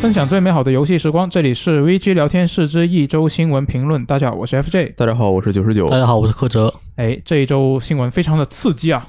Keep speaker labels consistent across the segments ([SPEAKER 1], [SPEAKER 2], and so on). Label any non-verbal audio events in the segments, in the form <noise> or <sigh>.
[SPEAKER 1] 分享最美好的游戏时光，这里是 VG 聊天室之一周新闻评论。大家好，我是 FJ。
[SPEAKER 2] 大家好，我是九十九
[SPEAKER 3] 大。家好，我是柯哲。
[SPEAKER 1] 哎，这一周新闻非常的刺激啊！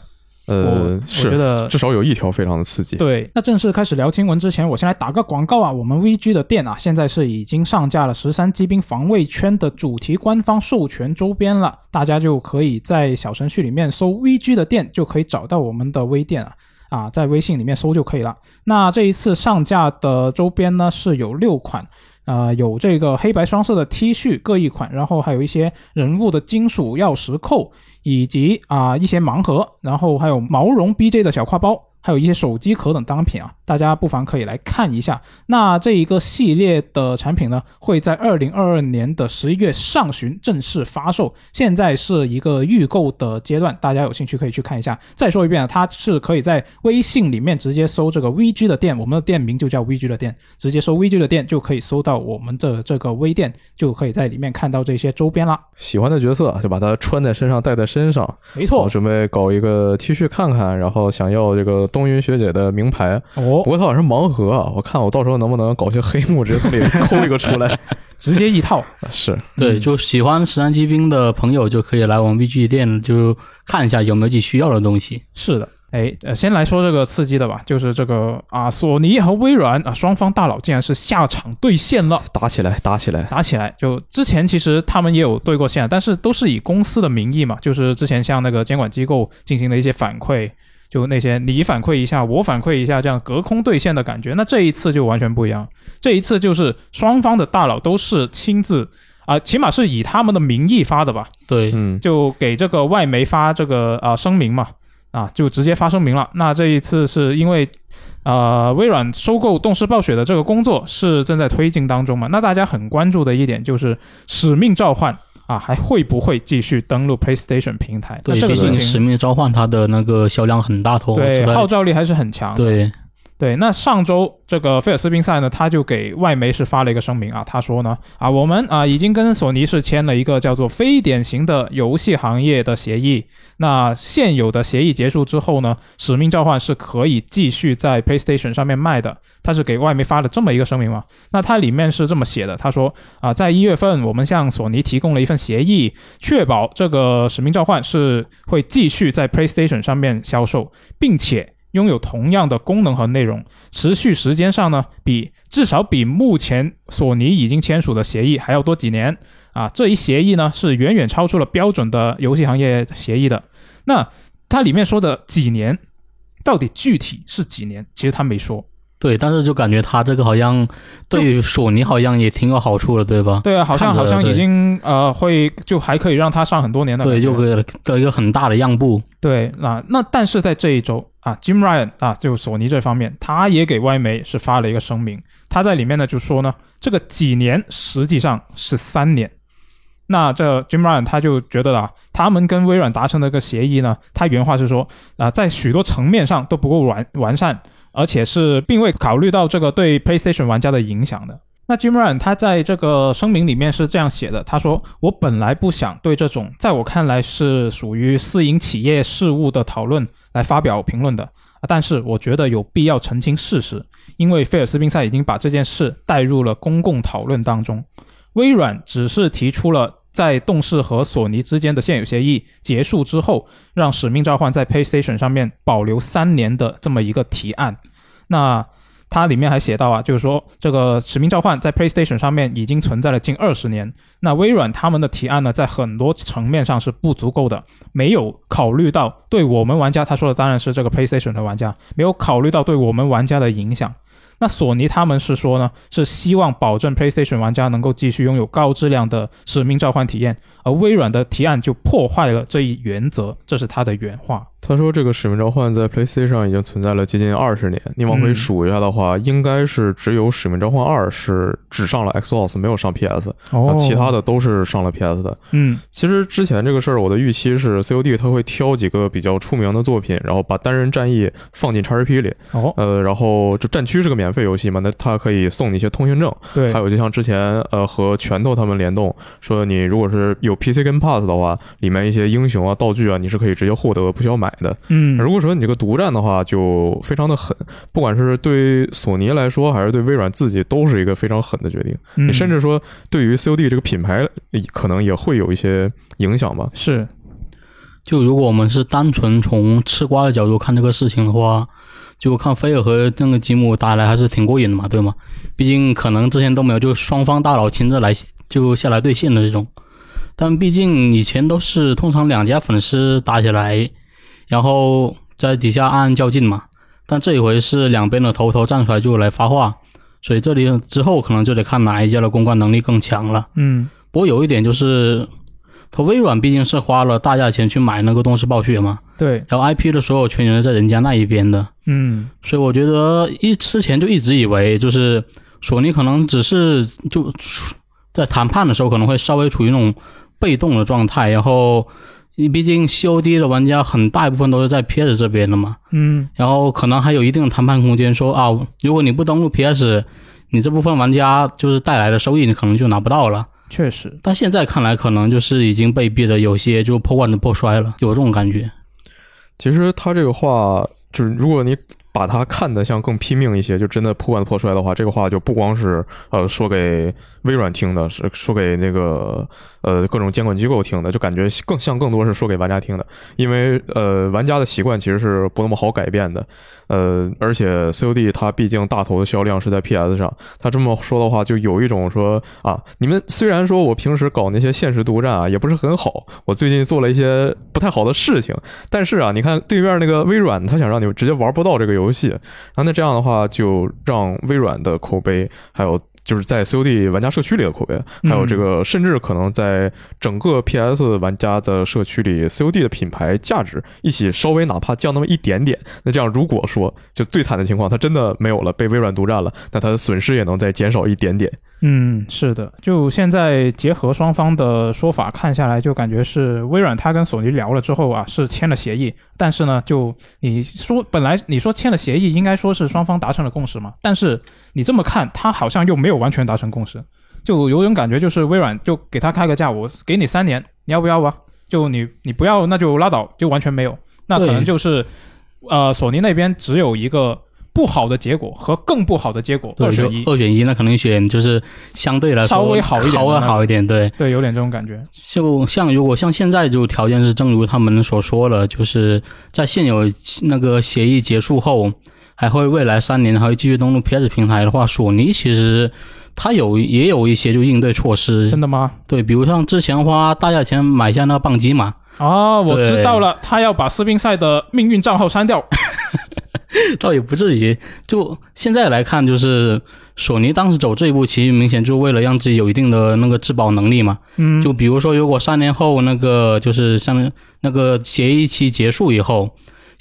[SPEAKER 1] 我
[SPEAKER 2] 呃，
[SPEAKER 1] 我觉
[SPEAKER 2] 是，
[SPEAKER 1] 得
[SPEAKER 2] 至少有一条非常的刺激。
[SPEAKER 1] 对，那正式开始聊新闻之前，我先来打个广告啊。我们 VG 的店啊，现在是已经上架了《十三机兵防卫圈》的主题官方授权周边了，大家就可以在小程序里面搜 VG 的店，就可以找到我们的微店啊。啊，在微信里面搜就可以了。那这一次上架的周边呢是有六款，呃，有这个黑白双色的 T 恤各一款，然后还有一些人物的金属钥匙扣，以及啊、一些盲盒，然后还有毛绒 BJ 的小挎包，还有一些手机壳等单品啊，大家不妨可以来看一下。那这一个系列的产品呢，会在二零二二年的十一月上旬正式发售，现在是一个预购的阶段，大家有兴趣可以去看一下。再说一遍啊，它是可以在微信里面直接搜这个 VG 的店，我们的店名就叫 VG 的店，直接搜 VG 的店就可以搜到我们的这个微店，就可以在里面看到这些周边啦。
[SPEAKER 2] 喜欢的角色就把它穿在身上，带在身上。
[SPEAKER 1] 没
[SPEAKER 2] 我
[SPEAKER 1] 错，
[SPEAKER 2] 准备搞一个 T 恤看看，然后想要这个冬云学姐的名牌。不
[SPEAKER 1] 哦，
[SPEAKER 2] 过它好像是盲盒啊，我看我到时候能不能搞些黑幕，直接从里面抠一个出来。
[SPEAKER 1] 直接一套。
[SPEAKER 2] 是，
[SPEAKER 3] 对，就喜欢十三机兵的朋友就可以来我们 BG 店，就看一下有没有自己需要的东西。
[SPEAKER 1] 是的，哎，呃，先来说这个刺激的吧，就是这个啊，索尼和微软啊，双方大佬竟然是下场对线了。
[SPEAKER 2] 打起来，打起来。
[SPEAKER 1] 打起来。就之前其实他们也有对过线，但是都是以公司的名义嘛，就是之前向那个监管机构进行的一些反馈，就那些你反馈一下，我反馈一下，这样隔空对线的感觉。那这一次就完全不一样，这一次就是双方的大佬都是亲自。啊、起码是以他们的名义发的吧，
[SPEAKER 3] 对，
[SPEAKER 2] 嗯，
[SPEAKER 1] 就给这个外媒发这个啊、呃声明嘛，啊就直接发声明了。那这一次是因为呃微软收购动视暴雪的这个工作是正在推进当中嘛，那大家很关注的一点就是《使命召唤》啊还会不会继续登陆 PlayStation 平台？那
[SPEAKER 3] 对，
[SPEAKER 1] 这个
[SPEAKER 3] 毕
[SPEAKER 1] 事
[SPEAKER 3] 竟《使
[SPEAKER 1] 情
[SPEAKER 3] 命召唤》它的那个销量很大头，
[SPEAKER 1] 对
[SPEAKER 3] 是吧
[SPEAKER 1] 号召力还是很强的。
[SPEAKER 3] 对，
[SPEAKER 1] 对，那上周这个菲尔斯宾塞呢，他就给外媒是发了一个声明啊，他说呢，啊，我们啊已经跟索尼是签了一个叫做非典型的游戏行业的协议。那现有的协议结束之后呢，《使命召唤》是可以继续在 PlayStation 上面卖的。他是给外媒发了这么一个声明嘛？那它里面是这么写的，他说啊，在一月份我们向索尼提供了一份协议，确保这个《使命召唤》是会继续在 PlayStation 上面销售，并且。拥有同样的功能和内容，持续时间上呢，比至少比目前索尼已经签署的协议还要多几年啊。这一协议呢，是远远超出了标准的游戏行业协议的。那它里面说的几年，到底具体是几年？其实他没说。
[SPEAKER 3] 对，但是就感觉它这个好像对于索尼好像也挺有好处的，对吧？
[SPEAKER 1] 对啊，好像
[SPEAKER 3] 看着
[SPEAKER 1] 好像已
[SPEAKER 3] 对
[SPEAKER 1] 经呃会就还可以让它上很多年的感觉。
[SPEAKER 3] 对，就给了的一个很大的让步。
[SPEAKER 1] 对啊，那但是在这一周啊，Jim Ryan 啊，就索尼这方面，他也给外媒是发了一个声明，他在里面呢就说呢，这个几年实际上是三年。那这 Jim Ryan 他就觉得啊，他们跟微软达成的一个协议呢，他原话是说啊，在许多层面上都不够完完善，而且是并未考虑到这个对 PlayStation 玩家的影响的。那 Jim Ryan 他在这个声明里面是这样写的，他说：“我本来不想对这种在我看来是属于私营企业事务的讨论来发表评论的，啊但是我觉得有必要澄清事实，因为菲尔斯宾塞已经把这件事带入了公共讨论当中。微软只是提出了在动视和索尼之间的现有协议结束之后，让《使命召唤》在 PlayStation 上面保留三年的这么一个提案。那它里面还写到啊，就是说这个《使命召唤》在 PlayStation 上面已经存在了近二十年。那微软他们的提案呢，在很多层面上是不足够的，没有考虑到对我们玩家，他说的当然是这个 PlayStation 的玩家，没有考虑到对我们玩家的影响。那索尼他们是说呢，是希望保证 PlayStation 玩家能够继续拥有高质量的《使命召唤》体验，而微软的提案就破坏了这一原则，这是他的原话。
[SPEAKER 2] 他说这个《使命召唤》在 PlayStation 上已经存在了接近二十年，你往回
[SPEAKER 1] 嗯
[SPEAKER 2] 数一下的话，应该是只有《使命召唤二》是只上了 Xbox，没有上 PS，然
[SPEAKER 1] 哦
[SPEAKER 2] 后其他的都是上了 PS 的。
[SPEAKER 1] 嗯，
[SPEAKER 2] 其实之前这个事儿，我的预期是 COD 他会挑几个比较出名的作品，然后把单人战役放进 XRP 里，
[SPEAKER 1] 哦，
[SPEAKER 2] 呃，然后就战区是个免费游戏嘛，那它可以送你一些通行证，
[SPEAKER 1] 对
[SPEAKER 2] 还，有就像之前呃和拳头他们联动，说你如果是有 PC 跟 Pass 的话，里面一些英雄啊、道具啊，你是可以直接获得，不需要买买的。
[SPEAKER 1] 嗯，
[SPEAKER 2] 如果说你这个独占的话，就非常的狠，不管是对索尼来说，还是对微软自己，都是一个非常狠的决定。你
[SPEAKER 1] 你
[SPEAKER 2] 甚至说，对于 COD 这个品牌，呃可能也会有一些影响吧。
[SPEAKER 1] 是
[SPEAKER 3] 就如果我们是单纯从吃瓜的角度看这个事情的话，就看菲尔和那个吉姆打来还是挺过瘾的嘛，对吗？毕竟可能之前都没有，就双方大佬亲自来就下来对线的这种。但毕竟以前都是通常两家粉丝打起来，然后在底下暗暗较劲嘛。但这一回是两边的头头站出来就来发话，所以这里之后可能就得看哪一家的公关能力更强了。
[SPEAKER 1] 嗯
[SPEAKER 3] 不过有一点就是，它微软毕竟是花了大价钱去买那个动视暴雪嘛，
[SPEAKER 1] 对
[SPEAKER 3] 然后 IP 的所有权源是在人家那一边的，
[SPEAKER 1] 嗯
[SPEAKER 3] 所以我觉得一之前就一直以为就是索尼可能只是就在谈判的时候可能会稍微处于那种被动的状态，然后毕竟 COD 的玩家很大一部分都是在 PS 这边的嘛，
[SPEAKER 1] 嗯
[SPEAKER 3] 然后可能还有一定的谈判空间说，啊，如果你不登录 PS，你这部分玩家就是带来的收益你可能就拿不到了。
[SPEAKER 1] 确实
[SPEAKER 3] 但现在看来，可能就是已经被逼得有些就破罐子破摔了，有这种感觉。
[SPEAKER 2] 其实他这个话，就是如果你把它看得像更拼命一些，就真的破罐子破摔的话，这个话就不光是呃说给微软听的，是说给那个呃各种监管机构听的，就感觉更像更多是说给玩家听的，因为呃玩家的习惯其实是不那么好改变的，呃，而且 COD 它毕竟大头的销量是在 PS 上，他这么说的话，就有一种说啊，你们虽然说我平时搞那些现实独占啊，也不是很好，我最近做了一些不太好的事情，但是啊，你看对面那个微软，他想让你直接玩不到这个游戏，然后那这样的话，就让微软的口碑，还有就是在 COD 玩家社区里的口碑，
[SPEAKER 1] 嗯
[SPEAKER 2] 还有这个甚至可能在整个 PS 玩家的社区里，COD 的品牌价值一起稍微哪怕降那么一点点，那这样如果说就最惨的情况，它真的没有了，被微软独占了，那它的损失也能再减少一点点。
[SPEAKER 1] 嗯是的，就现在结合双方的说法看下来，就感觉是微软他跟索尼聊了之后啊，是签了协议，但是呢，就你说本来你说签了协议，应该说是双方达成了共识嘛，但是你这么看，他好像又没有完全达成共识，就有种感觉就是微软就给他开个价，我给你三年，你要不要啊？就你你不要那就拉倒，就完全没有，那可能
[SPEAKER 3] 对
[SPEAKER 1] 就是呃索尼那边只有一个。不好的结果和更不好的结果，
[SPEAKER 3] 对，
[SPEAKER 1] 二
[SPEAKER 3] 就
[SPEAKER 1] 选一。
[SPEAKER 3] 二选一，那可能选就是相对来说
[SPEAKER 1] 稍微好一点的
[SPEAKER 3] 稍微好一点。对，
[SPEAKER 1] 对，有点这种感觉。
[SPEAKER 3] 就像如果像现在就条件是，正如他们所说了，就是在现有那个协议结束后，还会未来三年还会继续登陆 PS 平台的话，索尼其实它有也有一些就应对措施
[SPEAKER 1] 真，的吗？
[SPEAKER 3] 对，比如像之前花大价钱买下那个棒机嘛，
[SPEAKER 1] 哦，我
[SPEAKER 3] 对
[SPEAKER 1] 知道了，他要把斯宾塞的命运账号删掉。
[SPEAKER 3] 倒也不至于。就现在来看，就是索尼当时走这一步，其实明显就为了让自己有一定的那个质保能力嘛。
[SPEAKER 1] <laughs> 嗯
[SPEAKER 3] 就比如说，如果三年后那个就是像那个协议期结束以后。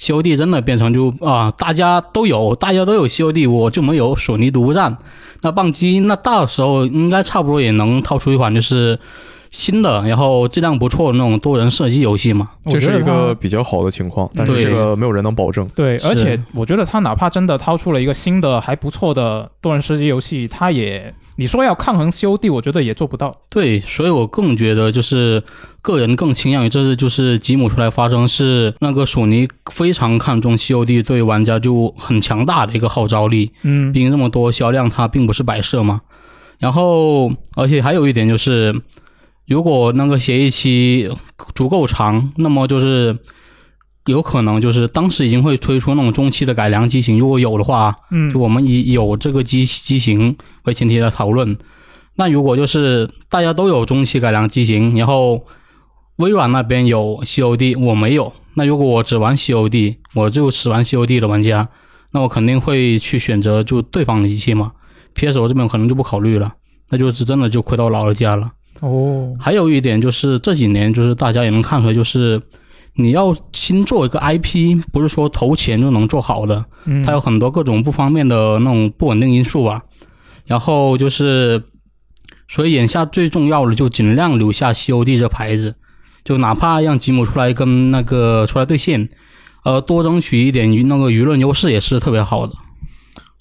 [SPEAKER 3] COD 真的变成就啊，大家都有，大家都有 COD，我就没有索尼独占。那棒机那到时候应该差不多也能掏出一款就是新的，然后质量不错的那种多人射击游戏嘛。
[SPEAKER 2] 这是一
[SPEAKER 1] 我觉
[SPEAKER 2] 个
[SPEAKER 1] 得他
[SPEAKER 2] 比较好的情况，但
[SPEAKER 3] 对
[SPEAKER 2] 是这个没有人能保证。
[SPEAKER 1] 对，
[SPEAKER 3] 是
[SPEAKER 1] 而且我觉得他哪怕真的掏出了一个新的还不错的多人射击游戏，他也你说要抗衡 COD，我觉得也做不到。
[SPEAKER 3] 对，所以我更觉得就是个人更倾向于这次就是吉姆出来发声，是那个索尼非常看重 COD 对玩家就很强大的一个号召力，
[SPEAKER 1] 嗯
[SPEAKER 3] 毕竟这么多销量它并不是摆设嘛。然后，而且还有一点就是，如果那个协议期足够长，那么就是有可能就是当时已经会推出那种中期的改良机型，如果有的话，
[SPEAKER 1] 嗯
[SPEAKER 3] 就我们以有这个机机型为前提来讨论。那如果就是大家都有中期改良机型，然后微软那边有 COD，我没有，那如果我只玩 COD，我就只玩 COD 的玩家，那我肯定会去选择就对方的机器嘛。PS 我这边可能就不考虑了，那就是真的就亏到老人家了。
[SPEAKER 1] 哦，
[SPEAKER 3] 还有一点就是这几年就是大家也能看出来，就是你要新做一个 IP，不是说投钱就能做好的。
[SPEAKER 1] 嗯
[SPEAKER 3] 它有很多各种不方便的那种不稳定因素吧。然后就是，所以眼下最重要的就尽量留下 COD 这牌子，就哪怕让吉姆出来跟那个出来对线，呃，多争取一点舆那个舆论优势也是特别好的。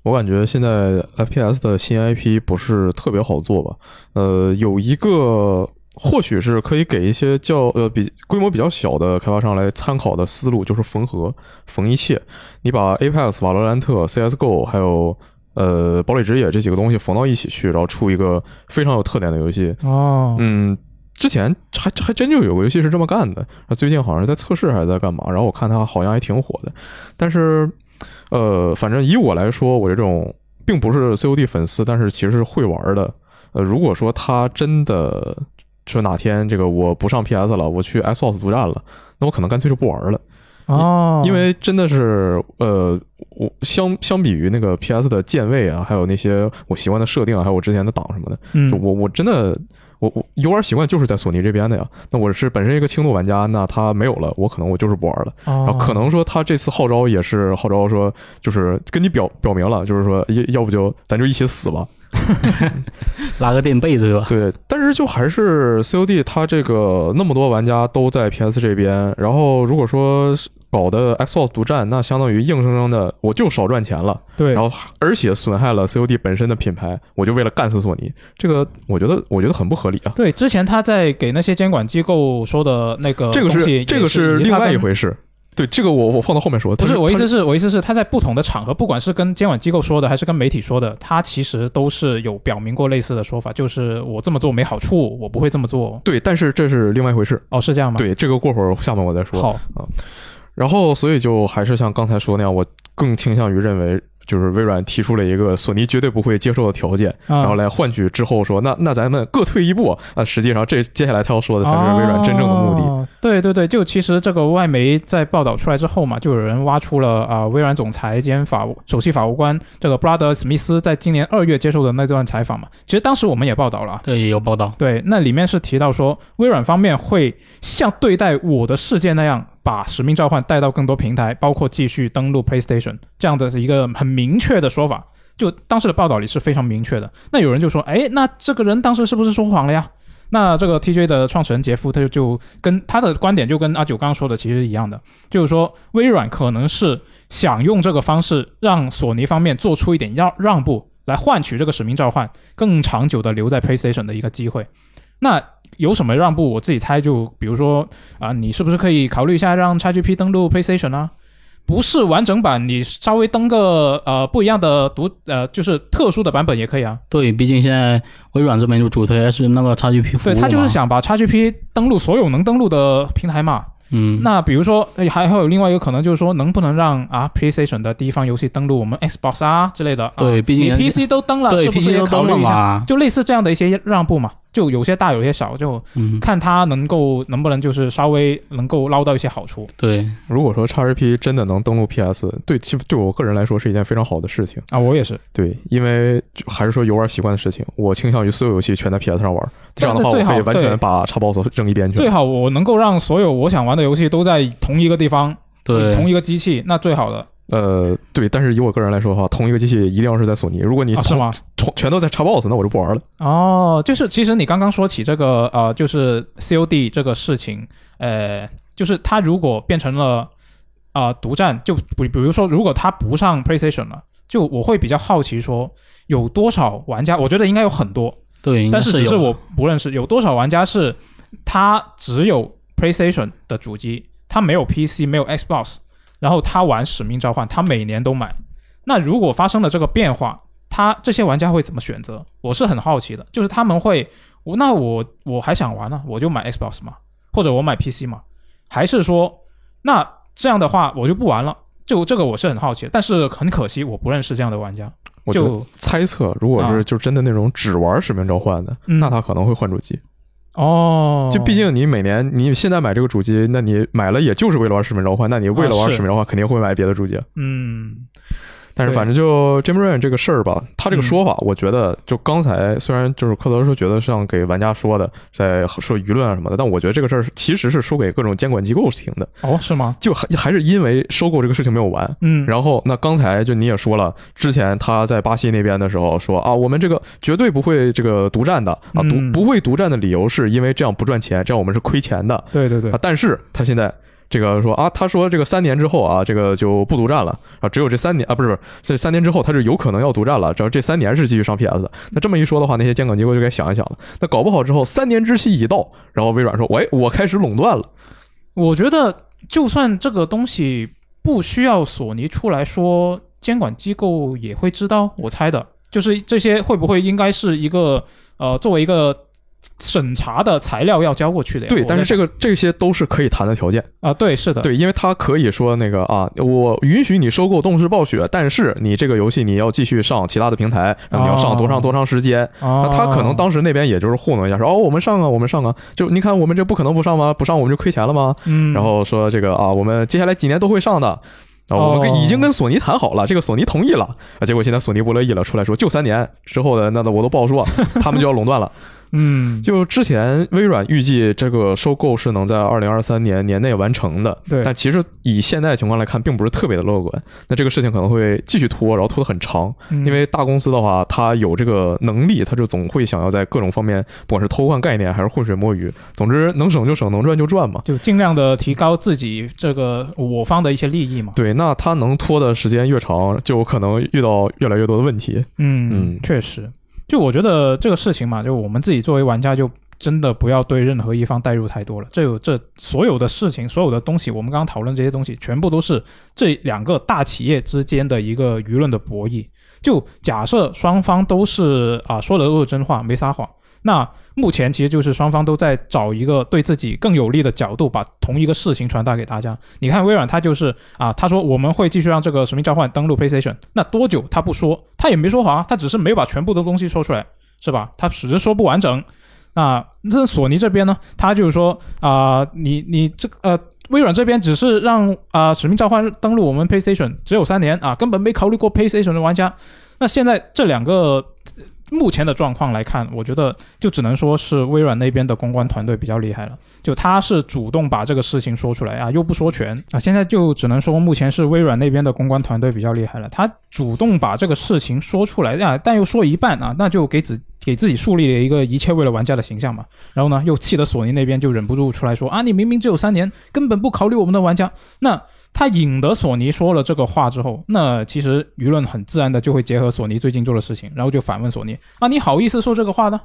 [SPEAKER 2] 我感觉现在 FPS 的新 IP 不是特别好做吧？呃，有一个或许是可以给一些较呃比规模比较小的开发商来参考的思路，就是缝合缝一切。你把 Apex、瓦罗兰特、CS:GO 还有呃堡垒之夜这几个东西缝到一起去，然后出一个非常有特点的游戏。
[SPEAKER 1] 哦，
[SPEAKER 2] 嗯，之前还还真就有个游戏是这么干的，啊最近好像是在测试还是在干嘛，然后我看它好像还挺火的，但是呃，反正以我来说，我这种并不是 COD 粉丝，但是其实是会玩的。呃，如果说它真的说哪天这个我不上 PS 了，我去 Xbox 独占了，那我可能干脆就不玩了，
[SPEAKER 1] 哦，
[SPEAKER 2] 因为真的是呃，我相相比于那个 PS 的键位啊，还有那些我习惯的设定啊，还有我之前的档什么的。
[SPEAKER 1] 嗯
[SPEAKER 2] 就我我真的我我游玩习惯就是在索尼这边的呀。那我是本身一个轻度玩家，那他没有了，我可能我就是不玩了。然
[SPEAKER 1] 哦
[SPEAKER 2] 后可能说他这次号召也是号召说，就是跟你表表明了，就是说要要不就咱就一起死吧。
[SPEAKER 3] 拉个垫背对吧？
[SPEAKER 2] 对，但是就还是 COD 它这个那么多玩家都在 PS 这边，然后如果说是搞的 Xbox 独占，那相当于硬生生的我就少赚钱了。
[SPEAKER 1] 对，
[SPEAKER 2] 然后而且损害了 COD 本身的品牌，我就为了干死索尼，这个我觉得我觉得很不合理啊。
[SPEAKER 1] 对，之前他在给那些监管机构说的那个
[SPEAKER 2] 这个
[SPEAKER 1] 呃东西也
[SPEAKER 2] 是
[SPEAKER 1] 是，
[SPEAKER 2] 这个是
[SPEAKER 1] 以及
[SPEAKER 2] 另
[SPEAKER 1] 他
[SPEAKER 2] 外一
[SPEAKER 1] 跟。
[SPEAKER 2] 回事。对，这个我我放到后面说。
[SPEAKER 1] 不
[SPEAKER 2] 它
[SPEAKER 1] 是
[SPEAKER 2] 是
[SPEAKER 1] 我意
[SPEAKER 2] 它
[SPEAKER 1] 思是，我意思是，他在不同的场合，不管是跟监管机构说的，还是跟媒体说的，他其实都是有表明过类似的说法，就是我这么做没好处，我不会这么做。
[SPEAKER 2] 对，但是这是另外一回事。
[SPEAKER 1] 哦，是这样吗？，
[SPEAKER 2] 对，这个过会儿下面我再说。
[SPEAKER 1] 好，
[SPEAKER 2] 然后，所以就还是像刚才说那样，我更倾向于认为，就是微软提出了一个索尼绝对不会接受的条件，
[SPEAKER 1] 然
[SPEAKER 2] 然后来换取之后说，那那咱们各退一步。啊，实际上这接下来他要说的才是微软真正的目的。
[SPEAKER 1] 哦对对对，就其实这个外媒在报道出来之后嘛，就有人挖出了啊、微软总裁兼法务首席法务官这个布拉德·史密斯在今年二月接受的那段采访嘛。其实当时我们也报道了啊，
[SPEAKER 3] 对，也有报道。
[SPEAKER 1] 对，那里面是提到说，微软方面会像对待我的世界那样，把《使命召唤》带到更多平台，包括继续登陆 PlayStation 这样的一个很明确的说法。就当时的报道里是非常明确的。那有人就说，哎，那这个人当时是不是说谎了呀？那这个 TJ 的创始人杰夫，他就就跟他的观点就跟阿九刚刚说的其实一样的，就是说微软可能是想用这个方式让索尼方面做出一点让让步，来换取这个使命召唤更长久的留在 PlayStation 的一个机会。那有什么让步？我自己猜就比如说啊、你是不是可以考虑一下让 XGP 登录 PlayStation 啊？不是完整版，你稍微登个呃不一样的独呃就是特殊的版本也可以啊。
[SPEAKER 3] 对，毕竟现在微软这边就主推是那个 XGP 服
[SPEAKER 1] 对
[SPEAKER 3] 务
[SPEAKER 1] 他就是
[SPEAKER 3] 嘛，
[SPEAKER 1] 想把 XGP 登录所有能登录的平台嘛。
[SPEAKER 3] 嗯，
[SPEAKER 1] 那比如说，哎还还有另外一个可能就是说，能不能让啊 PlayStation 的第一方游戏登录我们 Xbox 啊之类的？啊
[SPEAKER 3] 对毕竟
[SPEAKER 1] 你
[SPEAKER 3] 人家
[SPEAKER 1] PC 都登了，
[SPEAKER 3] 对
[SPEAKER 1] 是不是
[SPEAKER 3] PC
[SPEAKER 1] 也
[SPEAKER 3] 都
[SPEAKER 1] 考
[SPEAKER 3] 登
[SPEAKER 1] 虑
[SPEAKER 3] 了
[SPEAKER 1] 一下？
[SPEAKER 3] 嘛，
[SPEAKER 1] 就类似这样的一些让步嘛，就有些大，有些小，就
[SPEAKER 3] 嗯，
[SPEAKER 1] 看他能够能不能就是稍微能够捞到一些好处。
[SPEAKER 3] 对，
[SPEAKER 2] 如果说 XGP 真的能登录 PS，对，其实对我个人来说是一件非常好的事情。
[SPEAKER 1] 啊，我也是。
[SPEAKER 2] 对，因为就还是说游玩习惯的事情，我倾向于所有游戏全在 PS 上玩，这样的话
[SPEAKER 1] 但是
[SPEAKER 2] 我
[SPEAKER 1] 最
[SPEAKER 2] 可以
[SPEAKER 1] 好
[SPEAKER 2] 完全
[SPEAKER 1] 对
[SPEAKER 2] 把 Xbox 扔一边去
[SPEAKER 1] 最。好我能够让所有我想玩的游戏都在同一个地方，
[SPEAKER 3] 对，
[SPEAKER 1] 同一个机器，那最好的
[SPEAKER 2] 呃，对，但是以我个人来说的话，同一个机器一定要是在索尼。如果你
[SPEAKER 1] 啊，是
[SPEAKER 2] 同、
[SPEAKER 1] 吗？
[SPEAKER 2] 同全都在 Xbox，那我就不玩了。
[SPEAKER 1] 哦，就是其实你刚刚说起这个呃，就是 COD 这个事情，呃，就是它如果变成了啊、呃独占，就比比如说，如果它不上 PlayStation 了，就我会比较好奇说，有多少玩家？我觉得应该有很多，
[SPEAKER 3] 对，应该
[SPEAKER 1] 但是只
[SPEAKER 3] 有
[SPEAKER 1] 是我不认识有多少玩家是他只有 PlayStation 的主机，他没有 PC，没有 Xbox，然后他玩《使命召唤》，他每年都买。那如果发生了这个变化，他这些玩家会怎么选择？我是很好奇的，就是他们会，我那我我还想玩呢，我就买 Xbox 嘛，或者我买 PC 嘛，还是说那这样的话我就不玩了？就这个我是很好奇的，但是很可惜我不认识这样的玩家，
[SPEAKER 2] 我觉得
[SPEAKER 1] 就
[SPEAKER 2] 猜测，如果
[SPEAKER 1] 啊
[SPEAKER 2] 是就真的那种只玩《使命召唤》的，
[SPEAKER 1] 嗯
[SPEAKER 2] 那他可能会换主机。
[SPEAKER 1] 哦，
[SPEAKER 2] 就毕竟你每年你现在买这个主机，那你买了也就是为了玩《使命召唤》，那你为了
[SPEAKER 1] 啊
[SPEAKER 2] 玩
[SPEAKER 1] 是
[SPEAKER 2] 《使命召唤》肯定会买别的主机。
[SPEAKER 1] 嗯
[SPEAKER 2] 但是
[SPEAKER 1] 对
[SPEAKER 2] 反正就 Jim Ryan 这个事儿吧，他
[SPEAKER 1] 嗯
[SPEAKER 2] 这个说法，我觉得就刚才虽然就是克德说觉得像给玩家说的，在说舆论啊什么的，但我觉得这个事儿是其实是说给各种监管机构听的，
[SPEAKER 1] 哦是吗？
[SPEAKER 2] 就还还是因为收购这个事情没有完。
[SPEAKER 1] 嗯，
[SPEAKER 2] 然后，那刚才就你也说了，之前他在巴西那边的时候说啊，我们这个绝对不会这个独占的啊，独
[SPEAKER 1] 嗯
[SPEAKER 2] 不会独占的理由是因为这样不赚钱，这样我们是亏钱的
[SPEAKER 1] 对对对
[SPEAKER 2] 啊。但是他现在这个说啊，他说这个三年之后啊，这个就不独占了啊，只有这三年啊，不是这三年之后他是有可能要独占了，只要这三年是继续上 PS 的。那这么一说的话，那些监管机构就该想一想了。那搞不好之后三年之期已到，然后微软说，喂，我开始垄断了。
[SPEAKER 1] 我觉得，就算这个东西不需要索尼出来说，监管机构也会知道。我猜的，就是这些会不会应该是一个呃，作为一个审查的材料要交过去的呀？
[SPEAKER 2] 对，
[SPEAKER 1] 哎我
[SPEAKER 2] 但是
[SPEAKER 1] 在
[SPEAKER 2] 这个这些都是可以谈的条件。
[SPEAKER 1] 啊、对，是的，
[SPEAKER 2] 对，因为他可以说那个啊，我允许你收购动视暴雪，但是你这个游戏你要继续上其他的平台，然后你要上多
[SPEAKER 1] 哦
[SPEAKER 2] 长多长时间。
[SPEAKER 1] 啊
[SPEAKER 2] 那他可能当时那边也就是糊弄一下，说哦，我们上啊，我们上啊，就你看我们这不可能不上吗？不上我们就亏钱了吗？
[SPEAKER 1] 嗯，
[SPEAKER 2] 然后说这个啊，我们接下来几年都会上的。啊，我们跟
[SPEAKER 1] 哦
[SPEAKER 2] 已经跟索尼谈好了，这个索尼同意了啊，结果现在索尼不乐意了，出来说就三年之后的那那我都不
[SPEAKER 1] <laughs>
[SPEAKER 2] 好说，他们就要垄断了。
[SPEAKER 1] 嗯，
[SPEAKER 2] 就之前微软预计这个收购是能在二零二三年年内完成的，
[SPEAKER 1] 对
[SPEAKER 2] 但其实以现在的情况来看，并不是特别的乐观。那这个事情可能会继续拖，然后拖得很长，
[SPEAKER 1] 嗯
[SPEAKER 2] 因为大公司的话，它有这个能力，它就总会想要在各种方面，不管是偷换概念还是浑水摸鱼，总之能省就省，能赚就赚嘛。
[SPEAKER 1] 就尽量的提高自己这个我方的一些利益嘛。
[SPEAKER 2] 对，那它能拖的时间越长，就有可能遇到越来越多的问题。
[SPEAKER 1] 嗯，
[SPEAKER 2] 嗯
[SPEAKER 1] 确实，就我觉得这个事情嘛，就我们自己作为玩家，就真的不要对任何一方代入太多了。这有这所有的事情，所有的东西，我们刚刚讨论这些东西，全部都是这两个大企业之间的一个舆论的博弈。就假设双方都是啊、说了都是真话，没撒谎。那目前其实就是双方都在找一个对自己更有利的角度，把同一个事情传达给大家。你看微软，它就是啊，他说我们会继续让这个《使命召唤》登陆 PlayStation，那多久他不说，他也没说谎啊，他只是没有把全部的东西说出来，是吧？他只是说不完整。那这索尼这边呢，他就是说啊、你你这个呃。微软这边只是让啊、使命召唤》登陆我们 PlayStation 只有三年啊，根本没考虑过 PlayStation 的玩家。那现在这两个呃目前的状况来看，我觉得就只能说是微软那边的公关团队比较厉害了。就他是主动把这个事情说出来啊，又不说全啊，现在就只能说目前是微软那边的公关团队比较厉害了，他主动把这个事情说出来啊，但又说一半啊，那就给自给自己树立了一个一切为了玩家的形象嘛。然后呢，又气得索尼那边就忍不住出来说啊，你明明只有三年，根本不考虑我们的玩家。那他引得索尼说了这个话之后，那其实舆论很自然的就会结合索尼最近做的事情，然后就反问索尼啊，你好意思说这个话呢？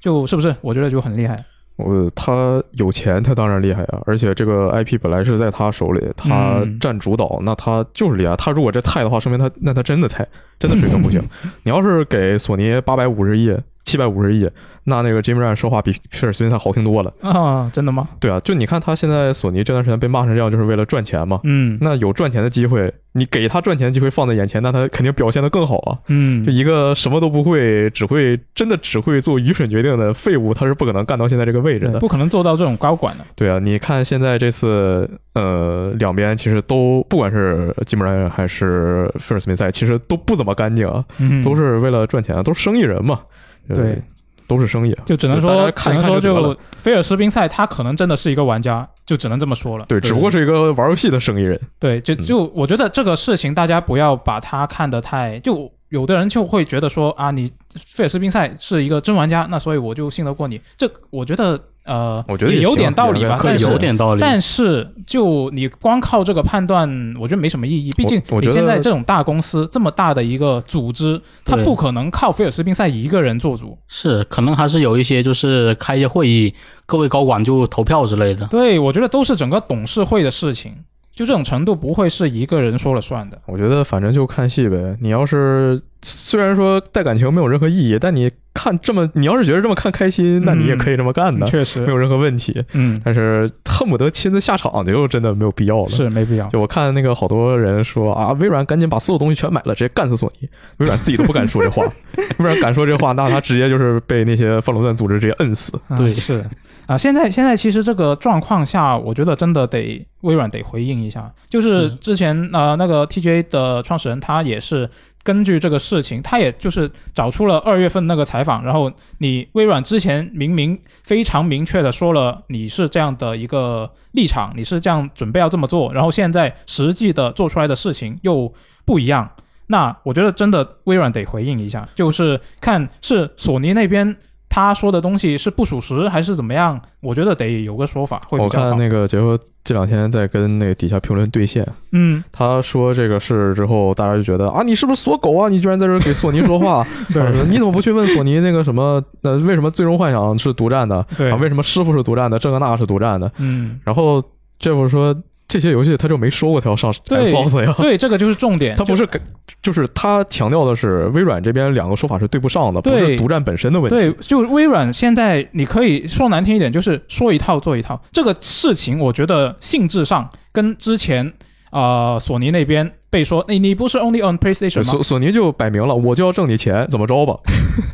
[SPEAKER 1] 就是不是？我觉得就很厉害。
[SPEAKER 2] 我呃他有钱，他当然厉害啊！而且这个 IP 本来是在他手里，他
[SPEAKER 1] 嗯
[SPEAKER 2] 占主导，那他就是厉害。他如果这菜的话，说明他那他真的菜，真的水平
[SPEAKER 1] <laughs>
[SPEAKER 2] 不行。你要是给索尼八百五十亿、七百五十亿，那那个 Jim Ryan 说话比皮尔斯宾塞好听多了。
[SPEAKER 1] 啊，真的吗？
[SPEAKER 2] 对啊，就你看他现在索尼这段时间被骂成这样，就是为了赚钱嘛。
[SPEAKER 1] 嗯
[SPEAKER 2] 那有赚钱的机会，你给他赚钱的机会放在眼前，那他肯定表现得更好啊。
[SPEAKER 1] 嗯
[SPEAKER 2] 就，一个什么都不会，只会真的只会做愚蠢决定的废物，他是不可能干到现在这个位置
[SPEAKER 1] 对
[SPEAKER 2] 的。
[SPEAKER 1] 不可能做到这种高管的。
[SPEAKER 2] 对啊，你看现在这次，呃，两边其实都不管是基本上还是菲尔斯密赛，其实都不怎么干净啊，
[SPEAKER 1] 嗯
[SPEAKER 2] 都是为了赚钱啊，都是生意人嘛，呃
[SPEAKER 1] 对，
[SPEAKER 2] 都是生意。
[SPEAKER 1] 就只能
[SPEAKER 2] 大
[SPEAKER 1] 说
[SPEAKER 2] 家，看一
[SPEAKER 1] 只
[SPEAKER 2] 看
[SPEAKER 1] 能说
[SPEAKER 2] 就得了
[SPEAKER 1] 就菲尔斯宾塞他可能真的是一个玩家，就只能这么说了。
[SPEAKER 2] 对，只不过
[SPEAKER 1] 是
[SPEAKER 2] 是一个玩游戏的生意人。
[SPEAKER 1] 对，就
[SPEAKER 2] 嗯
[SPEAKER 1] 就我觉得这个事情大家不要把它看得太就。有的人就会觉得说啊，你菲尔斯宾塞是一个真玩家，那所以我就信得过你。这我觉得呃，
[SPEAKER 2] 我觉得
[SPEAKER 1] 也
[SPEAKER 2] 也
[SPEAKER 1] 有
[SPEAKER 2] 行啊
[SPEAKER 1] 点道理
[SPEAKER 2] 也
[SPEAKER 1] 吧，
[SPEAKER 2] 可
[SPEAKER 1] 但
[SPEAKER 2] 以是
[SPEAKER 1] 是
[SPEAKER 3] 有点道理。
[SPEAKER 1] 但是，就你光靠这个判断，我觉得没什么意义。毕竟
[SPEAKER 2] 我
[SPEAKER 1] 你
[SPEAKER 2] 觉得
[SPEAKER 1] 现在这种大公司、这么大的一个组织，它
[SPEAKER 3] 对
[SPEAKER 1] 不可能靠菲尔斯宾塞一个人做主。
[SPEAKER 3] 是可能还是有一些就是开一些会议，各位高管就投票之类的。
[SPEAKER 1] 对，我觉得都是整个董事会的事情，就这种程度不会是一个人说了算的。
[SPEAKER 2] 我觉得反正就看戏呗。你要是虽然说带感情没有任何意义，但你看这么，你要是觉得这么看开心，那你也可以这么干
[SPEAKER 1] 嗯
[SPEAKER 2] 的，
[SPEAKER 1] 确
[SPEAKER 2] 没
[SPEAKER 1] 实，
[SPEAKER 2] 有任何问题。
[SPEAKER 1] 嗯，
[SPEAKER 2] 但是恨不得亲自下场，就真的没有必要了。
[SPEAKER 1] 是没必要。
[SPEAKER 2] 就我看那个好多人说啊，微软赶紧把所有东西全买了，直接干死索尼。微软自己都不敢说
[SPEAKER 1] <laughs>
[SPEAKER 2] 这话，微软敢说这话，那他直接就是被那些反垄断组织直接摁死。
[SPEAKER 1] 啊
[SPEAKER 3] 对
[SPEAKER 1] 是啊，现在现在其实这个状况下，我觉得真的得微软得回应一下，就是
[SPEAKER 2] 嗯
[SPEAKER 3] 是
[SPEAKER 1] 之前呃那个 TGA 的创始人他也是根据这个事情，他也就是找出了二月份那个采访，然后你微软之前明明非常明确的说了你是这样的一个立场，你是这样准备要这么做，然后现在实际的做出来的事情又不一样。那我觉得真的微软得回应一下，就是看是索尼那边他说的东西是不属实还是怎么样，我觉得得有个说法会比
[SPEAKER 2] 我
[SPEAKER 1] 较好。
[SPEAKER 2] 哦看那个杰夫这两天在跟那个底下评论对线，
[SPEAKER 1] 嗯，
[SPEAKER 2] 他说这个事之后，大家就觉得啊，你是不是锁狗啊？你居然在这儿给索尼说话，
[SPEAKER 1] <laughs> 对
[SPEAKER 2] 啊你怎么不去问索尼那个什么？那为什么《最终幻想》是独占的？
[SPEAKER 1] 对
[SPEAKER 2] 啊，为什么《师傅》是独占的，《这个那》是独占的？
[SPEAKER 1] 嗯，
[SPEAKER 2] 然后杰夫说这些游戏他就没说过他要上
[SPEAKER 1] 对
[SPEAKER 2] Xbox 呀。
[SPEAKER 1] 对，这个就是重点。
[SPEAKER 2] 他不
[SPEAKER 1] 就是嗯
[SPEAKER 2] 给，就是他强调的是微软这边两个说法是对不上的，不
[SPEAKER 1] 对
[SPEAKER 2] 是独占本身的问
[SPEAKER 1] 对
[SPEAKER 2] 题。，
[SPEAKER 1] 就微软现在你可以说难听一点，就是说一套做一套。这个事情，我觉得性质上跟之前啊、呃索尼那边被说，哎你你不是 only on PlayStation 吗？
[SPEAKER 2] 索索尼就摆明了，我就要挣你钱，怎么
[SPEAKER 1] <laughs>
[SPEAKER 2] 着吧？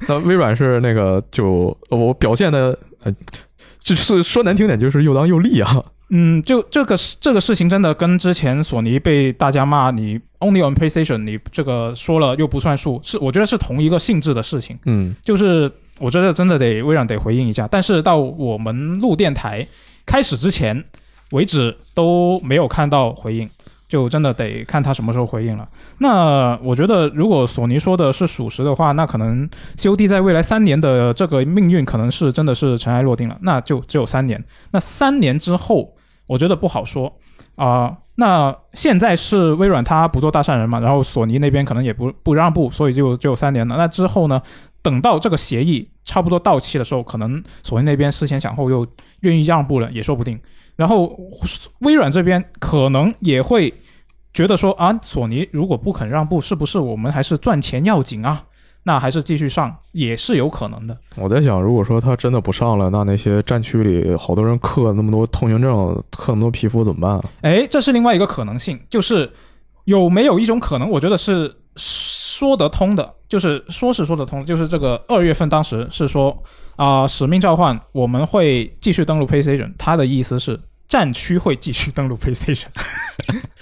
[SPEAKER 2] 那微软是那个就我表现的，呃，就是说难听点，就是又当又立啊。
[SPEAKER 1] 嗯，就这个事这个事情真的跟之前索尼被大家骂你 only on PlayStation，你这个说了又不算数，是我觉得是同一个性质的事情。
[SPEAKER 2] 嗯，
[SPEAKER 1] 就是我觉得真的得微软得回应一下，但是到我们录电台开始之前为止都没有看到回应，就真的得看他什么时候回应了。那我觉得，如果索尼说的是属实的话，那可能 COD 在未来三年的这个命运可能是真的是尘埃落定了，那就只有三年。那三年之后，我觉得不好说。啊、那现在是微软它不做大善人嘛，然后索尼那边可能也不不让步，所以就只有三年了。那之后呢，等到这个协议差不多到期的时候，可能索尼那边思前想后又愿意让步了，也说不定。然后微软这边可能也会觉得说啊，索尼如果不肯让步，是不是我们还是赚钱要紧啊？那还是继续上也是有可能的。
[SPEAKER 2] 我在想，如果说他真的不上了，那那些战区里好多人刻那么多通行证，刻那么多皮肤怎么办啊？
[SPEAKER 1] 哎，这是另外一个可能性，就是有没有一种可能，我觉得是说得通的，就是说是说得通，就是这个二月份当时是说啊、使命召唤我们会继续登陆 PlayStation，他的意思是战区会继续登陆 PlayStation。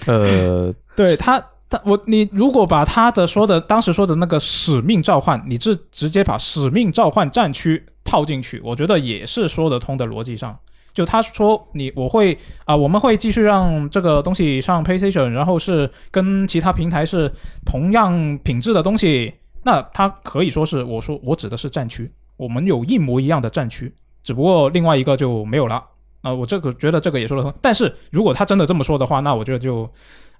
[SPEAKER 2] 呃，
[SPEAKER 1] 对他，他我你如果把他的说的当时说的那个使命召唤，你这直接把使命召唤战区套进去，我觉得也是说得通的逻辑上。就他说你我会啊、我们会继续让这个东西上 PlayStation，然后是跟其他平台是同样品质的东西，那他可以说是我说我指的是战区，我们有一模一样的战区，只不过另外一个就没有了。啊、我这个觉得这个也说得通，但是如果他真的这么说的话，那我觉得就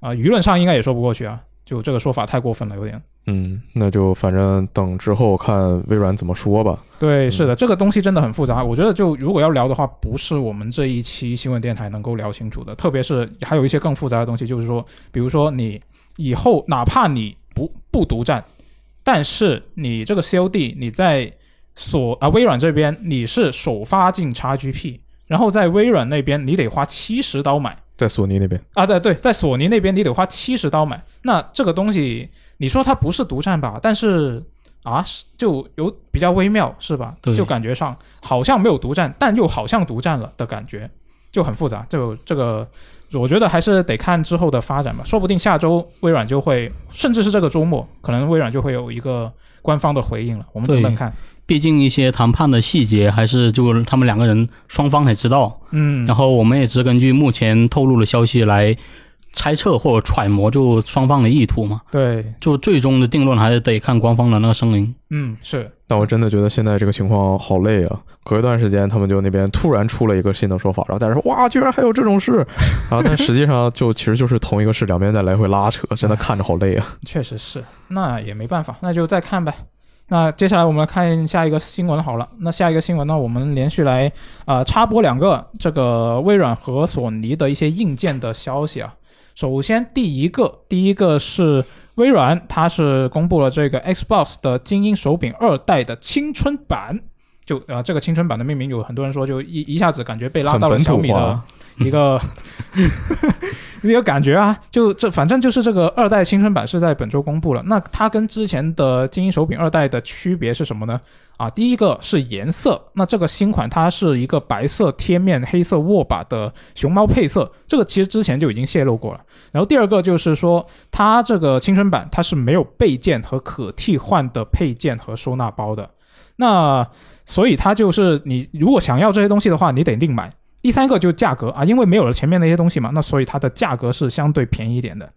[SPEAKER 1] 啊、舆论上应该也说不过去啊，就这个说法太过分了，有点。
[SPEAKER 2] 嗯，那就反正等之后看微软怎么说吧。
[SPEAKER 1] 对，是的，这个东西真的很复杂。我觉得就如果要聊的话，不是我们这一期新闻电台能够聊清楚的，特别是还有一些更复杂的东西，就是说，比如说你以后哪怕你不不独占，但是你这个 COD 你在所啊微软这边你是首发进 XGP，然后在微软那边你得花七十刀买。
[SPEAKER 2] 在索尼那边，
[SPEAKER 1] 啊，对对，在索尼那边你得花七十刀买，那这个东西你说它不是独占吧？但是啊，是就有比较微妙，是吧？
[SPEAKER 3] 对
[SPEAKER 1] 就感觉上好像没有独占，但又好像独占了的感觉，就很复杂。就这个，我觉得还是得看之后的发展吧。说不定下周微软就会，甚至是这个周末，可能微软就会有一个官方的回应了。我们等等
[SPEAKER 3] 对
[SPEAKER 1] 看。
[SPEAKER 3] <laughs> 毕竟一些谈判的细节还是就他们两个人双方才知道，
[SPEAKER 1] 嗯，
[SPEAKER 3] 然后我们也只根据目前透露的消息来猜测或者揣摩就双方的意图嘛，
[SPEAKER 1] 对，
[SPEAKER 3] 就最终的定论还是得看官方的那个声明。
[SPEAKER 1] 嗯，是，
[SPEAKER 2] 但我真的觉得现在这个情况好累啊！隔一段时间，他们就那边突然出了一个新的说法，然后大家说哇，居然还有这种事，然后但实际上就其实就是同一个事，两边在来回拉扯，真的看着好累啊！
[SPEAKER 1] 确实是，那也没办法，那就再看呗。那接下来我们来看下一个新闻好了。那下一个新闻呢，我们连续来啊、呃插播两个这个微软和索尼的一些硬件的消息啊。首先第一个，第一个是微软，它是公布了这个 Xbox 的精英手柄二代的青春版。就呃，这个青春版的命名有很多人说，就一一下子感觉被拉
[SPEAKER 2] 很
[SPEAKER 1] 到了
[SPEAKER 2] 本
[SPEAKER 1] 小
[SPEAKER 2] 土
[SPEAKER 1] 米的
[SPEAKER 2] 化，
[SPEAKER 1] 一
[SPEAKER 2] <laughs>
[SPEAKER 1] 个一个感觉啊，就这反正就是这个二代青春版是在本周公布了。那它跟之前的精英手柄二代的区别是什么呢？啊，第一个是颜色，那这个新款它是一个白色贴面、黑色握把的熊猫配色，这个其实之前就已经泄露过了。然后第二个就是说，它这个青春版它是没有备件和可替换的配件和收纳包的。那所以它就是你如果想要这些东西的话，你得另买。第三个就是价格啊，因为没有了前面那些东西嘛，那所以它的价格是相对便宜一点的。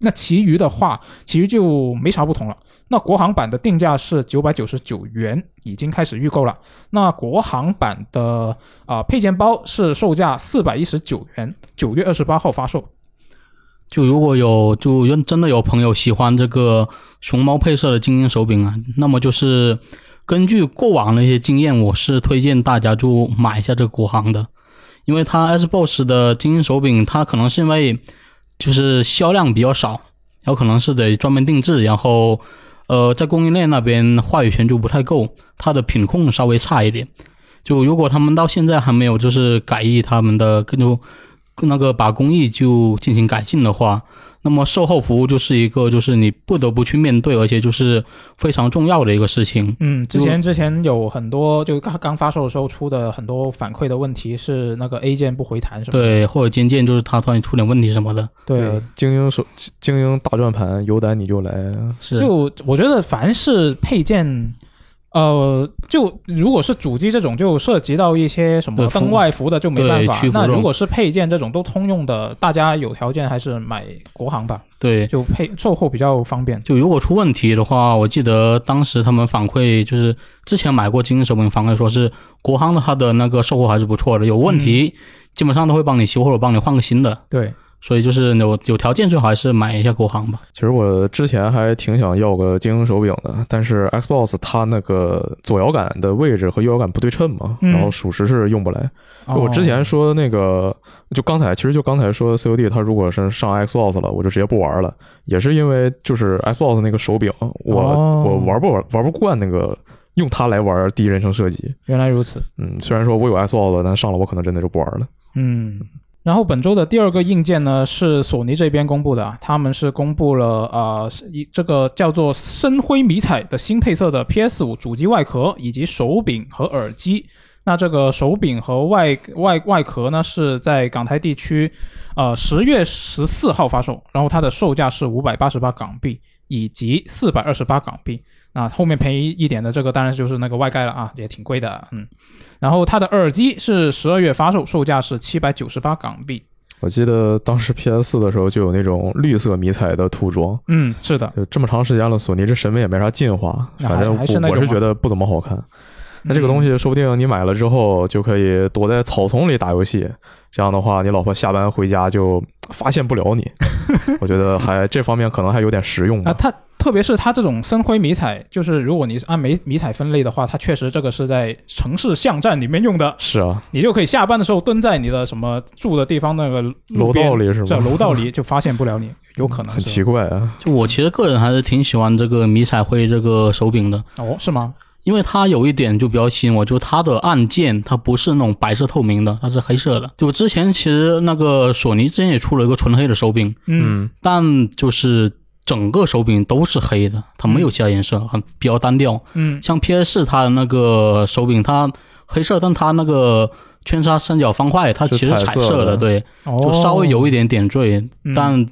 [SPEAKER 1] 那其余的话，其实就没啥不同了。那国行版的定价是九百九十九元，已经开始预购了。那国行版的啊、配件包是售价四百一十九元，九月二十八号发售。
[SPEAKER 3] 就如果有就认真的有朋友喜欢这个熊猫配色的精英手柄啊，那么就是根据过往的一些经验，我是推荐大家就买一下这个国行的，因为它 Xbox 的精英手柄，它可能是因为就是销量比较少，然后可能是得专门定制，然后呃在供应链那边话语权就不太够，它的品控稍微差一点。就如果他们到现在还没有就是改易他们的更就那个把工艺就进行改进的话，那么售后服务就是一个就是你不得不去面对，而且就是非常重要的一个事情。
[SPEAKER 1] 嗯，之
[SPEAKER 3] 就
[SPEAKER 1] 前之前有很多就刚刚发售的时候出的很多反馈的问题是那个 A 键不回弹什么的。
[SPEAKER 3] 对，或者渐渐就是它突然出点问题什么的，
[SPEAKER 1] 对，
[SPEAKER 2] 呃精英手精英大转盘，有胆你就来。
[SPEAKER 3] 是
[SPEAKER 1] 就我觉得凡是配件。呃，就如果是主机这种，就涉及到一些什么
[SPEAKER 3] 对服
[SPEAKER 1] 灯外服的，就没
[SPEAKER 3] 对
[SPEAKER 1] 办法
[SPEAKER 3] 区。服
[SPEAKER 1] 那如
[SPEAKER 3] 用
[SPEAKER 1] 果是配件这种都通用的，大家有条件还是买国行吧，
[SPEAKER 3] 对。
[SPEAKER 1] 就配售后比较方便。
[SPEAKER 3] 就如果出问题的话，我记得当时他们反馈就是之前买过精英手柄反馈说是国行的它的那个售后还是不错的，有问题、基本上都会帮你修或者帮你换个新的，
[SPEAKER 1] 对，
[SPEAKER 3] 所以就是有有条件最好还是买一下国行吧。
[SPEAKER 2] 其实我之前还挺想要个精英手柄的，但是 Xbox 它那个左摇杆的位置和右摇杆不对称嘛，
[SPEAKER 1] 嗯
[SPEAKER 2] 然后属实是用不来。我之
[SPEAKER 1] 哦
[SPEAKER 2] 前说那个，就刚才其实就刚才说 COD，它如果是上 Xbox 了，我就直接不玩了，也是因为就是 Xbox 那个手柄，我、
[SPEAKER 1] 哦
[SPEAKER 2] 我玩不玩玩不惯那个用它来玩第一人称射击。
[SPEAKER 1] 原来如此。
[SPEAKER 2] 嗯，虽然说我有 Xbox 了，但上了我可能真的就不玩了。
[SPEAKER 1] 嗯，然后本周的第二个硬件呢是索尼这边公布的啊，他们是公布了呃是一这个叫做深灰迷彩的新配色的 PS 5主机外壳以及手柄和耳机。那这个手柄和外外外壳呢是在港台地区，呃十月十四号发售，然后它的售价是五百八十八港币以及四百二十八港币。啊，后面便宜一点的这个当然就是那个外盖了啊，也挺贵的，嗯。然后它的耳机是十二月发售，售价是七百九十八港币。
[SPEAKER 2] 我记得当时 PS 四的时候就有那种绿色迷彩的涂装，
[SPEAKER 1] 嗯，是的，
[SPEAKER 2] 就这么长时间了，索尼这审美也没啥进化，
[SPEAKER 1] 那
[SPEAKER 2] 反正
[SPEAKER 1] 还还是那
[SPEAKER 2] 我我
[SPEAKER 1] 种
[SPEAKER 2] 是
[SPEAKER 1] 吗
[SPEAKER 2] 觉得不怎么好看。那这个东西说不定你买了之后就可以躲在草丛里打游戏，这样的话你老婆下班回家就发现
[SPEAKER 1] <laughs>
[SPEAKER 2] 不了你。我觉得还这方面可能还有点实用
[SPEAKER 1] 啊，
[SPEAKER 2] 吧。
[SPEAKER 1] 它特别是它这种深灰迷彩，就是如果你是按迷迷彩分类的话，它确实这个是在城市巷战里面用的，
[SPEAKER 2] 是啊，
[SPEAKER 1] 你就可以下班的时候蹲在你的什么住的地方那个路
[SPEAKER 2] 楼
[SPEAKER 1] 边
[SPEAKER 2] 道里是
[SPEAKER 1] 这
[SPEAKER 2] 吗？
[SPEAKER 1] 楼道里就发现不了你，有可能
[SPEAKER 2] 很奇
[SPEAKER 1] 是
[SPEAKER 2] 怪啊。
[SPEAKER 3] 就我其实个人还是挺喜欢这个迷彩灰这个手柄的，
[SPEAKER 1] 哦，是吗？
[SPEAKER 3] 因为它有一点就比较吸引我，就它的按键它不是那种白色透明的，它是黑色的。就之前其实那个索尼之前也出了一个纯黑的手柄，
[SPEAKER 1] 嗯，
[SPEAKER 2] 嗯，
[SPEAKER 3] 但就是整个手柄都是黑的，它没有其他颜色，很比较单调。
[SPEAKER 1] 嗯
[SPEAKER 3] 像 PS 它的那个手柄，它黑色，但它那个圈叉三角方块它
[SPEAKER 2] 是
[SPEAKER 3] 其实
[SPEAKER 2] 彩
[SPEAKER 3] 彩
[SPEAKER 2] 色
[SPEAKER 3] 色
[SPEAKER 2] 的
[SPEAKER 3] 的，对，
[SPEAKER 1] 哦，
[SPEAKER 3] 就稍微有一点点缀，
[SPEAKER 1] 嗯，
[SPEAKER 3] 但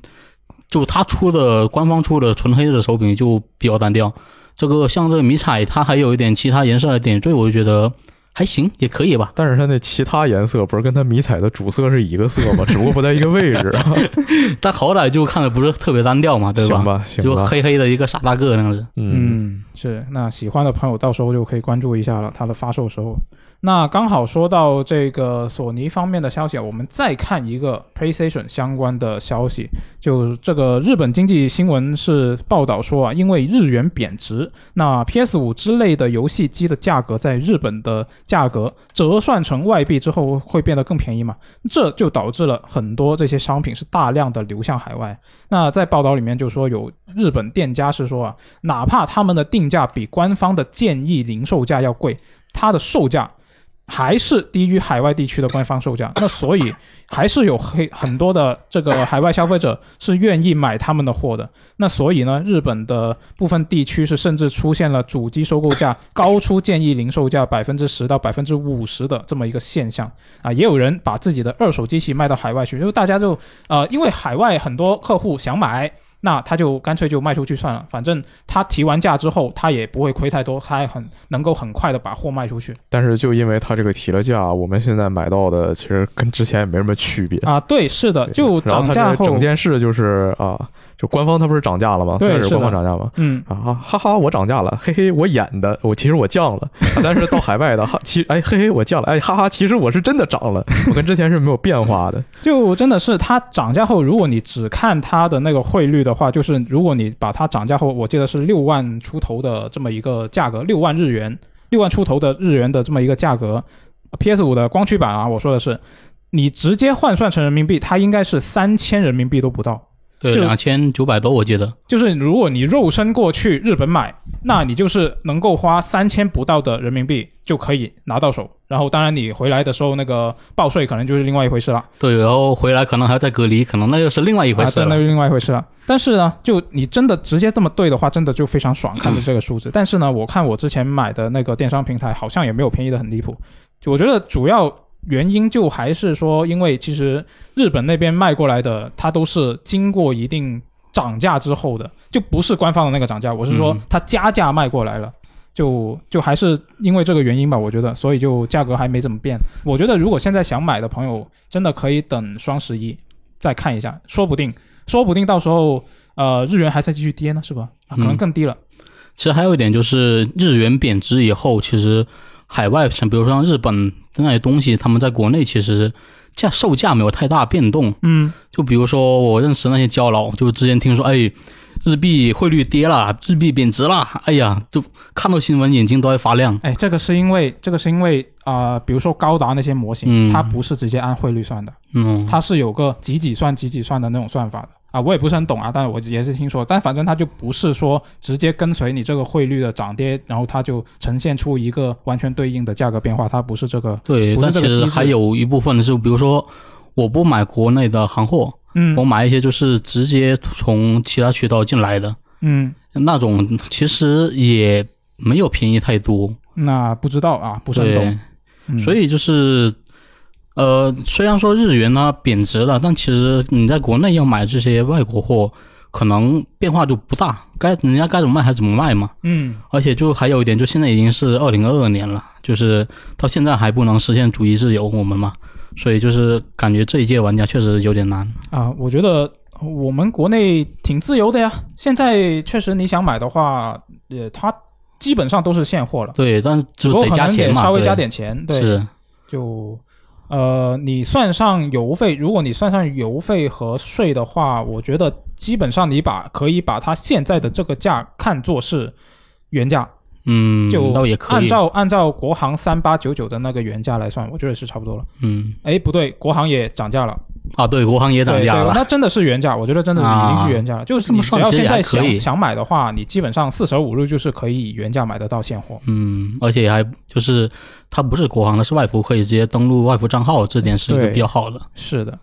[SPEAKER 3] 就他出的官方出的纯黑的手柄就比较单调。这个像这个迷彩，它还有一点其他颜色的点缀，我就觉得还行，也可
[SPEAKER 2] <laughs>
[SPEAKER 3] 以吧。
[SPEAKER 2] 但是它那其他颜色不是跟它迷彩的主色是一个色吗？只不过不在一个位置。啊
[SPEAKER 1] <laughs>
[SPEAKER 3] 但好歹就看着不是特别单调嘛，对
[SPEAKER 2] 行
[SPEAKER 3] 吧？
[SPEAKER 2] 吧，行
[SPEAKER 3] 就
[SPEAKER 2] 吧。
[SPEAKER 3] 黑黑的一个傻大个那样子。
[SPEAKER 2] 嗯，
[SPEAKER 1] 嗯，是。那喜欢的朋友到时候就可以关注一下了，它的发售时候。那刚好说到这个索尼方面的消息，啊，我们再看一个 PlayStation 相关的消息，就这个日本经济新闻是报道说啊，因为日元贬值，那 PS 五之类的游戏机的价格在日本的价格折算成外币之后会变得更便宜嘛，这就导致了很多这些商品是大量的流向海外。那在报道里面就说有日本店家是说啊，哪怕他们的定价比官方的建议零售价要贵，它的售价还是低于海外地区的官方售价。那所以还是有很很多的这个海外消费者是愿意买他们的货的。那所以呢，日本的部分地区是甚至出现了主机收购价高出建议零售价百分之十到百分之五十的这么一个现象啊。也有人把自己的二手机器卖到海外去，因为大家就呃，因为海外很多客户想买。那他就干脆就卖出去算了，反正他提完价之后，他也不会亏太多，他也很能够很快的把货卖出去
[SPEAKER 2] 但是就因为它这个提了价，我们现在买到的其实跟之前也没什么区别。
[SPEAKER 1] 啊。对，是的，
[SPEAKER 2] 对
[SPEAKER 1] 就
[SPEAKER 2] 然后
[SPEAKER 1] 涨
[SPEAKER 2] 它
[SPEAKER 1] 价
[SPEAKER 2] 这
[SPEAKER 1] 后，
[SPEAKER 2] 整件事就是啊，就官方它不是涨价了吗？
[SPEAKER 1] 对
[SPEAKER 2] 算是
[SPEAKER 1] 是的
[SPEAKER 2] 官方涨价吗？
[SPEAKER 1] 嗯，
[SPEAKER 2] 啊哈哈，我涨价了，嘿嘿，我演的，我其实我降了，啊但是到海外的哈，其哎嘿嘿，我降了，哎哈哈，其实我是真的涨了，我跟之前是没有变化的。
[SPEAKER 1] 就真的是它涨价后，如果你只看它的那个汇率的话，就是如果你把它涨价后，我记得是六万出头的这么一个价格，六万日元，六万出头的日元的这么一个价格，PS 五的光驱版啊，我说的是，你直接换算成人民币，它应该是三千人民币都不到。
[SPEAKER 3] 对，
[SPEAKER 1] 就
[SPEAKER 3] 两千九百多我记得。
[SPEAKER 1] 就是如果你肉身过去日本买，那你就是能够花三千不到的人民币就可以拿到手，然后当然你回来的时候那个报税可能就是另外一回事了。
[SPEAKER 3] 对，然后回来可能还要再隔离，可能那又是另外一回事
[SPEAKER 1] 啊、
[SPEAKER 3] 了。
[SPEAKER 1] 对那是另外一回事了。但是呢，就你真的直接这么对的话，真的就非常
[SPEAKER 3] 嗯
[SPEAKER 1] 爽，看着这个数字。但是呢，我看我之前买的那个电商平台好像也没有便宜的很离谱。就我觉得主要原因就还是说，因为其实日本那边卖过来的，它都是经过一定涨价之后的，就不是官方的那个涨价，我是说
[SPEAKER 3] 嗯
[SPEAKER 1] 它加价卖过来了。就就还是因为这个原因吧，我觉得，所以就价格还没怎么变。我觉得如果现在想买的朋友，真的可以等双十一再看一下，说不定，说不定到时候呃日元还在继续跌呢，是吧？啊，可能
[SPEAKER 3] 嗯
[SPEAKER 1] 更低了。
[SPEAKER 3] 其实还有一点就是日元贬值以后，其实海哎外像比如说像日本那些东西，他们在国内其实价售价没有太大变动。
[SPEAKER 1] 嗯，
[SPEAKER 3] 就比如说我认识那些交佬，就之前听说哎。日币汇率跌了，日币贬值了，哎呀，就看到新闻眼睛都在发亮。
[SPEAKER 1] 哎，这个是因为这个是因为啊、呃比如说高达那些模型，
[SPEAKER 3] 嗯
[SPEAKER 1] 它不是直接按汇率算的，
[SPEAKER 3] 嗯，
[SPEAKER 1] 它是有个几几算几几算的那种算法的。啊，我也不是很懂啊，但是我也是听说，但反正它就不是说直接跟随你这个汇率的涨跌，然后它就呈现出一个完全对应的价格变化，它不是这个，
[SPEAKER 3] 对，
[SPEAKER 1] 不是
[SPEAKER 3] 但
[SPEAKER 1] 这
[SPEAKER 3] 其
[SPEAKER 1] 个
[SPEAKER 3] 实
[SPEAKER 1] 机制
[SPEAKER 3] 还有一部分是，比如说我不买国内的行货，
[SPEAKER 1] 嗯
[SPEAKER 3] 我买一些就是直接从其他渠道进来的
[SPEAKER 1] 嗯，
[SPEAKER 3] 那种，其实也没有便宜太多。
[SPEAKER 1] 那不知道啊，不是很
[SPEAKER 3] 对
[SPEAKER 1] 懂，，嗯、
[SPEAKER 3] 所以就是。呃，虽然说日元呢贬值了，但其实你在国内要买这些外国货，可能变化就不大，该人家该怎么卖还怎么卖嘛。
[SPEAKER 1] 嗯，
[SPEAKER 3] 而且就还有一点，就现在已经是二零二二年了，就是到现在还不能实现主义自由，我们嘛，所以就是感觉这一届玩家确实有点难。
[SPEAKER 1] 啊，我觉得我们国内挺自由的呀。现在确实你想买的话，呃，它基本上都是现货了，
[SPEAKER 3] 对，但是
[SPEAKER 1] 不
[SPEAKER 3] 就
[SPEAKER 1] 过
[SPEAKER 3] 得
[SPEAKER 1] 可
[SPEAKER 3] 加
[SPEAKER 1] 能
[SPEAKER 3] 钱
[SPEAKER 1] 得
[SPEAKER 3] 嘛，
[SPEAKER 1] 稍微
[SPEAKER 3] 对
[SPEAKER 1] 加点钱，对，
[SPEAKER 3] 是，
[SPEAKER 1] 就呃，你算上邮费，如果你算上邮费和税的话，我觉得基本上你把可以把它现在的这个价看作是原价，
[SPEAKER 3] 嗯，
[SPEAKER 1] 就
[SPEAKER 3] 倒也可以，
[SPEAKER 1] 按照按照国行三八九九的那个原价来算，我觉得是差不多了。
[SPEAKER 3] 嗯
[SPEAKER 1] 哎，不对，国行也涨价了。
[SPEAKER 3] 啊，对，国行也涨
[SPEAKER 1] 对
[SPEAKER 3] 价
[SPEAKER 1] 对，
[SPEAKER 3] 了，啊
[SPEAKER 1] 那真的是原价，我觉得真的是已经是原价了。就是
[SPEAKER 3] 这么
[SPEAKER 1] 你只
[SPEAKER 3] 算
[SPEAKER 1] 要
[SPEAKER 3] 其实
[SPEAKER 1] 现
[SPEAKER 3] 也
[SPEAKER 1] 在
[SPEAKER 3] 还可以
[SPEAKER 1] 想想买的话，你基本上四舍五入就是可以以原价买得到现货。
[SPEAKER 3] 嗯，而且还就是它不是国行，它是外服，可以直接登录外服账号，这点是一个
[SPEAKER 1] 对
[SPEAKER 3] 比较好的。
[SPEAKER 1] 是的，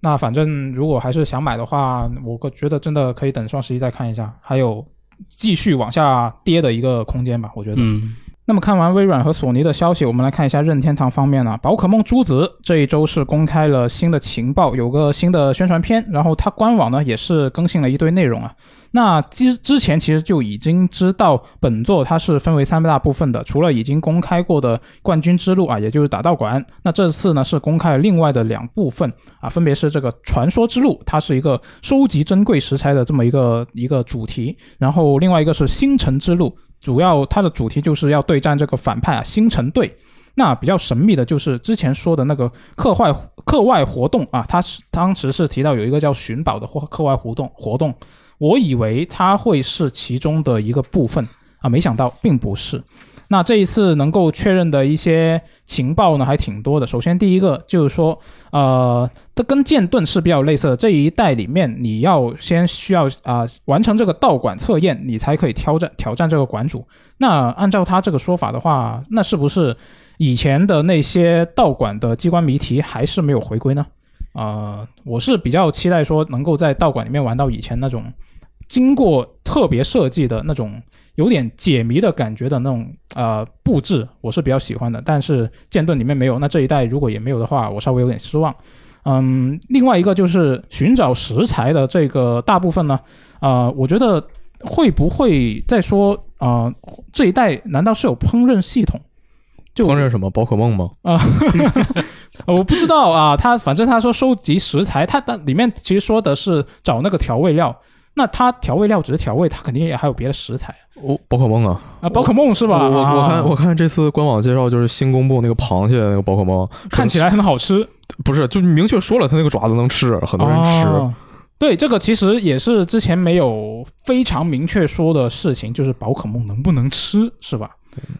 [SPEAKER 1] 那反正如果还是想买的话，我个觉得真的可以等双十一再看一下，还有继续往下跌的一个空间吧。我觉得。
[SPEAKER 3] 嗯，
[SPEAKER 1] 那么看完微软和索尼的消息，我们来看一下任天堂方面呢、宝可梦朱紫这一周是公开了新的情报，有个新的宣传片，然后它官网呢也是更新了一堆内容啊。那之之前其实就已经知道本作它是分为三大部分的，除了已经公开过的冠军之路啊，也就是打道馆，那这次呢是公开了另外的两部分啊，分别是这个传说之路，它是一个收集珍贵食材的这么一个一个主题，然后另外一个是星辰之路，主要它的主题就是要对战这个反派啊，星辰队。那比较神秘的就是之前说的那个课外课外活动啊，它是当时是提到有一个叫寻宝的或课外活动活动，我以为它会是其中的一个部分啊，没想到并不是。那这一次能够确认的一些情报呢，还挺多的。首先第一个就是说，呃，这跟剑盾是比较类似的。这一代里面，你要先需要啊、完成这个道馆测验，你才可以挑战挑战这个馆主。那按照他这个说法的话，那是不是以前的那些道馆的机关谜题还是没有回归呢？呃，我是比较期待说能够在道馆里面玩到以前那种经过特别设计的那种有点解谜的感觉的那种呃布置，我是比较喜欢的。但是剑盾里面没有，那这一代如果也没有的话，我稍微有点失望。嗯，另外一个就是寻找食材的这个大部分呢，呃，我觉得会不会再说啊、呃这一代难道是有烹饪系统？就
[SPEAKER 2] 烹饪什么宝可梦吗？
[SPEAKER 1] 呃我不知道啊，他反正他说收集食材，他的里面其实说的是找那个调味料，那他调味料只是调味，他肯定也还有别的食材
[SPEAKER 2] 哦，宝可梦啊，
[SPEAKER 1] 啊，宝可梦是吧？
[SPEAKER 2] 我我我
[SPEAKER 1] 啊
[SPEAKER 2] 看我看这次官网介绍，就是新公布那个螃蟹的那个宝可梦，
[SPEAKER 1] 看起来很好吃，
[SPEAKER 2] 不是就明确说了，它那个爪子能吃，很多人吃。
[SPEAKER 1] 哦对，这个其实也是之前没有非常明确说的事情，就是宝可梦能不能吃，是吧？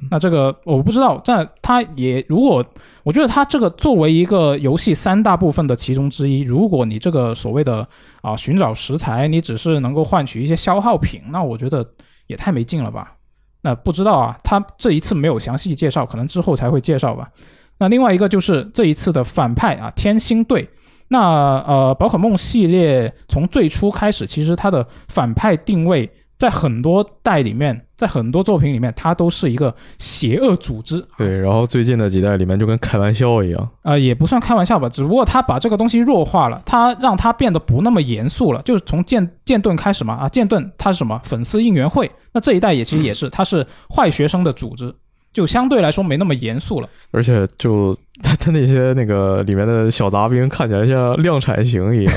[SPEAKER 1] 那这个我不知道，但它也如果我觉得它这个作为一个游戏三大部分的其中之一，如果你这个所谓的啊、寻找食材，你只是能够换取一些消耗品，那我觉得也太没劲了吧？那不知道啊，它这一次没有详细介绍，可能之后才会介绍吧。那另外一个就是这一次的反派啊，天星队，那呃，宝可梦系列从最初开始，其实它的反派定位在很多代里面，在很多作品里面，它都是一个邪恶组织。啊
[SPEAKER 2] 对，然后最近的几代里面就跟开玩笑一样，
[SPEAKER 1] 呃，也不算开玩笑吧，只不过他把这个东西弱化了，他让它变得不那么严肃了。就是从剑剑盾开始嘛，啊，剑盾它是什么？粉丝应援会。那这一代也其实也
[SPEAKER 2] 嗯
[SPEAKER 1] 是，它是坏学生的组织，就相对来说没那么严肃了。
[SPEAKER 2] 而且
[SPEAKER 1] <laughs>
[SPEAKER 2] 就它它那些那个里面的小杂兵看起来像量产
[SPEAKER 1] <laughs>
[SPEAKER 2] 型一样。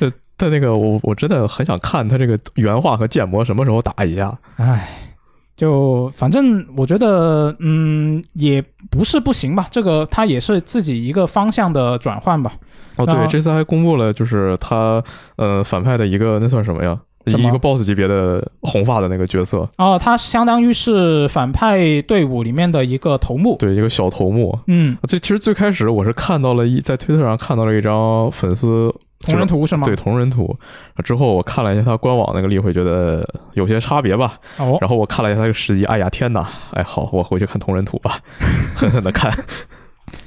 [SPEAKER 2] 呃它那个我我真的很想看它这个原画和建模什么时候打一下。
[SPEAKER 1] 唉，就反正我觉得，嗯，也不是不行吧。这个它也是自己一个方向的转换吧。
[SPEAKER 2] 哦，
[SPEAKER 1] 然
[SPEAKER 2] 对，
[SPEAKER 1] 后
[SPEAKER 2] 这次还公布了就是他呃反派的一个那算什么呀？
[SPEAKER 1] 什么
[SPEAKER 2] 一个 BOSS 级别的红发的那个角色，
[SPEAKER 1] 哦、它相当于是反派队伍里面的一个头目。
[SPEAKER 2] 对，一个小头目。
[SPEAKER 1] 嗯，
[SPEAKER 2] 这其实最开始我是看到了一在推特上看到了一张粉丝
[SPEAKER 1] 同人图是吗？
[SPEAKER 2] 对同人图，之后我看了一下他官网那个例会，觉得有些差别吧。
[SPEAKER 1] 哦，
[SPEAKER 2] 然后我看了一下他这个时机，哎呀天哪！哎，好，我回去看同人图吧， <laughs> 狠狠的看。 <laughs>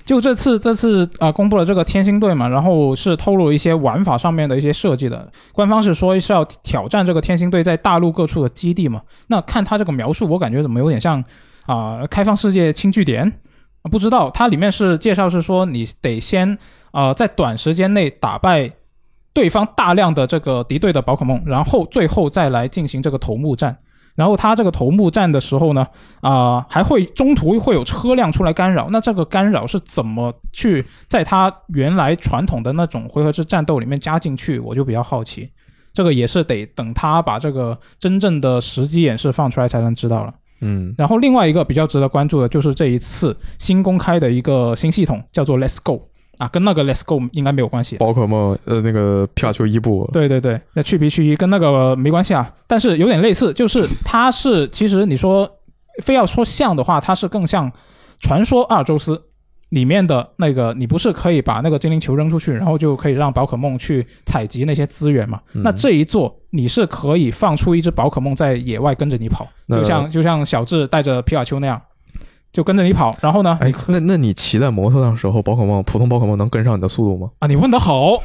[SPEAKER 1] 就这次这次啊、呃公布了这个天星队嘛，然后是透露了一些玩法上面的一些设计的。官方是说是要挑战这个天星队在大陆各处的基地嘛。那看他这个描述，我感觉怎么有点像啊、开放世界轻据点？啊不知道，它里面是介绍是说你得先啊、在短时间内打败对方大量的这个敌对的宝可梦，然后最后再来进行这个头目战。然后它这个头目战的时候呢，啊、还会中途会有车辆出来干扰。那这个干扰是怎么去在它原来传统的那种回合制战斗里面加进去？我就比较好奇。这个也是得等他把这个真正的实际演示放出来才能知道了。
[SPEAKER 2] 嗯，
[SPEAKER 1] 然后另外一个比较值得关注的就是这一次新公开的一个新系统，叫做 Let's Go 啊，跟那个 Let's Go 应该没有关系。
[SPEAKER 2] 宝可梦呃那个皮卡丘伊布，
[SPEAKER 1] 对对对，那去皮去衣跟那个没关系啊，但是有点类似，就是它是其实你说非要说像的话，它是更像《传说阿尔宙斯》里面的那个，你不是可以把那个精灵球扔出去，然后就可以让宝可梦去采集那些资源嘛？
[SPEAKER 2] 嗯
[SPEAKER 1] 那这一座你是可以放出一只宝可梦在野外跟着你跑，
[SPEAKER 2] 那
[SPEAKER 1] 就像就像小智带着皮卡丘那样，就跟着你跑，然后呢，
[SPEAKER 2] 哎，那那你骑在摩托上的时候，宝可梦普通宝可梦能跟上你的速度吗？
[SPEAKER 1] 啊，你问得好，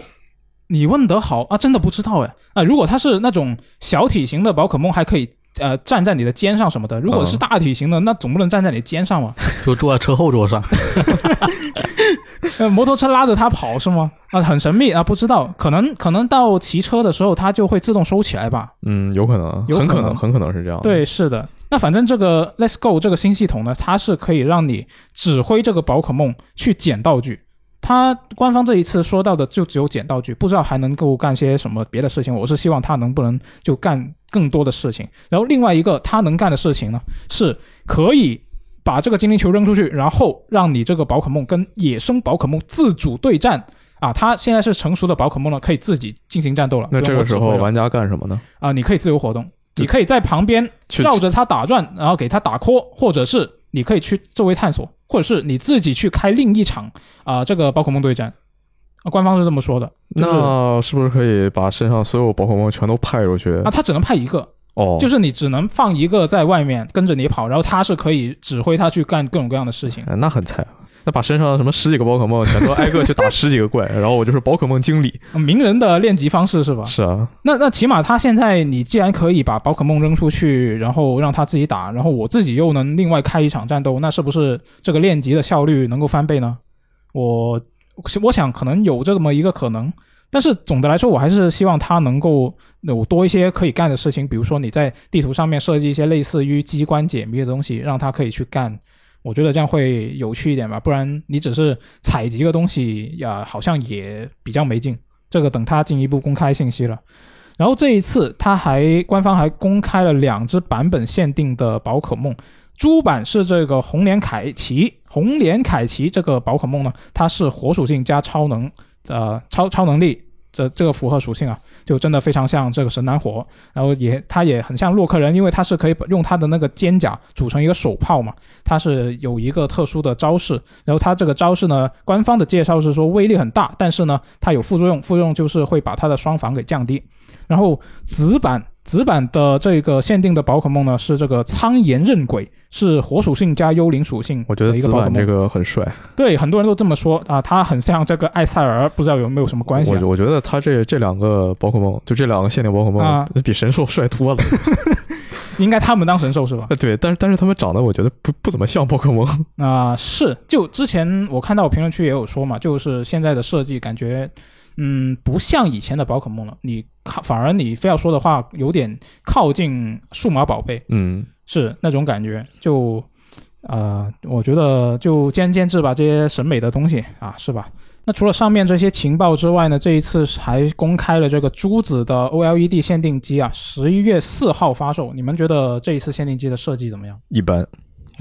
[SPEAKER 1] 你问得好啊，真的不知道哎啊！如果它是那种小体型的宝可梦，还可以呃站在你的肩上什么的；如果是
[SPEAKER 2] 嗯
[SPEAKER 1] 大体型的，那总不能站在你肩上吧？
[SPEAKER 3] 就坐在车后座
[SPEAKER 1] <laughs>
[SPEAKER 3] 上。
[SPEAKER 1] 呃，摩托车拉着它跑是吗？啊，很神秘啊，不知道，可能可能到骑车的时候它就会自动收起来吧。
[SPEAKER 2] 嗯，有可能，
[SPEAKER 1] 有
[SPEAKER 2] 很
[SPEAKER 1] 可
[SPEAKER 2] 可
[SPEAKER 1] 能
[SPEAKER 2] 很可能是这样。
[SPEAKER 1] 对，，是的。那反正这个 Let's Go 这个新系统呢，它是可以让你指挥这个宝可梦去捡道具。它官方这一次说到的就只有捡道具，不知道还能够干些什么别的事情。我是希望它能不能就干更多的事情。然后另外一个它能干的事情呢，是可以把这个精灵球扔出去，然后让你这个宝可梦跟野生宝可梦自主对战。啊，它现在是成熟的宝可梦了，可以自己进行战斗了。
[SPEAKER 2] 那
[SPEAKER 1] 不
[SPEAKER 2] 这
[SPEAKER 1] 用我
[SPEAKER 2] 个
[SPEAKER 1] 指
[SPEAKER 2] 时
[SPEAKER 1] 挥
[SPEAKER 2] 候
[SPEAKER 1] 了
[SPEAKER 2] 玩家干什么呢？
[SPEAKER 1] 啊，你可以自由活动，
[SPEAKER 2] 就
[SPEAKER 1] 你可以在旁边
[SPEAKER 2] 去
[SPEAKER 1] 绕着它打转，然后给它打 call，或者是你可以去周围探索，或者是你自己去开另一场啊、这个宝可梦对战。啊，官方是这么说的就是
[SPEAKER 2] 那是不是可以把身上所有宝可梦全都派出去？
[SPEAKER 1] 啊，它只能派一个，
[SPEAKER 2] 哦，
[SPEAKER 1] 就是你只能放一个在外面跟着你跑，然后它是可以指挥它去干各种各样的事情。
[SPEAKER 2] 哎那很菜。那把身上什么十几个宝可梦全都挨个去打十几个怪，然后我就是宝可梦
[SPEAKER 1] <laughs>
[SPEAKER 2] 经理。
[SPEAKER 1] 啊名人的练级方式是吧？
[SPEAKER 2] 是啊，
[SPEAKER 1] 那那起码它现在你既然可以把宝可梦扔出去，然后让它自己打，然后我自己又能另外开一场战斗，那是不是这个练级的效率能够翻倍呢？我我想可能有这么一个可能，但是总的来说，我还是希望它能够有多一些可以干的事情，比如说你在地图上面设计一些类似于机关解谜的东西，让它可以去干。我觉得这样会有趣一点吧，不然你只是采集个东西呀、好像也比较没劲。这个等它进一步公开信息了。然后这一次，它还官方还公开了两只版本限定的宝可梦，猪版是这个红脸凯奇，红脸凯奇这个宝可梦呢，它是火属性加超能，呃，超超能力。这这个符合属性啊，就真的非常像这个神南火，然后也它也很像洛克人，因为它是可以用它的那个肩甲组成一个手炮嘛，它是有一个特殊的招式，然后它这个招式呢，官方的介绍是说威力很大，但是呢，它有副作用，副作用就是会把它的双防给降低。然后紫版紫版的这个限定的宝可梦呢是这个苍岩刃鬼，是火属性加幽灵属性
[SPEAKER 2] 我觉得
[SPEAKER 1] 的一个
[SPEAKER 2] 紫
[SPEAKER 1] 宝可
[SPEAKER 2] 版
[SPEAKER 1] 梦。
[SPEAKER 2] 这个很帅，
[SPEAKER 1] 对，很多人都这么说啊，它很像这个艾塞尔，不知道有没有什么关系、啊
[SPEAKER 2] 我？我觉得他这这两个宝可梦，就这两个限定宝可梦
[SPEAKER 1] 啊，
[SPEAKER 2] <laughs> 比神兽帅多了。 <laughs>
[SPEAKER 1] 应该他们当神兽是吧？
[SPEAKER 2] 对，但是但是他们长得我觉得不不怎么像宝可梦。
[SPEAKER 1] 啊、是，就之前我看到评论区也有说嘛，就是现在的设计感觉，嗯，不像以前的宝可梦了。你看，反而你非要说的话，有点靠近数码宝贝，
[SPEAKER 2] 嗯，
[SPEAKER 1] 是那种感觉。就，呃，我觉得就见仁见智吧，这些审美的东西啊，是吧？那除了上面这些情报之外呢，这一次还公开了这个珠子的 OLED 限定机啊，十一月四号发售。你们觉得这一次限定机的设计怎么样？
[SPEAKER 2] 一般，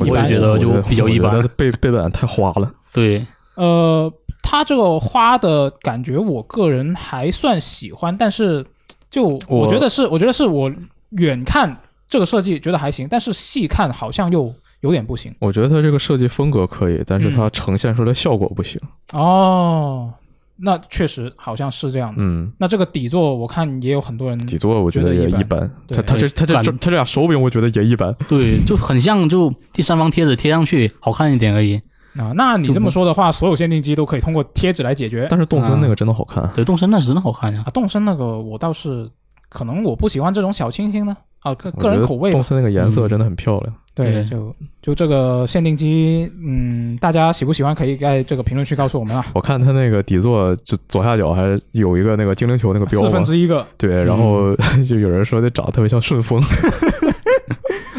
[SPEAKER 1] 一般
[SPEAKER 3] 也觉得
[SPEAKER 2] 我
[SPEAKER 3] 就比较一
[SPEAKER 2] 我
[SPEAKER 3] 般
[SPEAKER 2] 觉得。背背板太花了。
[SPEAKER 3] 对，
[SPEAKER 1] 呃，它这个花的感觉，我个人还算喜欢，但是就
[SPEAKER 2] 我
[SPEAKER 1] 我觉得是，我觉得是我远看这个设计觉得还行，但是细看好像又有点不行。
[SPEAKER 2] 我觉得它这个设计风格可以，
[SPEAKER 1] 嗯
[SPEAKER 2] 但是它呈现出来效果不行。
[SPEAKER 1] 哦，那确实好像是这样的。
[SPEAKER 2] 嗯，
[SPEAKER 1] 那这个底座，我看也有很多人
[SPEAKER 2] <laughs> 底座我觉得也
[SPEAKER 1] 觉得一哎
[SPEAKER 2] 般。
[SPEAKER 1] 对
[SPEAKER 2] 它它这它这
[SPEAKER 3] 感
[SPEAKER 2] 这它这俩手柄我觉得也一般。
[SPEAKER 3] 对，就很像就第三方贴纸贴上去好看一点而已。
[SPEAKER 1] 啊。那你这么说的话，所有限定机都可以通过贴纸来解决
[SPEAKER 2] 但是动森那个真的好看。
[SPEAKER 3] 对，动身那是真的好看呀、
[SPEAKER 1] 啊。动身那个，我倒是可能我不喜欢这种小清新呢啊，个
[SPEAKER 2] 我
[SPEAKER 1] 个人
[SPEAKER 2] 觉得
[SPEAKER 1] 口味嗯吧
[SPEAKER 2] 动。森那个颜色真的很漂亮。
[SPEAKER 1] 对，
[SPEAKER 3] 对
[SPEAKER 1] 就就这个限定机，嗯，大家喜不喜欢可以在这个评论区告诉我们啊。
[SPEAKER 2] 我看它那个底座就左下角还有一个那个精灵球那个标
[SPEAKER 1] 四
[SPEAKER 2] 嘛
[SPEAKER 1] 分。之一个
[SPEAKER 2] 对，然后 <laughs> 就有人说这长得特别像顺丰，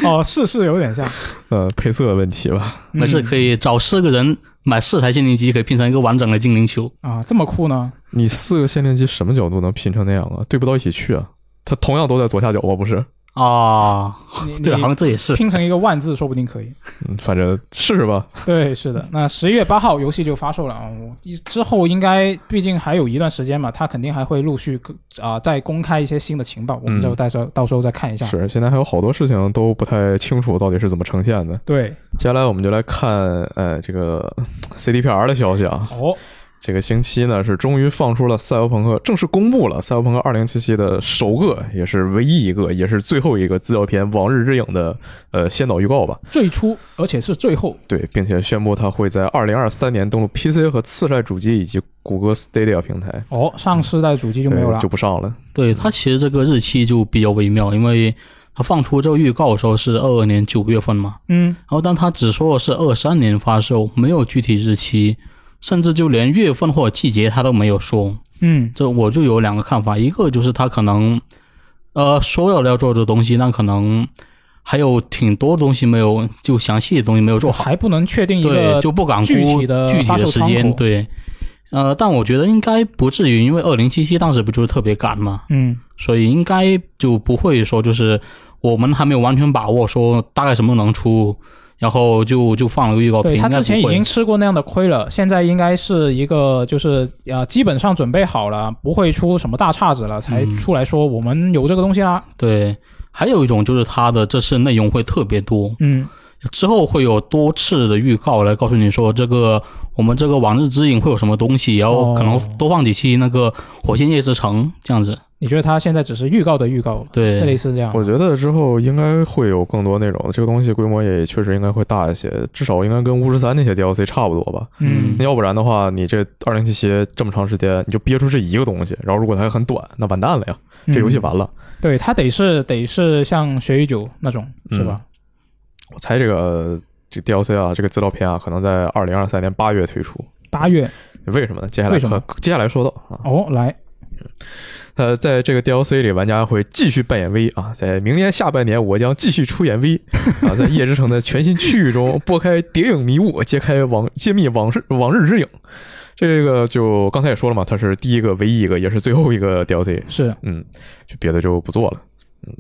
[SPEAKER 1] 哦，是是有点像，
[SPEAKER 2] 呃，配色问题吧。
[SPEAKER 1] 嗯
[SPEAKER 3] 没事，可以找四个人买四台限定机，可以拼成一个完整的精灵球。
[SPEAKER 1] 啊，这么酷呢？
[SPEAKER 2] 你四个限定机什么角度能拼成那样啊？对不到一起去啊？它同样都在左下角吧？不是？
[SPEAKER 3] 啊，
[SPEAKER 1] 你嗯你
[SPEAKER 3] <laughs> 对，好像这也是。
[SPEAKER 1] 拼成一个万字，说不定可以。
[SPEAKER 2] 嗯，反正试试
[SPEAKER 1] <laughs>
[SPEAKER 2] 吧。
[SPEAKER 1] 对，是的。那十一月八号游戏就发售了啊，我之后应该毕竟还有一段时间嘛，它肯定还会陆续啊、再公开一些新的情报，我们就到时候、到时候再看一下。
[SPEAKER 2] 是，现在还有好多事情都不太清楚到底是怎么呈现的。
[SPEAKER 1] 对，
[SPEAKER 2] 接下来我们就来看呃这个 CDPR 的消息啊。
[SPEAKER 1] 哦，
[SPEAKER 2] 这个星期呢是终于放出了《赛博朋克》，正式公布了《赛博朋克2077》的首个，也是唯一一个，也是最后一个资料片《往日之影》的呃先导预告吧。
[SPEAKER 1] 最初而且是最后，
[SPEAKER 2] 对，并且宣布它会在2023年登陆 PC 和次世代主机以及谷歌 Stadia 平台，
[SPEAKER 1] 哦，上世代主机就没有
[SPEAKER 2] 对
[SPEAKER 1] 了
[SPEAKER 2] 就不上了。
[SPEAKER 3] 对，它其实这个日期就比较微妙，因为它放出这个预告的时候是二二年九月份嘛，
[SPEAKER 1] 嗯，
[SPEAKER 3] 然后但它只说了是二三年发售，没有具体日期，甚至就连月份或者季节它都没有说。
[SPEAKER 1] 嗯
[SPEAKER 3] 这我就有两个看法，一个就是它可能，呃，说要要做这东西，但可能还有挺多东西没有，就详细的东西没有做好。
[SPEAKER 1] 还不能啊确定一
[SPEAKER 3] 对，
[SPEAKER 1] 个
[SPEAKER 3] 就不敢估
[SPEAKER 1] 具体的
[SPEAKER 3] 具体
[SPEAKER 1] 发售
[SPEAKER 3] 的时
[SPEAKER 1] 窗
[SPEAKER 3] 间，
[SPEAKER 1] 口
[SPEAKER 3] 对。呃，但我觉得应该不至于，因为二零七七当时不就是特别赶嘛，
[SPEAKER 1] 嗯
[SPEAKER 3] 所以应该就不会说就是我们还没有完全把握说大概什么能出，然后就就放了个预告片。
[SPEAKER 1] 对他
[SPEAKER 3] 应该
[SPEAKER 1] 之前已
[SPEAKER 3] 不会
[SPEAKER 1] 经吃过那样的亏了，现在应该是一个就是呃，基本上准备好了，不会出什么大岔子了，才
[SPEAKER 3] 嗯
[SPEAKER 1] 出来说我们有这个东西啊啦。
[SPEAKER 3] 对，还有一种就是它的这次内容会特别多，
[SPEAKER 1] 嗯
[SPEAKER 3] 之后会有多次的预告来告诉你说这个我们这个往日之影会有什么东西，然后可能
[SPEAKER 1] 哦
[SPEAKER 3] 多放几期那个火线夜之城这样子。
[SPEAKER 1] 你觉得他现在只是预告的预告，
[SPEAKER 3] 对，
[SPEAKER 1] 类似这样？
[SPEAKER 2] 我觉得之后应该会有更多内容，这个东西规模也确实应该会大一些，至少应该跟巫师三那些 DLC 差不多吧。
[SPEAKER 1] 嗯
[SPEAKER 2] 那要不然的话，你这二零七七这么长时间，你就憋出这一个东西，然后如果它还很短，那完蛋了呀，这游戏
[SPEAKER 1] 吧，
[SPEAKER 2] 完了。
[SPEAKER 1] 嗯对他得是得是像血与酒那种
[SPEAKER 2] 嗯
[SPEAKER 1] 是吧？
[SPEAKER 2] 我猜这个这 DLC 啊，这个资料片啊，可能在二零二三年八月推出。
[SPEAKER 1] 八月
[SPEAKER 2] 为什么呢？接下来
[SPEAKER 1] 为什么
[SPEAKER 2] 可接下来说到啊，
[SPEAKER 1] 哦，来，
[SPEAKER 2] 呃，在这个 DLC 里，玩家会继续扮演 V 啊，在明年下半年，我将继续出演 V 啊，在夜之城的全新区域中拨开谍影迷雾，揭开往揭秘往事往日之影。这个就刚才也说了嘛，它是第一个、唯一一个，也是最后一个 DLC。
[SPEAKER 1] 是
[SPEAKER 2] 嗯，就别的就不做了。嗯，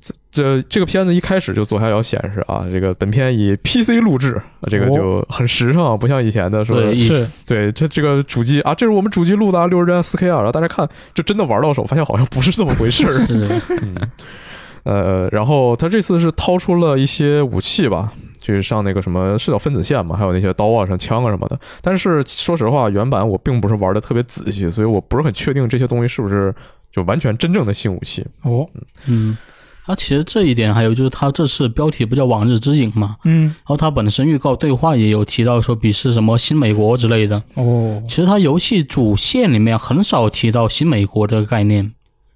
[SPEAKER 2] 这这这个片子一开始就左下角显示啊，这个本片以 PC 录制，啊这个
[SPEAKER 1] 哦
[SPEAKER 2] 就很时尚，不像以前的说
[SPEAKER 3] 对一。
[SPEAKER 1] 是，
[SPEAKER 2] 对，这这个主机啊，这是我们主机录的啊，六十帧 4K 啊，然后大家看，就真的玩到手，发现好像不是这么回事儿
[SPEAKER 3] <laughs> 是
[SPEAKER 2] 嗯，呃，然后他这次是掏出了一些武器吧，就是上那个什么是叫分子线嘛，还有那些刀啊、上枪啊什么的。但是说实话，原版我并不是玩的特别仔细，所以我不是很确定这些东西是不是就完全真正的新武器。
[SPEAKER 1] 哦，
[SPEAKER 3] 嗯。它其实这一点，还有就是它这次标题不叫《往日之影》嘛，
[SPEAKER 1] 嗯，
[SPEAKER 3] 然后它本身预告对话也有提到说鄙视什么新美国之类的。
[SPEAKER 1] 哦，
[SPEAKER 3] 其实它游戏主线里面很少提到新美国这个概念，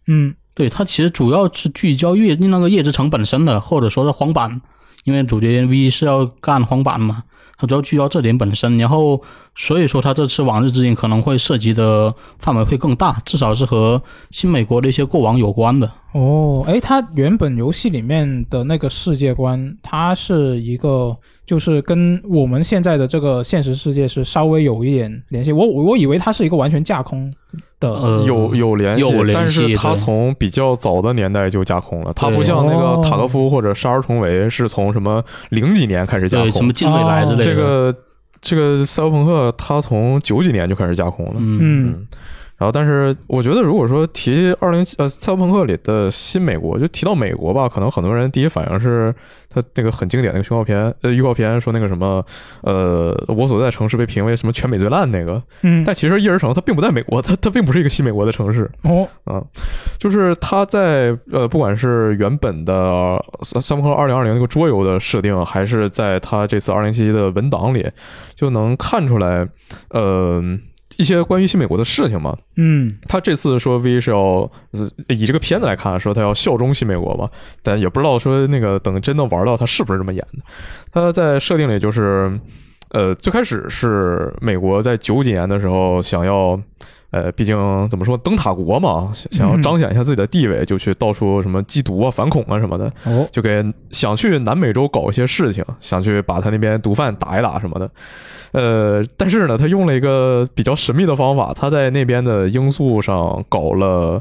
[SPEAKER 1] 嗯，
[SPEAKER 3] 对它其实主要是聚焦夜那个夜之城本身的，或者说是荒坂，因为主角 V 是要干荒坂嘛，它主要聚焦这点本身。然后所以说它这次往日之影可能会涉及的范围会更大，至少是和新美国的一些过往有关的。
[SPEAKER 1] 哦，哎，它原本游戏里面的那个世界观，它是一个就是跟我们现在的这个现实世界是稍微有一点联系。我我我以为它是一个完全架空的，
[SPEAKER 3] 呃，
[SPEAKER 2] 有有联系，
[SPEAKER 3] 有联系
[SPEAKER 2] 但是它
[SPEAKER 3] 对
[SPEAKER 2] 从比较早的年代就架空了，它不
[SPEAKER 3] 对
[SPEAKER 2] 像那
[SPEAKER 1] 哦
[SPEAKER 2] 个塔科夫或者沙尔重围是从什么零几年开始架
[SPEAKER 3] 对
[SPEAKER 2] 空，
[SPEAKER 3] 什么近未来之类的。
[SPEAKER 2] 哦这个这个赛博朋克，它从九几年就开始架空了。
[SPEAKER 3] 嗯，
[SPEAKER 1] 嗯，
[SPEAKER 2] 然后，但是我觉得，如果说提二零呃赛博朋克里的新美国，就提到美国吧，可能很多人第一反应是它那个很经典的那个宣告片，呃，预告片说那个什么，呃，我所在城市被评为什么全美最烂那个。
[SPEAKER 1] 嗯，
[SPEAKER 2] 但其实夜之城它并不在美国，它它并不是一个新美国的城市，
[SPEAKER 1] 哦，
[SPEAKER 2] 就是它在呃，不管是原本的呃《三国二零二零》那个桌游的设定，还是在它这次二零七的文档里，就能看出来，呃，一些关于新美国的事情嘛。
[SPEAKER 1] 嗯，
[SPEAKER 2] 他这次说 V 是要呃以这个片子来看，说他要效忠新美国嘛，但也不知道说那个等真的玩到他是不是这么演的。他在设定里就是，呃，最开始是美国在九几年的时候想要。呃，毕竟怎么说，灯塔国嘛，想想要
[SPEAKER 1] 嗯
[SPEAKER 2] 彰显一下自己的地位，就去到处什么缉毒啊、反恐啊什么的，
[SPEAKER 1] 哦，
[SPEAKER 2] 就给想去南美洲搞一些事情，想去把他那边毒贩打一打什么的。呃，但是呢，他用了一个比较神秘的方法，他在那边的罂粟上搞了。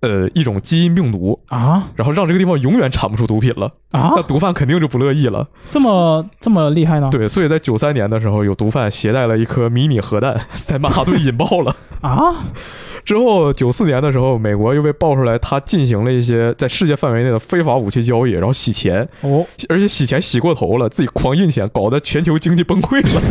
[SPEAKER 2] 呃，一种基因病毒，
[SPEAKER 1] 啊
[SPEAKER 2] 然后让这个地方永远产不出毒品了，
[SPEAKER 1] 啊
[SPEAKER 2] 那，毒贩肯定就不乐意了。
[SPEAKER 1] 这么这么厉害呢？
[SPEAKER 2] 呃对，所以在九三年的时候，有毒贩携带了一颗迷你核弹， <laughs> 在曼哈顿引爆了。 <laughs>
[SPEAKER 1] 啊，
[SPEAKER 2] 之后，九四年的时候，美国又被爆出来，他进行了一些在世界范围内的非法武器交易，然后洗钱，
[SPEAKER 1] 哦，
[SPEAKER 2] 而且洗钱洗过头了，自己狂印钱，搞得全球经济崩溃了。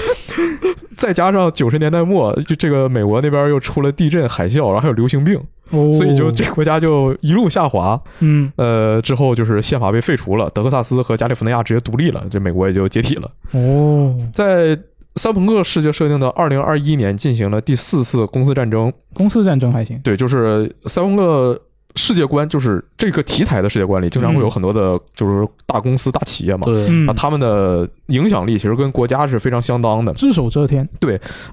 [SPEAKER 2] <laughs> 再加上九十年代末，就这个美国那边又出了地震、海啸，然后还有流行病，
[SPEAKER 1] 哦
[SPEAKER 2] 所以就这个国家就一路下滑。
[SPEAKER 1] 嗯，
[SPEAKER 2] 呃，之后就是宪法被废除了，德克萨斯和加利福尼亚直接独立了，这美国也就解体了。
[SPEAKER 1] 哦，
[SPEAKER 2] 在三朋克世界设定的二零二一年进行了第四次公司战争，
[SPEAKER 1] 公司战争还行，
[SPEAKER 2] 对，就是赛博朋克世界观，就是这个题材的世界观里，经常会有
[SPEAKER 1] 嗯
[SPEAKER 2] 很多的，就是大公司、大企业嘛，
[SPEAKER 3] 对，
[SPEAKER 1] 嗯
[SPEAKER 2] 啊，，他们的影响力其实跟国家是非常相当的，
[SPEAKER 1] 只手遮天，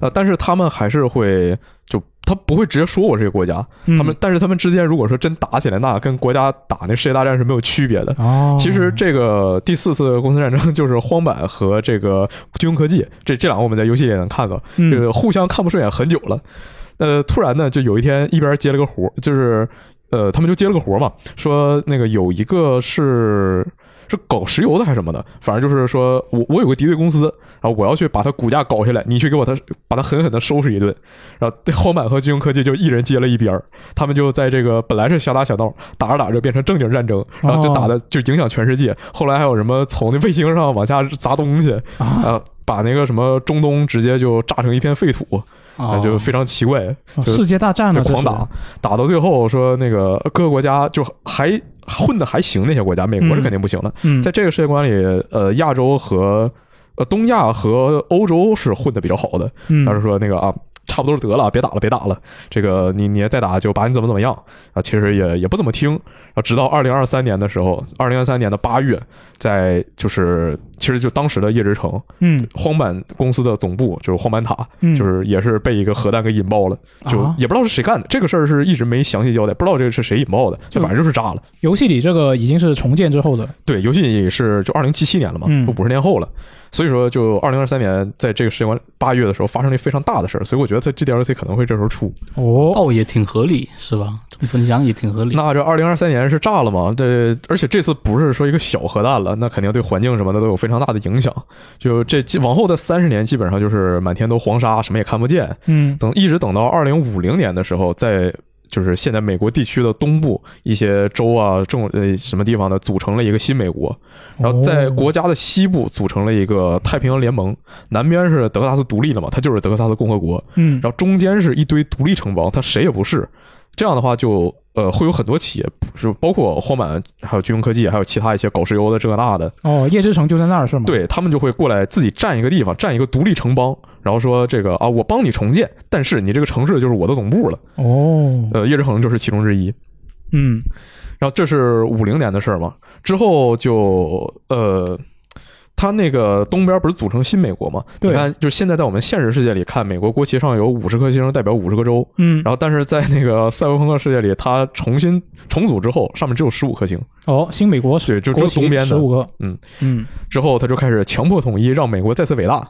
[SPEAKER 2] 呃，但是他们还是会就他不会直接说我是一个国家，
[SPEAKER 1] 嗯
[SPEAKER 2] 他们但是他们之间如果说真打起来，那跟国家打那世界大战是没有区别的。
[SPEAKER 1] 哦，
[SPEAKER 2] 其实这个第四次公司战争 <laughs> 就是荒坂和这个军用科技，这这两个我们在游戏里也能看到，
[SPEAKER 1] 嗯
[SPEAKER 2] 这个互相看不顺眼很久了。呃，突然呢，就有一天一边接了个活儿，就是呃，他们就接了个活儿嘛，说那个有一个是是搞石油的还是什么的，反正就是说我我有个敌对公司，然后我要去把它股价搞下来，你去给我它把它狠狠的收拾一顿。然后荒坂和军用科技就一人接了一边儿，他们就在这个本来是小打小闹，打着打着变成正经战争，然后就打的就影响全世界。后来还有什么从那卫星上往下砸东西，
[SPEAKER 1] 啊，
[SPEAKER 2] 呃，把那个什么中东直接就炸成一片废土，啊、
[SPEAKER 3] 啊，
[SPEAKER 2] 就非常奇怪，
[SPEAKER 1] 哦
[SPEAKER 2] 就
[SPEAKER 1] 世界大战
[SPEAKER 2] 就
[SPEAKER 1] 了，
[SPEAKER 2] 狂打，打到最后说那个各个国家就还混的还行，那些国家，美国是
[SPEAKER 1] 嗯
[SPEAKER 2] 肯定不行的。
[SPEAKER 1] 这是，嗯，
[SPEAKER 2] 在这个世界观里，呃，亚洲和呃东亚和欧洲是混的比较好的，
[SPEAKER 1] 嗯
[SPEAKER 2] 当时说那个啊，差不多得了，别打了，别打了。这个你你再打就把你怎么怎么样啊，其实也也不怎么听。啊，直到二零二三年的时候，二零二三年的八月，在就是其实就当时的叶之城
[SPEAKER 1] 嗯
[SPEAKER 2] 荒坂公司的总部，就是荒坂塔，
[SPEAKER 1] 嗯，
[SPEAKER 2] 就是也是被一个核弹给引爆了，就
[SPEAKER 1] 啊
[SPEAKER 2] 也不知道是谁干的。这个事儿是一直没详细交代，不知道这个是谁引爆的，
[SPEAKER 1] 就
[SPEAKER 2] 就反正就是炸了。
[SPEAKER 1] 游戏里这个已经是重建之后的，
[SPEAKER 2] 对，游戏也是就二零七七年了嘛
[SPEAKER 1] 嗯，
[SPEAKER 2] 都五十年后了，所以说就二零二三年在这个时间观八月的时候发生了一非常大的事儿，所以我觉得它 GDLC 可能会这时候出。
[SPEAKER 1] 哦，
[SPEAKER 3] 倒也挺合理，是吧？这么分享也挺
[SPEAKER 1] 嗯
[SPEAKER 3] 合理。
[SPEAKER 2] 那这二零二三年是炸了嘛？这而且这次不是说一个小核弹了，那肯定对环境什么的都有非常大的影响。就这基往后的三十年，基本上就是满天都黄沙，什么也看不见。
[SPEAKER 1] 嗯
[SPEAKER 2] 等一直等到二零五零年的时候，在就是现在美国地区的东部一些州啊、政呃什么地方呢，组成了一个新美国。然后
[SPEAKER 1] 哦
[SPEAKER 2] 在国家的西部组成了一个太平洋联盟，南边是德克萨斯独立了嘛，它就是德克萨斯共和国。
[SPEAKER 1] 嗯，
[SPEAKER 2] 然后中间是一堆独立城邦，它谁也不是。这样的话就呃会有很多企业，就包括荒坂，还有军用科技，还有其他一些搞石油的这个那的，
[SPEAKER 1] 哦，夜之城就在那儿是吗？，
[SPEAKER 2] 对他们就会过来自己占一个地方，占一个独立城邦，然后说这个啊我帮你重建，但是你这个城市就是我的总部了。
[SPEAKER 1] 哦，
[SPEAKER 2] 呃，叶之恒就是其中之一。
[SPEAKER 1] 嗯
[SPEAKER 2] 然后这是五零年的事儿嘛，之后就呃，它那个东边不是组成新美国嘛？
[SPEAKER 1] 对
[SPEAKER 2] 你看，就是现在在我们现实世界里看，美国国旗上有五十颗星，代表五十个州。
[SPEAKER 1] 嗯，
[SPEAKER 2] 然后，但是在那个赛博朋克世界里，它重新重组之后，上面只有十五颗星。
[SPEAKER 1] 哦，新美国是
[SPEAKER 2] 对，就只有东边
[SPEAKER 1] 十
[SPEAKER 2] 的
[SPEAKER 1] 五。个，
[SPEAKER 2] 嗯
[SPEAKER 1] 嗯
[SPEAKER 2] 之后，他就开始强迫统一，让美国再次伟
[SPEAKER 1] <laughs>
[SPEAKER 2] 大，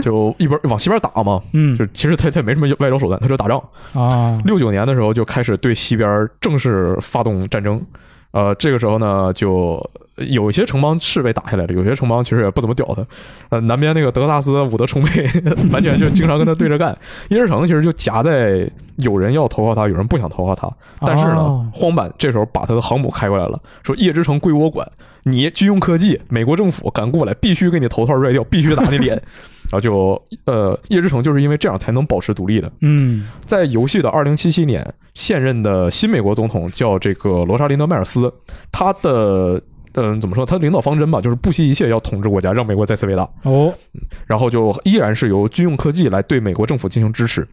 [SPEAKER 2] 就一边往西边打嘛。
[SPEAKER 1] 嗯，
[SPEAKER 2] 就其实他他也没什么外交手段，他就打仗。
[SPEAKER 1] 啊，
[SPEAKER 2] 六九年的时候就开始对西边正式发动战争。呃，这个时候呢，就有一些城邦是被打下来的，有些城邦其实也不怎么屌他。呃，南边那个德克萨斯伍德充沛， <laughs> 完全就经常跟他对着干。伊之城其实就夹在有人要投靠他，有人不想投靠他。但是呢，
[SPEAKER 1] 哦
[SPEAKER 2] 荒坂这时候把他的航母开过来了，说夜之城归我管，你军用科技，美国政府敢过来，必须给你头套拽掉，必须打你脸。然后就呃，夜之城就是因为这样才能保持独立的。
[SPEAKER 1] 嗯
[SPEAKER 2] 在游戏的二零七七年，现任的新美国总统叫这个罗莎琳德·迈尔斯，他的嗯怎么说？他的领导方针吧，就是不惜一切要统治国家，让美国再次伟大。
[SPEAKER 1] 哦，
[SPEAKER 2] 然后就依然是由军用科技来对美国政府进行支持。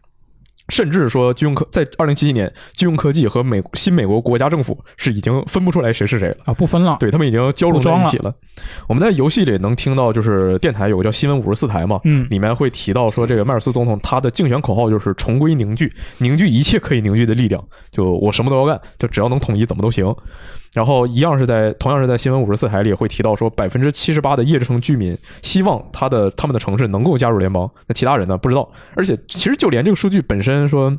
[SPEAKER 2] 甚至说，军用科在二零七七年，军用科技和美新美国国家政府是已经分不出来谁是谁了，
[SPEAKER 1] 啊，不分了，
[SPEAKER 2] 对他们已经交融在一
[SPEAKER 1] 不
[SPEAKER 2] 起了。我们在游戏里能听到，就是电台有个叫新闻五十四台嘛，
[SPEAKER 1] 嗯
[SPEAKER 2] 里面会提到说，这个迈尔斯总统他的竞选口号就是“重归凝聚，凝聚一切可以凝聚的力量”，就我什么都要干，就只要能统一怎么都行。然后一样是在同样是在新闻五十四台里会提到说，百分之七十八的叶之城居民希望他的他们的城市能够加入联邦，那其他人呢不知道。而且其实就连这个数据本身说。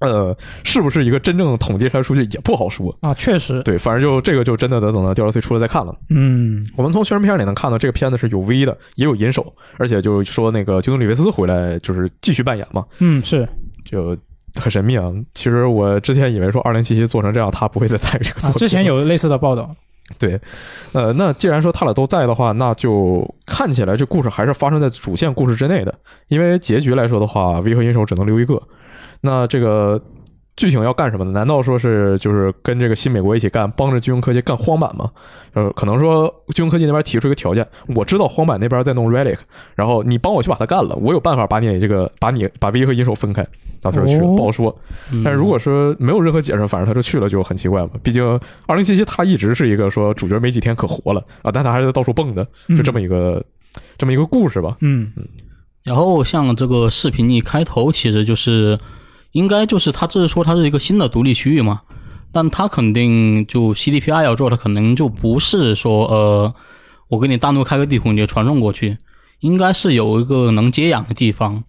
[SPEAKER 2] 呃，是不是一个真正统计出来数据也不好说。
[SPEAKER 1] 啊，确实，
[SPEAKER 2] 对，反正就这个就真的得等到 DLC 出来再看了。
[SPEAKER 1] 嗯
[SPEAKER 2] 我们从宣传片里能看到，这个片子是有 V 的，也有银手，而且就是说那个基努里维斯回来就是继续扮演嘛，
[SPEAKER 1] 嗯是
[SPEAKER 2] 就很神秘啊。其实我之前以为说二零七七做成这样，他不会再参与这个
[SPEAKER 1] <laughs> 啊
[SPEAKER 2] 作，品、
[SPEAKER 1] 之前有类似的报道，
[SPEAKER 2] 对，呃，那既然说他俩都在的话，那就看起来这故事还是发生在主线故事之内的，因为结局来说的话，V 和银手只能留一个。那这个剧情要干什么呢？难道说是就是跟这个新美国一起干，帮着军用科技干荒坂吗？呃，可能说军用科技那边提出一个条件，我知道荒坂那边在弄 relic，然后你帮我去把它干了，我有办法把你这个把你把 V 和银手分开，到时候去了
[SPEAKER 1] 哦
[SPEAKER 2] 不好说。
[SPEAKER 3] 嗯
[SPEAKER 2] 但是如果说没有任何解释，反正他就去了就很奇怪嘛。毕竟二零七七他一直是一个说主角没几天可活了啊，但他还是在到处蹦的，
[SPEAKER 3] 嗯
[SPEAKER 2] 就这么一个、这么一个故事吧。
[SPEAKER 1] 嗯
[SPEAKER 3] 然后像这个视频一开头，其实就是应该就是他这是说它是一个新的独立区域嘛，但他肯定就 CDPI 要做的，可能就不是说呃，我给你单独开个地图你就传送过去，应该是有一个能接壤的地方。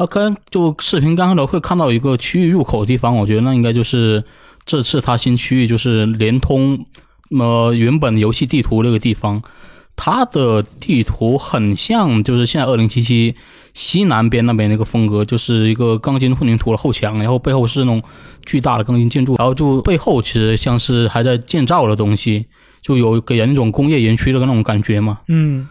[SPEAKER 3] 那刚就视频刚开头会看到一个区域入口的地方，我觉得那应该就是这次它新区域就是联通呃原本游戏地图那个地方。它的地图很像，就是现在二零七七西南边那边那个风格，就是一个钢筋混凝土的后墙，然后背后是那种巨大的钢筋建筑，然后就背后其实像是还在建造的东西，就有给人一种工业园区的那种感觉嘛。
[SPEAKER 1] 嗯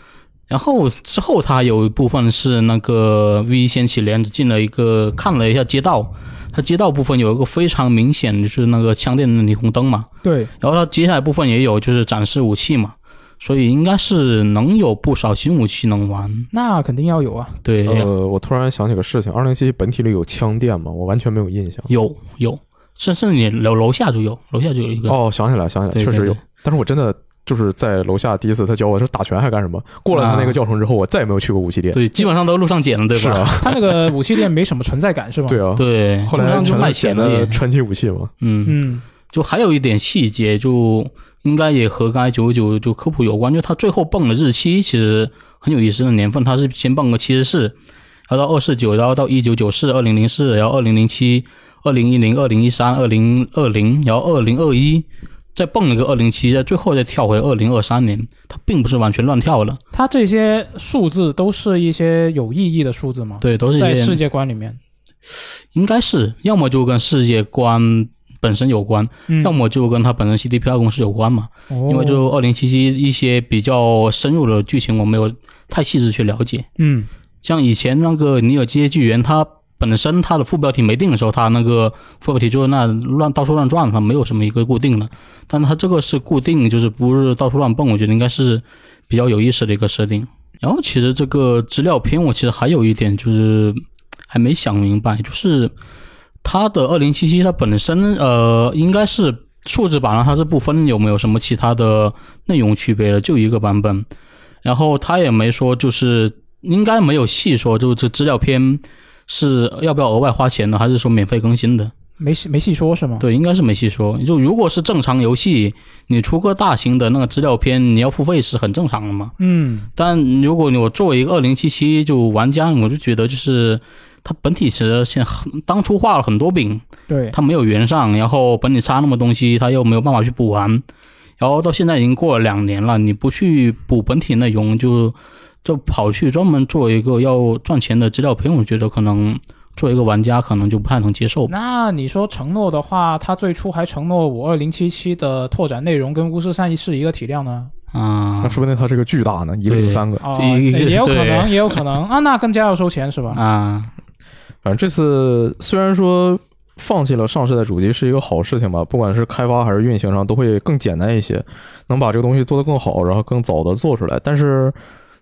[SPEAKER 3] 然后之后，它有一部分是那个 V 掀起帘子进了一个看了一下街道，它街道部分有一个非常明显的就是那个枪店的霓虹灯嘛，
[SPEAKER 1] 对，
[SPEAKER 3] 然后它接下来部分也有就是展示武器嘛，所以应该是能有不少新武器能玩。
[SPEAKER 1] 那肯定要有啊。
[SPEAKER 3] 对，
[SPEAKER 2] 呃，我突然想起个事情，二零七本体里有枪店吗？我完全没有印象。
[SPEAKER 3] 有有，甚甚至你楼楼下就有，楼下就有一个。
[SPEAKER 2] 哦，想起来，想起
[SPEAKER 3] 对
[SPEAKER 2] 来，确实
[SPEAKER 3] 对
[SPEAKER 2] 有
[SPEAKER 3] 对。
[SPEAKER 2] 但是我真的就是在楼下第一次他教我是打拳还干什么，过了他那个教程之后，我再也没有去过武器店。
[SPEAKER 3] 啊对，基本上都是路上捡的，对
[SPEAKER 2] 是
[SPEAKER 3] 吧？
[SPEAKER 2] 啊，
[SPEAKER 1] 他那个武器店没什么存在感是吗？，
[SPEAKER 2] 对啊。
[SPEAKER 3] 对，
[SPEAKER 2] 后
[SPEAKER 3] 基本
[SPEAKER 2] 来
[SPEAKER 3] 上就
[SPEAKER 2] 全
[SPEAKER 3] 卖
[SPEAKER 2] 都
[SPEAKER 3] 钱
[SPEAKER 2] 显
[SPEAKER 3] 了
[SPEAKER 2] 得
[SPEAKER 3] 也。
[SPEAKER 2] 传奇武器嘛。
[SPEAKER 3] 嗯，
[SPEAKER 1] 嗯，
[SPEAKER 3] 就还有一点细节，就应该也和刚才九九就科普有关，就他最后蹦的日期其实很有意思的年份，他是先蹦个七十四，然后到二四九，然后到一九九四、二零零四，然后二零零七、二零一零、二零一三、二零二零，然后二零二一。再蹦了个二零七，再最后再跳回二零二三年，它并不是完全乱跳的，
[SPEAKER 1] 他这些数字都是一些有意义的数字吗？，
[SPEAKER 3] 对，都是一
[SPEAKER 1] 在
[SPEAKER 3] 些
[SPEAKER 1] 世界观里面，
[SPEAKER 3] 应该是要么就跟世界观本身有关，
[SPEAKER 1] 嗯
[SPEAKER 3] 要么就跟它本身 CDPR 公司有关嘛。
[SPEAKER 1] 哦
[SPEAKER 3] 因为就二零七七一些比较深入的剧情，我没有太细致去了解。
[SPEAKER 1] 嗯
[SPEAKER 3] 像以前那个《尼尔：街纪元》，它本身它的副标题没定的时候，它那个副标题就是那乱到处乱转，它没有什么一个固定的。但它这个是固定，就是不是到处乱蹦，我觉得应该是比较有意思的一个设定。然后其实这个资料片，我其实还有一点就是还没想明白，就是它的二零七七它本身呃应该是数字版了，它是不分有没有什么其他的内容区别的，就一个版本。然后它也没说就是应该没有细说，就这资料片是要不要额外花钱的，还是说免费更新的？
[SPEAKER 1] 没细没细说是吗？
[SPEAKER 3] 对，应该是没细说。就如果是正常游戏，你出个大型的那个资料片，你要付费是很正常的嘛。
[SPEAKER 1] 嗯，
[SPEAKER 3] 但如果你我作为一个二零七七就玩家，我就觉得就是它本体其实现在很当初画了很多饼，
[SPEAKER 1] 对，
[SPEAKER 3] 它没有圆上，然后本体差那么东西，它又没有办法去补完，然后到现在已经过了两年了，你不去补本体内容，就就跑去专门做一个要赚钱的资料片，我觉得可能作为一个玩家可能就不太能接受吧。
[SPEAKER 1] 那你说承诺的话，他最初还承诺五二零七七的拓展内容跟巫师三是一个体量呢？
[SPEAKER 3] 啊、
[SPEAKER 2] 那说不定它这个巨大呢，一个
[SPEAKER 3] 对
[SPEAKER 2] 顶三个。
[SPEAKER 1] 哦，
[SPEAKER 3] 这一个
[SPEAKER 1] 也有可
[SPEAKER 3] <laughs> 对
[SPEAKER 1] 能，也有可能啊，那更加要收钱是吧？
[SPEAKER 3] 啊，
[SPEAKER 2] 反正这次虽然说放弃了上世代主机是一个好事情吧，不管是开发还是运行上都会更简单一些，能把这个东西做得更好，然后更早的做出来。但是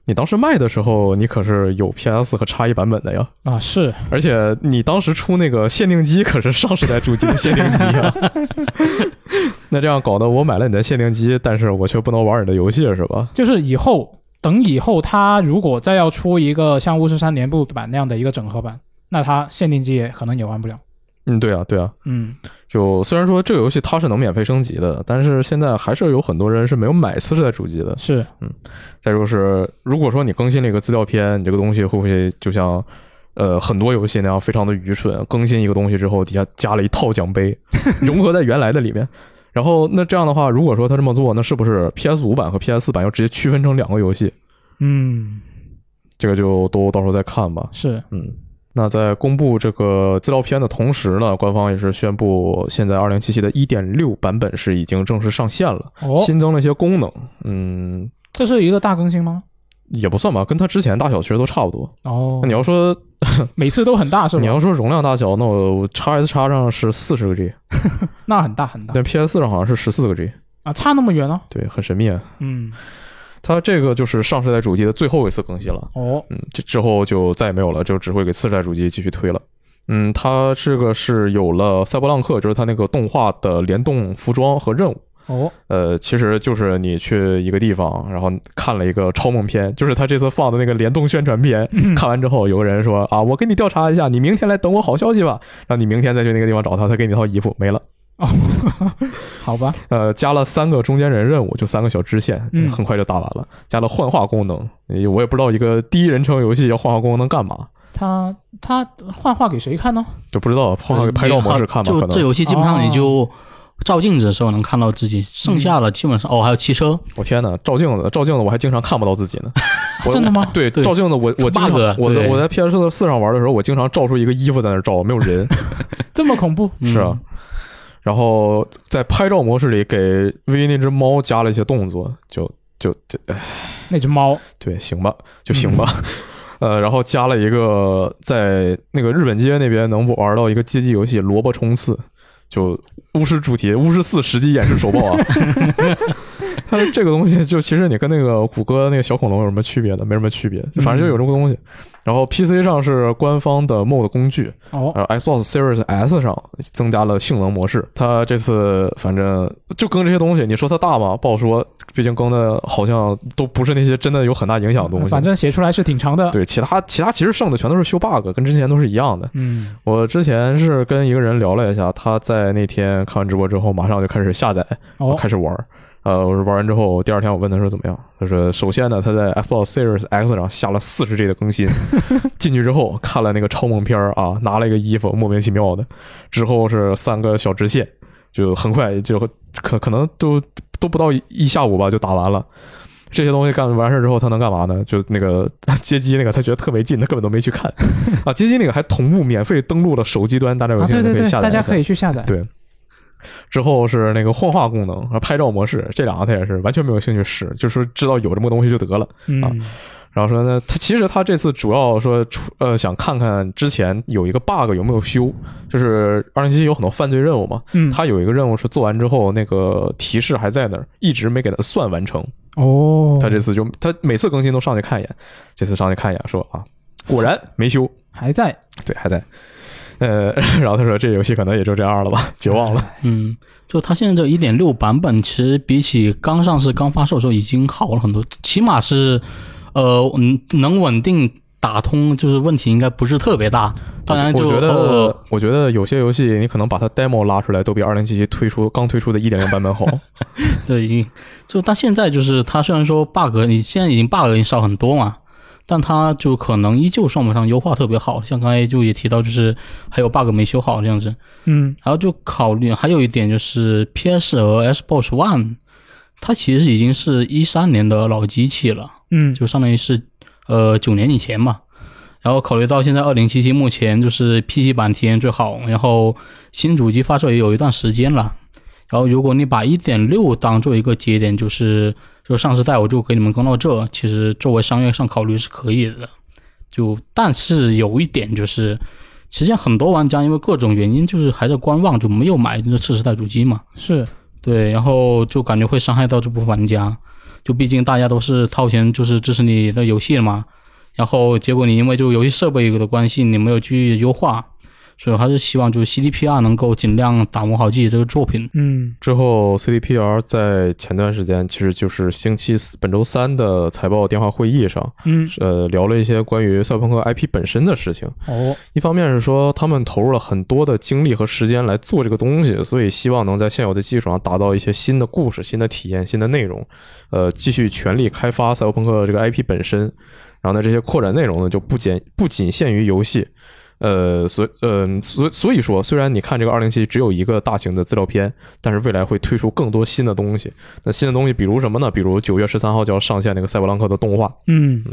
[SPEAKER 2] 你当时卖的时候，你可是有 PS 和 x 一版本的呀，
[SPEAKER 1] 啊，是，
[SPEAKER 2] 而且你当时出那个限定机可是上世代主机的限定机啊。 <laughs> 那这样搞得我买了你的限定机，但是我却不能玩你的游戏，是吧？
[SPEAKER 1] 就是以后等以后他如果再要出一个像巫师三年度版那样的一个整合版，那他限定机也可能也玩不了。
[SPEAKER 2] 嗯，对啊，对啊。
[SPEAKER 1] 嗯，
[SPEAKER 2] 就虽然说这个游戏它是能免费升级的，但是现在还是有很多人是没有买次世代主机的。
[SPEAKER 1] 是，
[SPEAKER 2] 再就是，如果说你更新了一个资料片，你这个东西会不会就像呃很多游戏那样非常的愚蠢？更新一个东西之后，底下加了一套奖杯，融合在原来的里面。 <laughs> 然后那这样的话，如果说他这么做，那是不是 PS 五版和 PS 四版要直接区分成两个游戏？
[SPEAKER 1] 嗯，
[SPEAKER 2] 这个就都到时候再看吧。
[SPEAKER 1] 是，
[SPEAKER 2] 嗯，那在公布这个资料片的同时呢，官方也是宣布，现在二零七七的一点六版本是已经正式上线了，
[SPEAKER 1] 哦，
[SPEAKER 2] 新增了一些功能。嗯，
[SPEAKER 1] 这是一个大更新吗？
[SPEAKER 2] 也不算吧，跟它之前大小其实都差不多。
[SPEAKER 1] 哦
[SPEAKER 2] 那，你要说
[SPEAKER 1] 每次都很大是吧？
[SPEAKER 2] 你要说容量大小，那我 x S x 上是四十个 G，
[SPEAKER 1] 那很大很大
[SPEAKER 2] 但 PS 四上好像是十四个 G，
[SPEAKER 1] 啊，差那么远呢、
[SPEAKER 2] 对，很神秘。啊。
[SPEAKER 1] 嗯，
[SPEAKER 2] 它这个就是上世代主机的最后一次更新了。
[SPEAKER 1] 哦，
[SPEAKER 2] 嗯，这之后就再也没有了，就只会给次世代主机继续推了。嗯，它这个是有了赛博浪客，就是它那个动画的联动服装和任务。
[SPEAKER 1] 哦，
[SPEAKER 2] 呃，其实就是你去一个地方，然后看了一个超梦片，就是他这次放的那个联动宣传片。看完之后，有个人说啊，我给你调查一下，你明天来等我好消息吧。然后你明天再去那个地方找他，他给你套衣服，没了。
[SPEAKER 1] 好吧，
[SPEAKER 2] 呃，加了三个中间人任务，就三个小支线，
[SPEAKER 1] 嗯
[SPEAKER 2] 很快就打完了。加了幻化功能，呃我也不知道一个第一人称游戏要幻化功能干嘛，
[SPEAKER 1] 他他幻化给谁看呢？
[SPEAKER 2] 就不知道幻化给拍照模式看吧，
[SPEAKER 3] 呃就
[SPEAKER 2] 可
[SPEAKER 3] 这
[SPEAKER 2] 能。
[SPEAKER 3] 游戏基本上你就照镜子的时候能看到自己，剩下的基本上哦，还有骑车
[SPEAKER 2] 我天哪，照镜子，照镜子我还经常看不到自己呢。我
[SPEAKER 1] 真的吗？
[SPEAKER 2] <laughs> 对，
[SPEAKER 3] 对
[SPEAKER 2] 照镜子我我经常
[SPEAKER 3] bug，
[SPEAKER 2] 我在
[SPEAKER 3] 对
[SPEAKER 2] 我在 PS 四上玩的时候，我经常照出一个衣服在那儿照，没有
[SPEAKER 3] <laughs>
[SPEAKER 2] 人，
[SPEAKER 1] 这么恐怖？
[SPEAKER 2] 是
[SPEAKER 3] 嗯
[SPEAKER 2] 啊。然后在拍照模式里给 V 那只猫加了一些动作，就就就
[SPEAKER 1] 那只猫
[SPEAKER 2] 对，行吧，就行吧。 <laughs> 呃，然后加了一个在那个日本街那边能玩到一个街机游戏《萝卜冲刺》，就巫师主题，巫师四实际演示首曝啊。他说这个东西就其实你跟那个谷歌那个小恐龙有什么区别的？没什么区别，反正就有这么个东西。然后 PC 上是官方的 MOD 工具，
[SPEAKER 1] 哦，
[SPEAKER 2] 然后呃 Xbox Series S 上增加了性能模式。它这次反正就更这些东西，你说它大吗？不好说，毕竟更的好像都不是那些真的有很大影响的东西。
[SPEAKER 1] 啊反正写出来是挺长的。
[SPEAKER 2] 对其他其他其实剩的全都是修 bug，跟之前都是一样的。
[SPEAKER 1] 嗯，
[SPEAKER 2] 我之前是跟一个人聊了一下，他在那天看完直播之后，马上就开始下载，
[SPEAKER 1] 哦，
[SPEAKER 2] 开始玩儿。呃，我说玩完之后，第二天我问他说怎么样，他说首先呢，他在 Xbox Series X 上下了四十 G 的
[SPEAKER 1] <laughs>
[SPEAKER 2] 更新，进去之后看了那个超梦片儿啊，拿了一个衣服，莫名其妙的，之后是三个小支线，就很快就可可能都都不到一下午吧就打完了。这些东西干完事儿之后，他能干嘛呢？就那个 <laughs> 街机那个，他觉得特没劲，他根本都没
[SPEAKER 1] <laughs>
[SPEAKER 2] 去看啊。街机那个还同步免费登录了手机端大战有
[SPEAKER 1] 啊，
[SPEAKER 2] 兴
[SPEAKER 1] 对对
[SPEAKER 2] 趣可以
[SPEAKER 1] 对，
[SPEAKER 2] 下载一下，
[SPEAKER 1] 大家可以去下载。
[SPEAKER 2] 对，之后是那个幻化功能，然后拍照模式，这两个他也是完全没有兴趣使，就说知道有这么个东西就得了。啊
[SPEAKER 1] 嗯，
[SPEAKER 2] 然后说呢，他其实他这次主要说出呃想看看之前有一个 bug 有没有修，就是二零七有很多犯罪任务嘛，
[SPEAKER 1] 嗯，
[SPEAKER 2] 他有一个任务是做完之后那个提示还在那儿，一直没给他算完成。
[SPEAKER 1] 哦，
[SPEAKER 2] 他这次就他每次更新都上去看一眼，这次上去看一眼说啊，果然没修，
[SPEAKER 1] 还在，
[SPEAKER 2] 对，还在。呃， <laughs> 然后他说这游戏可能也就这样了吧，绝望了。
[SPEAKER 3] 嗯，就它现在这一点六版本，其实比起刚上市、刚发售的时候已经好了很多，起码是，呃，嗯能稳定打通，就是问题应该不是特别大。当然就，
[SPEAKER 2] 我觉
[SPEAKER 3] 呃
[SPEAKER 2] 得，我觉得有些游戏你可能把它 demo 拉出来，都比二零七七推出刚推出的一点零版本
[SPEAKER 3] <laughs>
[SPEAKER 2] 好。
[SPEAKER 3] 对，已经就但现在就是它虽然说 bug，你现在已经 bug 已经少很多嘛，但它就可能依旧算不上优化特别好。像刚才就也提到，就是还有 bug 没修好这样子。
[SPEAKER 1] 嗯，
[SPEAKER 3] 然后就考虑还有一点就是 PS 和 Xbox One，它其实已经是一三年的老机器了。
[SPEAKER 1] 嗯，
[SPEAKER 3] 就相当于是呃九年以前嘛。然后考虑到现在二零七七目前就是 PC 版体验最好，然后新主机发售也有一段时间了。然后如果你把一点六当做一个节点，就是就上次带我就给你们跟到这，其实作为商业上考虑是可以的。就但是有一点就是，其实很多玩家因为各种原因就是还在观望，就没有买这次世代主机嘛。
[SPEAKER 1] 是，
[SPEAKER 3] 对，然后就感觉会伤害到这部分玩家，就毕竟大家都是掏钱就是支持你的游戏了嘛，然后结果你因为就游戏设备的关系，你没有去优化，所以我还是希望就是 CDPR 能够尽量打磨好自己这个作品。
[SPEAKER 1] 嗯，
[SPEAKER 2] 之后 CDPR 在前段时间其实就是星期四本周三的财报电话会议上，
[SPEAKER 1] 嗯，
[SPEAKER 2] 呃，聊了一些关于赛博朋克 IP 本身的事情。
[SPEAKER 1] 哦，
[SPEAKER 2] 一方面是说他们投入了很多的精力和时间来做这个东西，所以希望能在现有的基础上达到一些新的故事、新的体验、新的内容，呃，继续全力开发赛博朋克这个 IP 本身。然后呢，这些扩展内容呢，就不仅不仅限于游戏，呃，所呃所所以说，虽然你看这个二零七只有一个大型的资料片，但是未来会推出更多新的东西。那新的东西，比如什么呢？比如九月十三号就要上线那个赛博朋克的动画，
[SPEAKER 1] 嗯，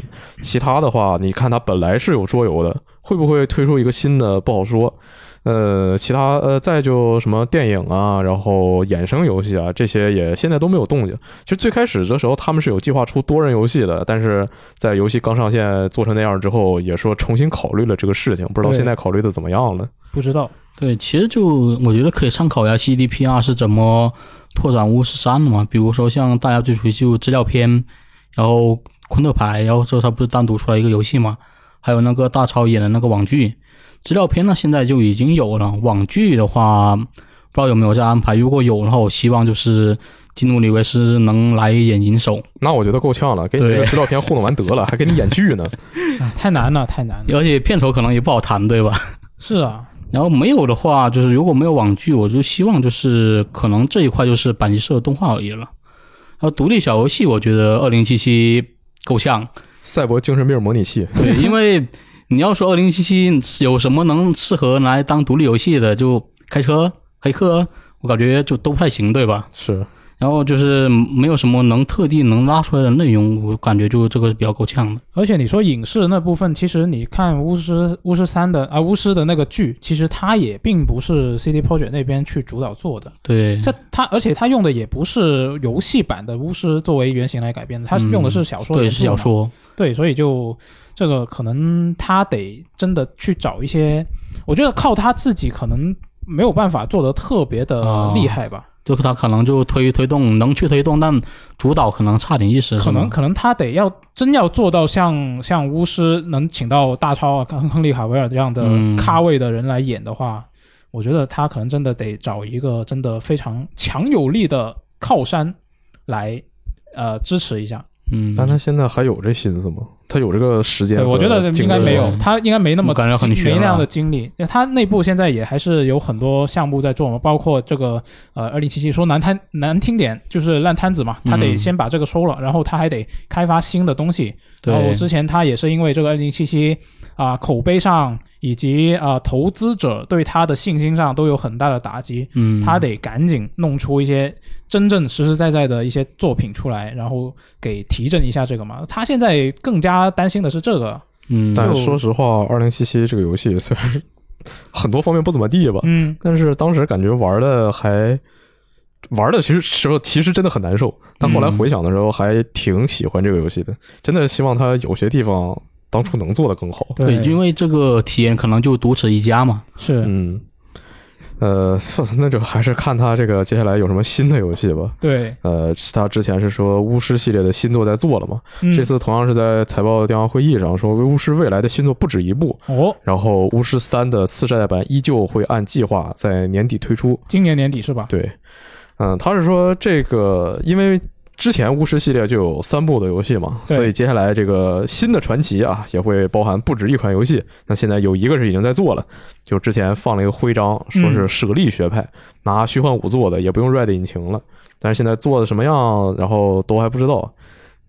[SPEAKER 2] 其他的话，你看它本来是有桌游的，会不会推出一个新的不好说。呃，其他呃，再就什么电影啊，然后衍生游戏啊，这些也现在都没有动静。其实最开始的时候，他们是有计划出多人游戏的，但是在游戏刚上线做成那样之后，也说重新考虑了这个事情，不知道
[SPEAKER 1] 对
[SPEAKER 2] 现在考虑的怎么样了。
[SPEAKER 1] 不知道，
[SPEAKER 3] 对，其实就我觉得可以参考一下 CDPR 是怎么拓展巫师三的嘛，比如说像大家最熟悉就资料片，然后昆特牌，然后之后他不是单独出来一个游戏嘛，还有那个大超演的那个网剧，资料片呢现在就已经有了，网剧的话不知道有没有在安排，如果有的话，我希望就是基努里维斯能来演银手，
[SPEAKER 2] 那我觉得够呛了，给你
[SPEAKER 3] 对
[SPEAKER 2] 这个资料片糊弄完得了，还给你演剧呢。
[SPEAKER 1] 啊，太难了，太难了，
[SPEAKER 3] 而且片头可能也不好谈，对吧？
[SPEAKER 1] 是啊，
[SPEAKER 3] 然后没有的话，就是如果没有网剧，我就希望就是可能这一块就是板级社的动画而已了。然后独立小游戏，我觉得二零七七够呛，
[SPEAKER 2] 赛博精神病模
[SPEAKER 1] <laughs>
[SPEAKER 2] 拟器，
[SPEAKER 3] 对，因为你要说二零七七有什么能适合拿来当独立游戏的，就开车、黑客，我感觉就都不太行，对吧？
[SPEAKER 2] 是
[SPEAKER 3] 然后就是没有什么能特地能拉出来的内容，我感觉就这个是比较够呛的。
[SPEAKER 1] 而且你说影视那部分，其实你看巫师巫师三的啊巫师的那个剧，其实它也并不是 CD Projekt 那边去主导做的，
[SPEAKER 3] 对，
[SPEAKER 1] 这它而且它用的也不是游戏版的巫师作为原型来改编的，它是
[SPEAKER 3] 嗯
[SPEAKER 1] 用的是小说、
[SPEAKER 3] 对是小，说，
[SPEAKER 1] 对，所以就这个可能他得真的去找一些，我觉得靠他自己可能没有办法做得特别的
[SPEAKER 3] 哦
[SPEAKER 1] 厉害吧，
[SPEAKER 3] 就他可能就推推动能去推动，但主导可能差点意思，
[SPEAKER 1] 可能
[SPEAKER 3] 是吗
[SPEAKER 1] 可能他得要真要做到像像巫师能请到大超啊、亨亨利卡维尔这样的
[SPEAKER 3] 嗯
[SPEAKER 1] 咖位的人来演的话，我觉得他可能真的得找一个真的非常强有力的靠山来呃支持一下。
[SPEAKER 3] 嗯，
[SPEAKER 2] 但他现在还有这心思吗？他有这个时间
[SPEAKER 1] 对，
[SPEAKER 2] 和精力吗？
[SPEAKER 1] 我觉得应该没有，
[SPEAKER 3] 对
[SPEAKER 1] 他应该没那么
[SPEAKER 3] 我感觉很悬啊
[SPEAKER 1] 没那样
[SPEAKER 3] 了
[SPEAKER 1] 的精力。因为他内部现在也还是有很多项目在做嘛，包括这个呃二零七七说难摊难听点就是烂摊子嘛，他得
[SPEAKER 3] 嗯
[SPEAKER 1] 先把这个收了，然后他还得开发新的东西。
[SPEAKER 2] 啊
[SPEAKER 1] 然后
[SPEAKER 3] 对
[SPEAKER 1] 之前他也是因为这个二零七七啊口碑上以及啊、投资者对他的信心上都有很大的打击，
[SPEAKER 3] 嗯，
[SPEAKER 1] 他得赶紧弄出一些真正实实在在的一些作品出来，然后给提振一下这个嘛。他现在更加担心的是这个，
[SPEAKER 3] 嗯，
[SPEAKER 2] 但
[SPEAKER 1] 就
[SPEAKER 2] 说实话，二零七七这个游戏虽然是很多方面不怎么地吧，
[SPEAKER 1] 嗯，
[SPEAKER 2] 但是当时感觉玩的还玩的其实时候其实真的很难受，但后来
[SPEAKER 3] 嗯
[SPEAKER 2] 回想的时候还挺喜欢这个游戏的，真的希望它有些地方当初能做的更好。
[SPEAKER 3] 对，因为这个体验可能就独此一家嘛，
[SPEAKER 1] 是
[SPEAKER 2] 嗯，呃，算那就还是看它这个接下来有什么新的游戏吧。
[SPEAKER 1] 对，
[SPEAKER 2] 呃，它之前是说巫师系列的新作在做了嘛，
[SPEAKER 1] 嗯
[SPEAKER 2] 这次同样是在财报电话会议上说巫师未来的新作不止一部，
[SPEAKER 1] 哦，
[SPEAKER 2] 然后巫师三的次世代版依旧会按计划在年底推出。
[SPEAKER 1] 今年年底是吧？
[SPEAKER 2] 对，嗯，他是说这个，因为之前巫师系列就有三部的游戏嘛，
[SPEAKER 1] 对
[SPEAKER 2] 所以接下来这个新的传奇啊，也会包含不止一款游戏。那现在有一个是已经在做了，就之前放了一个徽章，说是舍利学派、拿虚幻五做的，也不用 Red 引擎了。但是现在做的什么样，然后都还不知道。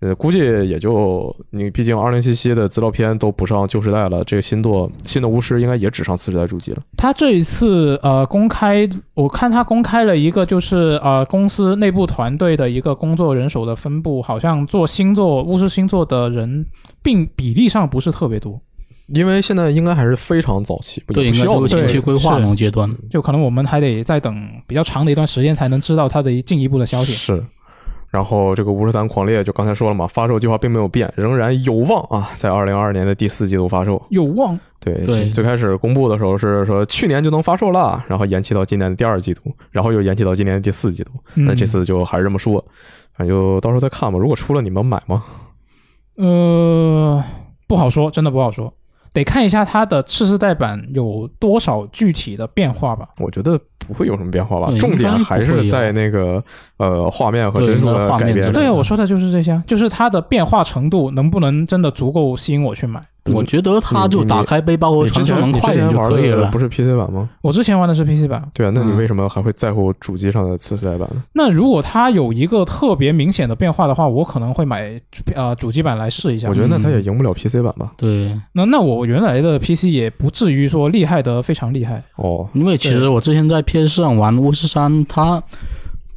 [SPEAKER 2] 呃，估计也就你，毕竟二零七七的资料片都不上旧时代了，这个新作新的巫师应该也只上次时代主机了。
[SPEAKER 1] 他这一次呃公开，我看他公开了一个就是呃公司内部团队的一个工作人手的分布，好像做星座巫师星座的人并比例上不是特别多，
[SPEAKER 2] 因为现在应该还是非常早期，
[SPEAKER 3] 对，
[SPEAKER 2] 也不
[SPEAKER 3] 应
[SPEAKER 2] 需要
[SPEAKER 3] 该就
[SPEAKER 2] 的
[SPEAKER 1] 对
[SPEAKER 3] 前期规划那种阶段，
[SPEAKER 2] 嗯
[SPEAKER 1] 就可能我们还得再等比较长的一段时间才能知道他的一进一步的消息。
[SPEAKER 2] 是。然后这个五十三狂猎就刚才说了嘛，发售计划并没有变，仍然有望啊，在二零二二年的第四季度发售。
[SPEAKER 1] 有望
[SPEAKER 2] 对，
[SPEAKER 3] 对
[SPEAKER 2] 最最开始公布的时候是说去年就能发售啦，然后延期到今年的第二季度，然后又延期到今年的第四季度。
[SPEAKER 1] 嗯
[SPEAKER 2] 那这次就还是这么说，反正就到时候再看吧。如果出了，你们买吗？
[SPEAKER 1] 呃，不好说，真的不好说，得看一下它的次世代版有多少具体的变化吧。
[SPEAKER 2] 我觉得不会有什么变化吧。
[SPEAKER 3] 对
[SPEAKER 2] 重点还
[SPEAKER 3] 应该不
[SPEAKER 2] 是
[SPEAKER 3] 会有
[SPEAKER 2] 在那个呃画面和
[SPEAKER 3] 对
[SPEAKER 2] 帧数
[SPEAKER 3] 应该
[SPEAKER 2] 的
[SPEAKER 3] 画面
[SPEAKER 2] 改变
[SPEAKER 3] 之类
[SPEAKER 2] 上。
[SPEAKER 3] 的
[SPEAKER 1] 对，我说的就是这些，啊就是它的变化程度能不能真的足够吸引我去买？
[SPEAKER 2] 对
[SPEAKER 3] 我觉得他就打开背包和
[SPEAKER 2] 你之
[SPEAKER 3] 传
[SPEAKER 2] 前
[SPEAKER 3] 送门
[SPEAKER 2] 你之
[SPEAKER 3] 快
[SPEAKER 2] 前
[SPEAKER 3] 点就
[SPEAKER 2] 玩
[SPEAKER 3] 可以
[SPEAKER 2] 的
[SPEAKER 3] 了
[SPEAKER 2] 不。是 PC 版吗？
[SPEAKER 1] 我之前玩的是 PC 版，
[SPEAKER 2] 对啊，那你
[SPEAKER 3] 嗯
[SPEAKER 2] 为什么还会在乎主机上的次世代版呢？
[SPEAKER 1] 那如果它有一个特别明显的变化的话，我可能会买呃主机版来试一下。
[SPEAKER 2] 我觉得那它也赢不了 PC 版吧？
[SPEAKER 3] 对，
[SPEAKER 1] 那那我原来的 PC 也不至于说厉害的非常厉害。
[SPEAKER 2] 哦，
[SPEAKER 3] 因为其实
[SPEAKER 1] 对
[SPEAKER 3] 我之前在 PS 上玩巫师三，它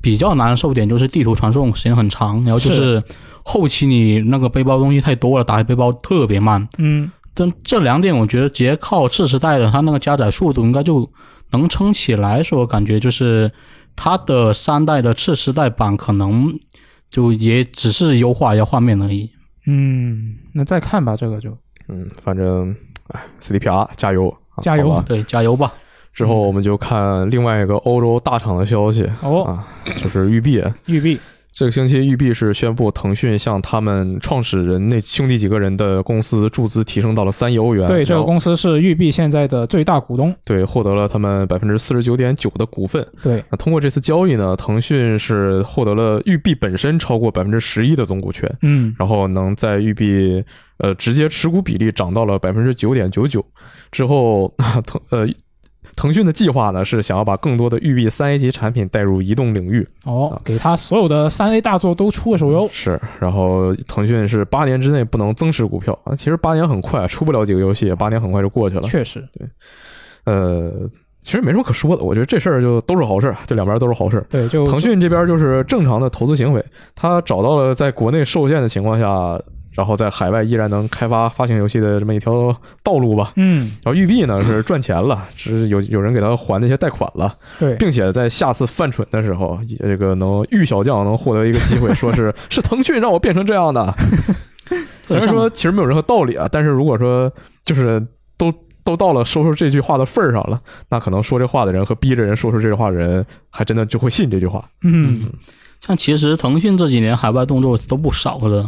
[SPEAKER 3] 比较难受点就是地图传送时间很长，然后就是后期你那个背包东西太多了，打开背包特别慢。
[SPEAKER 1] 嗯，
[SPEAKER 3] 但这两点，我觉得直接靠次时代的它那个加载速度，应该就能撑起来。所以我感觉就是它的三代的次时代版可能就也只是优化一下画面而已。
[SPEAKER 1] 嗯，那再看吧，这个就
[SPEAKER 2] 嗯，反正，哎，CDPR 加油，啊
[SPEAKER 1] 加油嗯
[SPEAKER 2] 好吧
[SPEAKER 3] 对，加油吧！
[SPEAKER 2] 之后我们就看另外一个欧洲大厂的消息
[SPEAKER 1] 哦，
[SPEAKER 2] 啊，就是
[SPEAKER 1] <laughs>
[SPEAKER 2] 育碧。
[SPEAKER 1] 育碧
[SPEAKER 2] 这个星期，育碧是宣布腾讯向他们创始人那兄弟几个人的公司注资提升到了三亿欧元，
[SPEAKER 1] 对这
[SPEAKER 2] 然
[SPEAKER 1] 个
[SPEAKER 2] 后
[SPEAKER 1] 公司是育碧现在的最大股东。
[SPEAKER 2] 对获得了他们百分之四十九点九的股份。
[SPEAKER 1] 对，
[SPEAKER 2] 那通过这次交易呢，腾讯是获得了育碧本身超过百分之十一的总股权。
[SPEAKER 1] 嗯，
[SPEAKER 2] 然后能在育碧呃直接持股比例涨到了百分之九点九九之后， <laughs> 腾呃腾讯的计划呢是想要把更多的育碧三 A 级产品带入移动领域，
[SPEAKER 1] 哦
[SPEAKER 2] 啊，
[SPEAKER 1] 给他所有的三 A 大作都出个手游。
[SPEAKER 2] 是，然后腾讯是八年之内不能增持股票啊，其实八年很快，出不了几个游戏，八年很快就过去了，
[SPEAKER 1] 确实，
[SPEAKER 2] 呃，其实没什么可说的，我觉得这事儿就都是好事儿，这两边都是好事儿。
[SPEAKER 1] 对，就
[SPEAKER 2] 腾讯这边就是正常的投资行为，他找到了在国内受限的情况下，然后在海外依然能开发发行游戏的这么一条道路吧。
[SPEAKER 1] 嗯，
[SPEAKER 2] 然后育碧呢是赚钱了，是有有人给他还那些贷款了，
[SPEAKER 1] 对，
[SPEAKER 2] 并且在下次犯蠢的时候，这个能玉小将能获得一个机会，说是是腾讯让我变成这样的。虽然说其实没有任何道理啊，但是如果说就是都都到了说出这句话的份儿上了，那可能说这话的人和逼着人说出这句话的人，还真的就会信这句话。
[SPEAKER 1] 嗯，
[SPEAKER 3] 像其实腾讯这几年海外动作都不少的，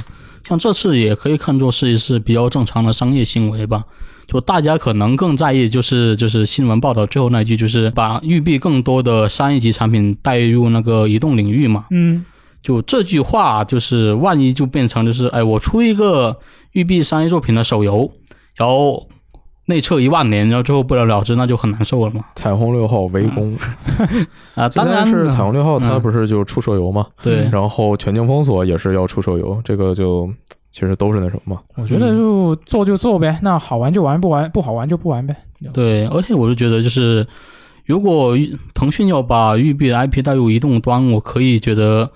[SPEAKER 3] 像这次也可以看作是一次比较正常的商业行为吧。就大家可能更在意就是就是新闻报道最后那一句，就是把育碧更多的商业级产品带入那个移动领域嘛。
[SPEAKER 1] 嗯，
[SPEAKER 3] 就这句话，就是万一就变成就是，哎，我出一个育碧商业作品的手游，然后内测一万年，然后最后不了了之，那就很难受了嘛。
[SPEAKER 2] 彩虹六号围攻，
[SPEAKER 3] 嗯啊，当然
[SPEAKER 2] 现在是彩虹六号，
[SPEAKER 3] 嗯
[SPEAKER 2] 它不是就出手游嘛？
[SPEAKER 3] 对，
[SPEAKER 2] 然后全境封锁也是要出手游，这个就其实都是那什么嘛。
[SPEAKER 1] 我觉得就做就做呗，那好玩就玩，不玩不好玩就不玩呗。
[SPEAKER 3] 对，而且我就觉得就是，如果腾讯要把育碧的 IP 带入移动端，我可以觉得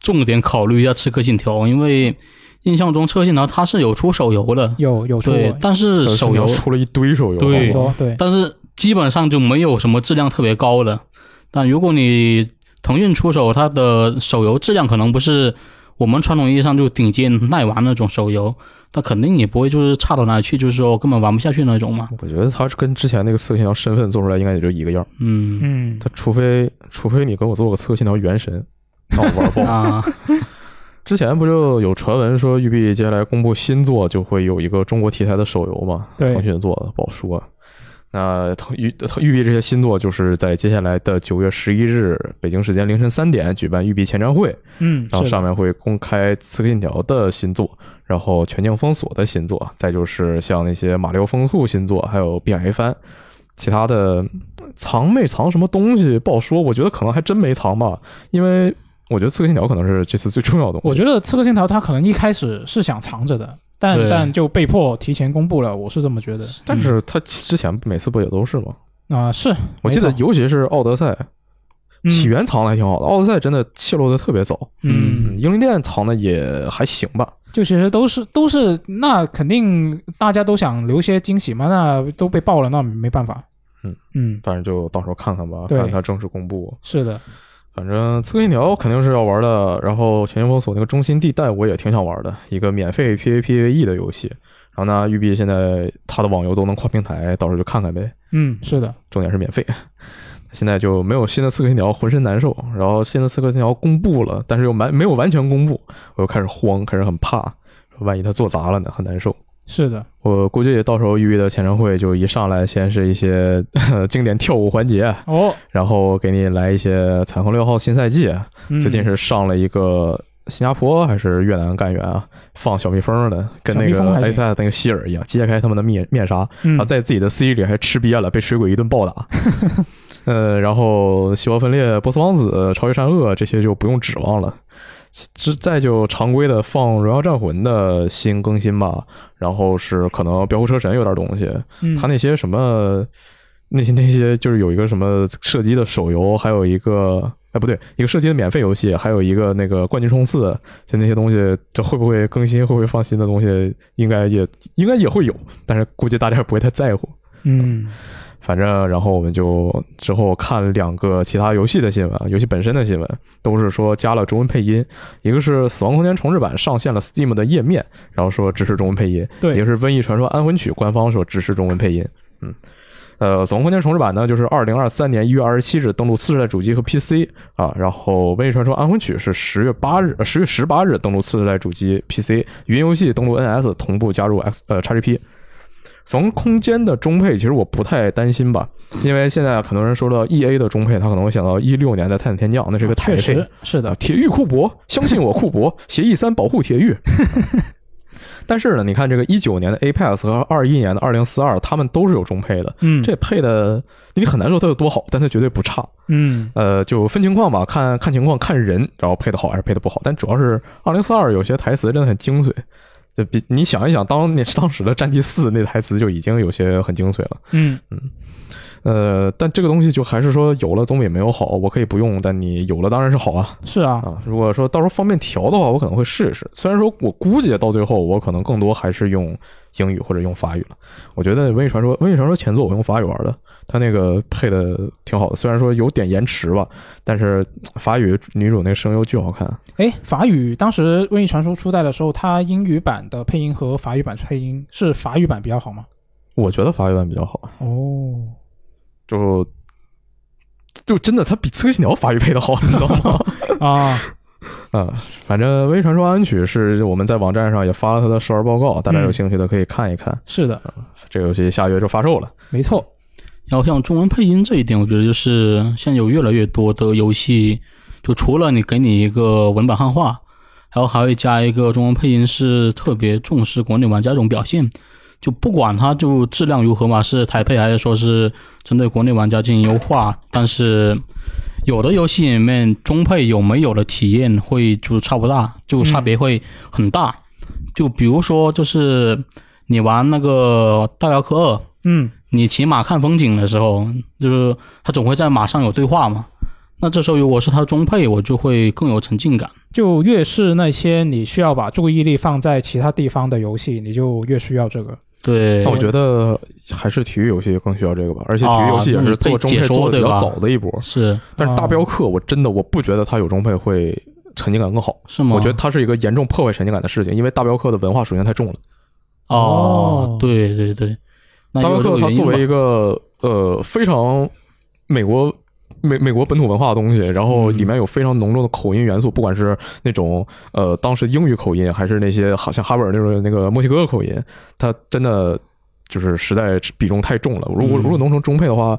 [SPEAKER 3] 重点考虑一下《刺客信条》，因为印象中《刺客信条》它是有出手游的，
[SPEAKER 1] 有有出
[SPEAKER 3] 对
[SPEAKER 1] 过，
[SPEAKER 3] 但是手游，
[SPEAKER 2] 出了一堆手游，哦
[SPEAKER 3] 对
[SPEAKER 1] 很
[SPEAKER 2] 好不
[SPEAKER 1] 多
[SPEAKER 2] 好
[SPEAKER 1] 对，
[SPEAKER 3] 但是基本上就没有什么质量特别高的。但如果你腾讯出手，它的手游质量可能不是我们传统意义上就顶尖耐玩那种手游，但肯定也不会就是差到哪里去，就是说根本玩不下去那种嘛。
[SPEAKER 2] 我觉得它跟之前那个《刺客信条》身份做出来应该也就一个样儿，
[SPEAKER 3] 嗯
[SPEAKER 1] 嗯，
[SPEAKER 2] 它除非除非你给我做个《刺客信条：原神》，那我玩爆。
[SPEAKER 3] 啊，
[SPEAKER 2] 之前不就有传闻说育碧接下来公布新作就会有一个中国题材的手游嘛？
[SPEAKER 1] 对
[SPEAKER 2] 腾讯做的不好说。那腾育腾育碧这些新作就是在接下来的九月十一日北京时间凌晨三点举办育碧前瞻会，
[SPEAKER 1] 嗯，
[SPEAKER 2] 然
[SPEAKER 1] 是
[SPEAKER 2] 后
[SPEAKER 1] 的
[SPEAKER 2] 上面会公开《刺客信条》的新作，然后《全境封锁》的新作，再就是像那些《马里奥风速》新作，还有《碧海黑帆》，其他的嗯藏没藏什么东西不好说，我觉得可能还真没藏吧，因为我觉得《刺客信条》可能是这次最重要的东
[SPEAKER 1] 我
[SPEAKER 2] 西。
[SPEAKER 1] 觉得《刺客信条》它可能一开始是想藏着的，但
[SPEAKER 3] 对
[SPEAKER 1] 但就被迫提前公布了，我是这么觉得。
[SPEAKER 2] 但是他之前每次不也都是吗？
[SPEAKER 1] 啊、是
[SPEAKER 2] 我记得
[SPEAKER 1] 嗯没错
[SPEAKER 2] 尤其是《奥德赛》
[SPEAKER 1] 嗯
[SPEAKER 2] 起源藏的还挺好的，《奥德赛》真的泄露的特别早，
[SPEAKER 1] 嗯，
[SPEAKER 2] 嗯，英灵殿藏的也还行吧，
[SPEAKER 1] 就其实都是都是，那肯定大家都想留些惊喜嘛，那都被爆了，那没办法。
[SPEAKER 2] 嗯
[SPEAKER 1] 嗯，
[SPEAKER 2] 反正就到时候看看吧，
[SPEAKER 1] 对
[SPEAKER 2] 看看它正式公布。
[SPEAKER 1] 是的，
[SPEAKER 2] 反正《刺客信条》肯定是要玩的，然后《全境封锁》那个中心地带我也挺想玩的，一个免费 PVPVE E 的游戏。然后呢，育碧现在它的网游都能跨平台，到时候就看看呗。
[SPEAKER 1] 嗯，是的，
[SPEAKER 2] 重点是免费。现在就没有新的《刺客信条》，浑身难受。然后新的《刺客信条》公布了，但是又完没有完全公布，我又开始慌，开始很怕，万一它做砸了呢，很难受。
[SPEAKER 1] 是的，
[SPEAKER 2] 我估计到时候育碧的前程会就一上来先是一些 <laughs> 经典跳舞环节，
[SPEAKER 1] 哦，
[SPEAKER 2] 然后给你来一些彩虹六号新赛季，
[SPEAKER 1] 嗯、
[SPEAKER 2] 最近是上了一个新加坡还是越南干员啊，放小蜜蜂的，跟那
[SPEAKER 1] 小
[SPEAKER 2] 个
[SPEAKER 1] 蜜蜂还
[SPEAKER 2] i
[SPEAKER 1] 行
[SPEAKER 2] p a 那个希尔一样，揭开他们的面面纱，
[SPEAKER 1] 嗯
[SPEAKER 2] 然后啊在自己的 CG 里还吃瘪了，被水鬼一顿暴打。呃，然后细胞分裂、波斯王子、超级善恶这些就不用指望了。之再就常规的放《荣耀战魂》的新更新吧，然后是可能《飙火车神》有点东西，
[SPEAKER 1] 嗯
[SPEAKER 2] 他那些什么，那些那些就是有一个什么射击的手游，还有一个哎不对，一个射击的免费游戏，还有一个那个冠军冲刺，就那些东西，这会不会更新，会不会放新的东西，应该也应该也会有，但是估计大家也不会太在乎。
[SPEAKER 1] 嗯
[SPEAKER 2] 反正，然后我们就之后看两个其他游戏的新闻，啊游戏本身的新闻都是说加了中文配音，一个是《死亡空间》重置版上线了 Steam 的页面，然后说支持中文配音，
[SPEAKER 1] 对
[SPEAKER 2] 也就是《瘟疫传说：安魂曲》官方说支持中文配音，嗯。呃，《死亡空间》重置版呢，就是二零二三年一月二十七日登陆次世代主机和 PC 啊，然后《瘟疫传说：安魂曲》是十月八日，十、0月十呃八日登陆次世代主机、PC，云游戏登陆 NS，同步加入 X 呃 XGP。从空间的中配，其实我不太担心吧，因为现在很多人说到 E A 的中配，他可能会想到一六年的《泰坦天降》，那是一个台
[SPEAKER 1] 确
[SPEAKER 2] 配。
[SPEAKER 1] 实是
[SPEAKER 2] 啊
[SPEAKER 1] 的，，
[SPEAKER 2] 铁玉库珀，相信我，库珀，协议三保护铁玉。 <laughs> 但是呢，你看这个一九年的 Apex 和二一年的二零四二，他们都是有中配的，
[SPEAKER 1] 嗯，
[SPEAKER 2] 这配的你很难说它有多好，但它绝对不差。
[SPEAKER 1] 嗯
[SPEAKER 2] 呃，就分情况吧，看看情况，看人，然后配的好还是配的不好。但主要是二零四二有些台词真的很精髓，就比你想一想当年当时的《战地四》那台词就已经有些很精髓了。
[SPEAKER 1] 嗯
[SPEAKER 2] 呃，但这个东西就还是说有了总比没有好，我可以不用，但你有了当然是好啊。
[SPEAKER 1] 是啊，
[SPEAKER 2] 啊，如果说到时候方便调的话，我可能会试一试。虽然说我估计到最后，我可能更多还是用英语或者用法语了。我觉得《瘟疫传说》《瘟疫传说》前作我用法语玩的，它那个配的挺好的，虽然说有点延迟吧，但是法语女主那个声优巨好看。
[SPEAKER 1] 哎，法语当时《瘟疫传说》初代的时候，它英语版的配音和法语版配音是法语版比较好吗？
[SPEAKER 2] 我觉得法语版比较好，
[SPEAKER 1] 哦，
[SPEAKER 2] 就就真的它比《刺客信条》法语配的好，你知道吗？
[SPEAKER 1] 啊，
[SPEAKER 2] 啊、反正《微传说安曲》是我们在网站上也发了它的试玩报告，大家有兴趣的可以看一看。
[SPEAKER 1] 是的，
[SPEAKER 2] 这个游戏下月就发售了。
[SPEAKER 1] 没错，
[SPEAKER 3] 然后像中文配音这一点，我觉得就是现在有越来越多的游戏，就除了你给你一个文本汉化，然后还会加一个中文配音，是特别重视国内玩家这种表现。就不管它就质量如何嘛，是台配还是说是针对国内玩家进行优化，但是有的游戏里面中配有没有的体验会就差不大，就差别会很大。就比如说，就是你玩那个《大镖客二》，
[SPEAKER 1] 嗯，
[SPEAKER 3] 你骑马看风景的时候，就是它总会在马上有对话嘛。那这时候如果是它中配，我就会更有沉浸感。
[SPEAKER 1] 就越是那些你需要把注意力放在其他地方的游戏，你就越需要这个。
[SPEAKER 3] 对，
[SPEAKER 2] 但我觉得还是体育游戏更需要这个吧，而且体育游戏也是做中配做的比较早的一波。
[SPEAKER 3] 是
[SPEAKER 2] 但是大镖客，我真的我不觉得它有中配会沉浸感更好，
[SPEAKER 3] 是吗？
[SPEAKER 2] 我觉得它是一个严重破坏沉浸感的事情，因为大镖客的文化属性太重了。
[SPEAKER 1] 哦
[SPEAKER 3] 哦，对对对，那
[SPEAKER 2] 大
[SPEAKER 3] 也
[SPEAKER 2] 镖
[SPEAKER 3] 有
[SPEAKER 2] 客
[SPEAKER 3] 这个
[SPEAKER 2] 它
[SPEAKER 3] 原因
[SPEAKER 2] 作为一
[SPEAKER 3] 吧。
[SPEAKER 2] 个呃非常美国美美国本土文化的东西，然后
[SPEAKER 3] 嗯
[SPEAKER 2] 里面有非常浓重的口音元素，不管是那种呃当时英语口音，还是那些好像哈维尔那种那个墨西哥口音，它真的就是实在比重太重了。如果
[SPEAKER 3] 嗯
[SPEAKER 2] 如果弄成中配的话，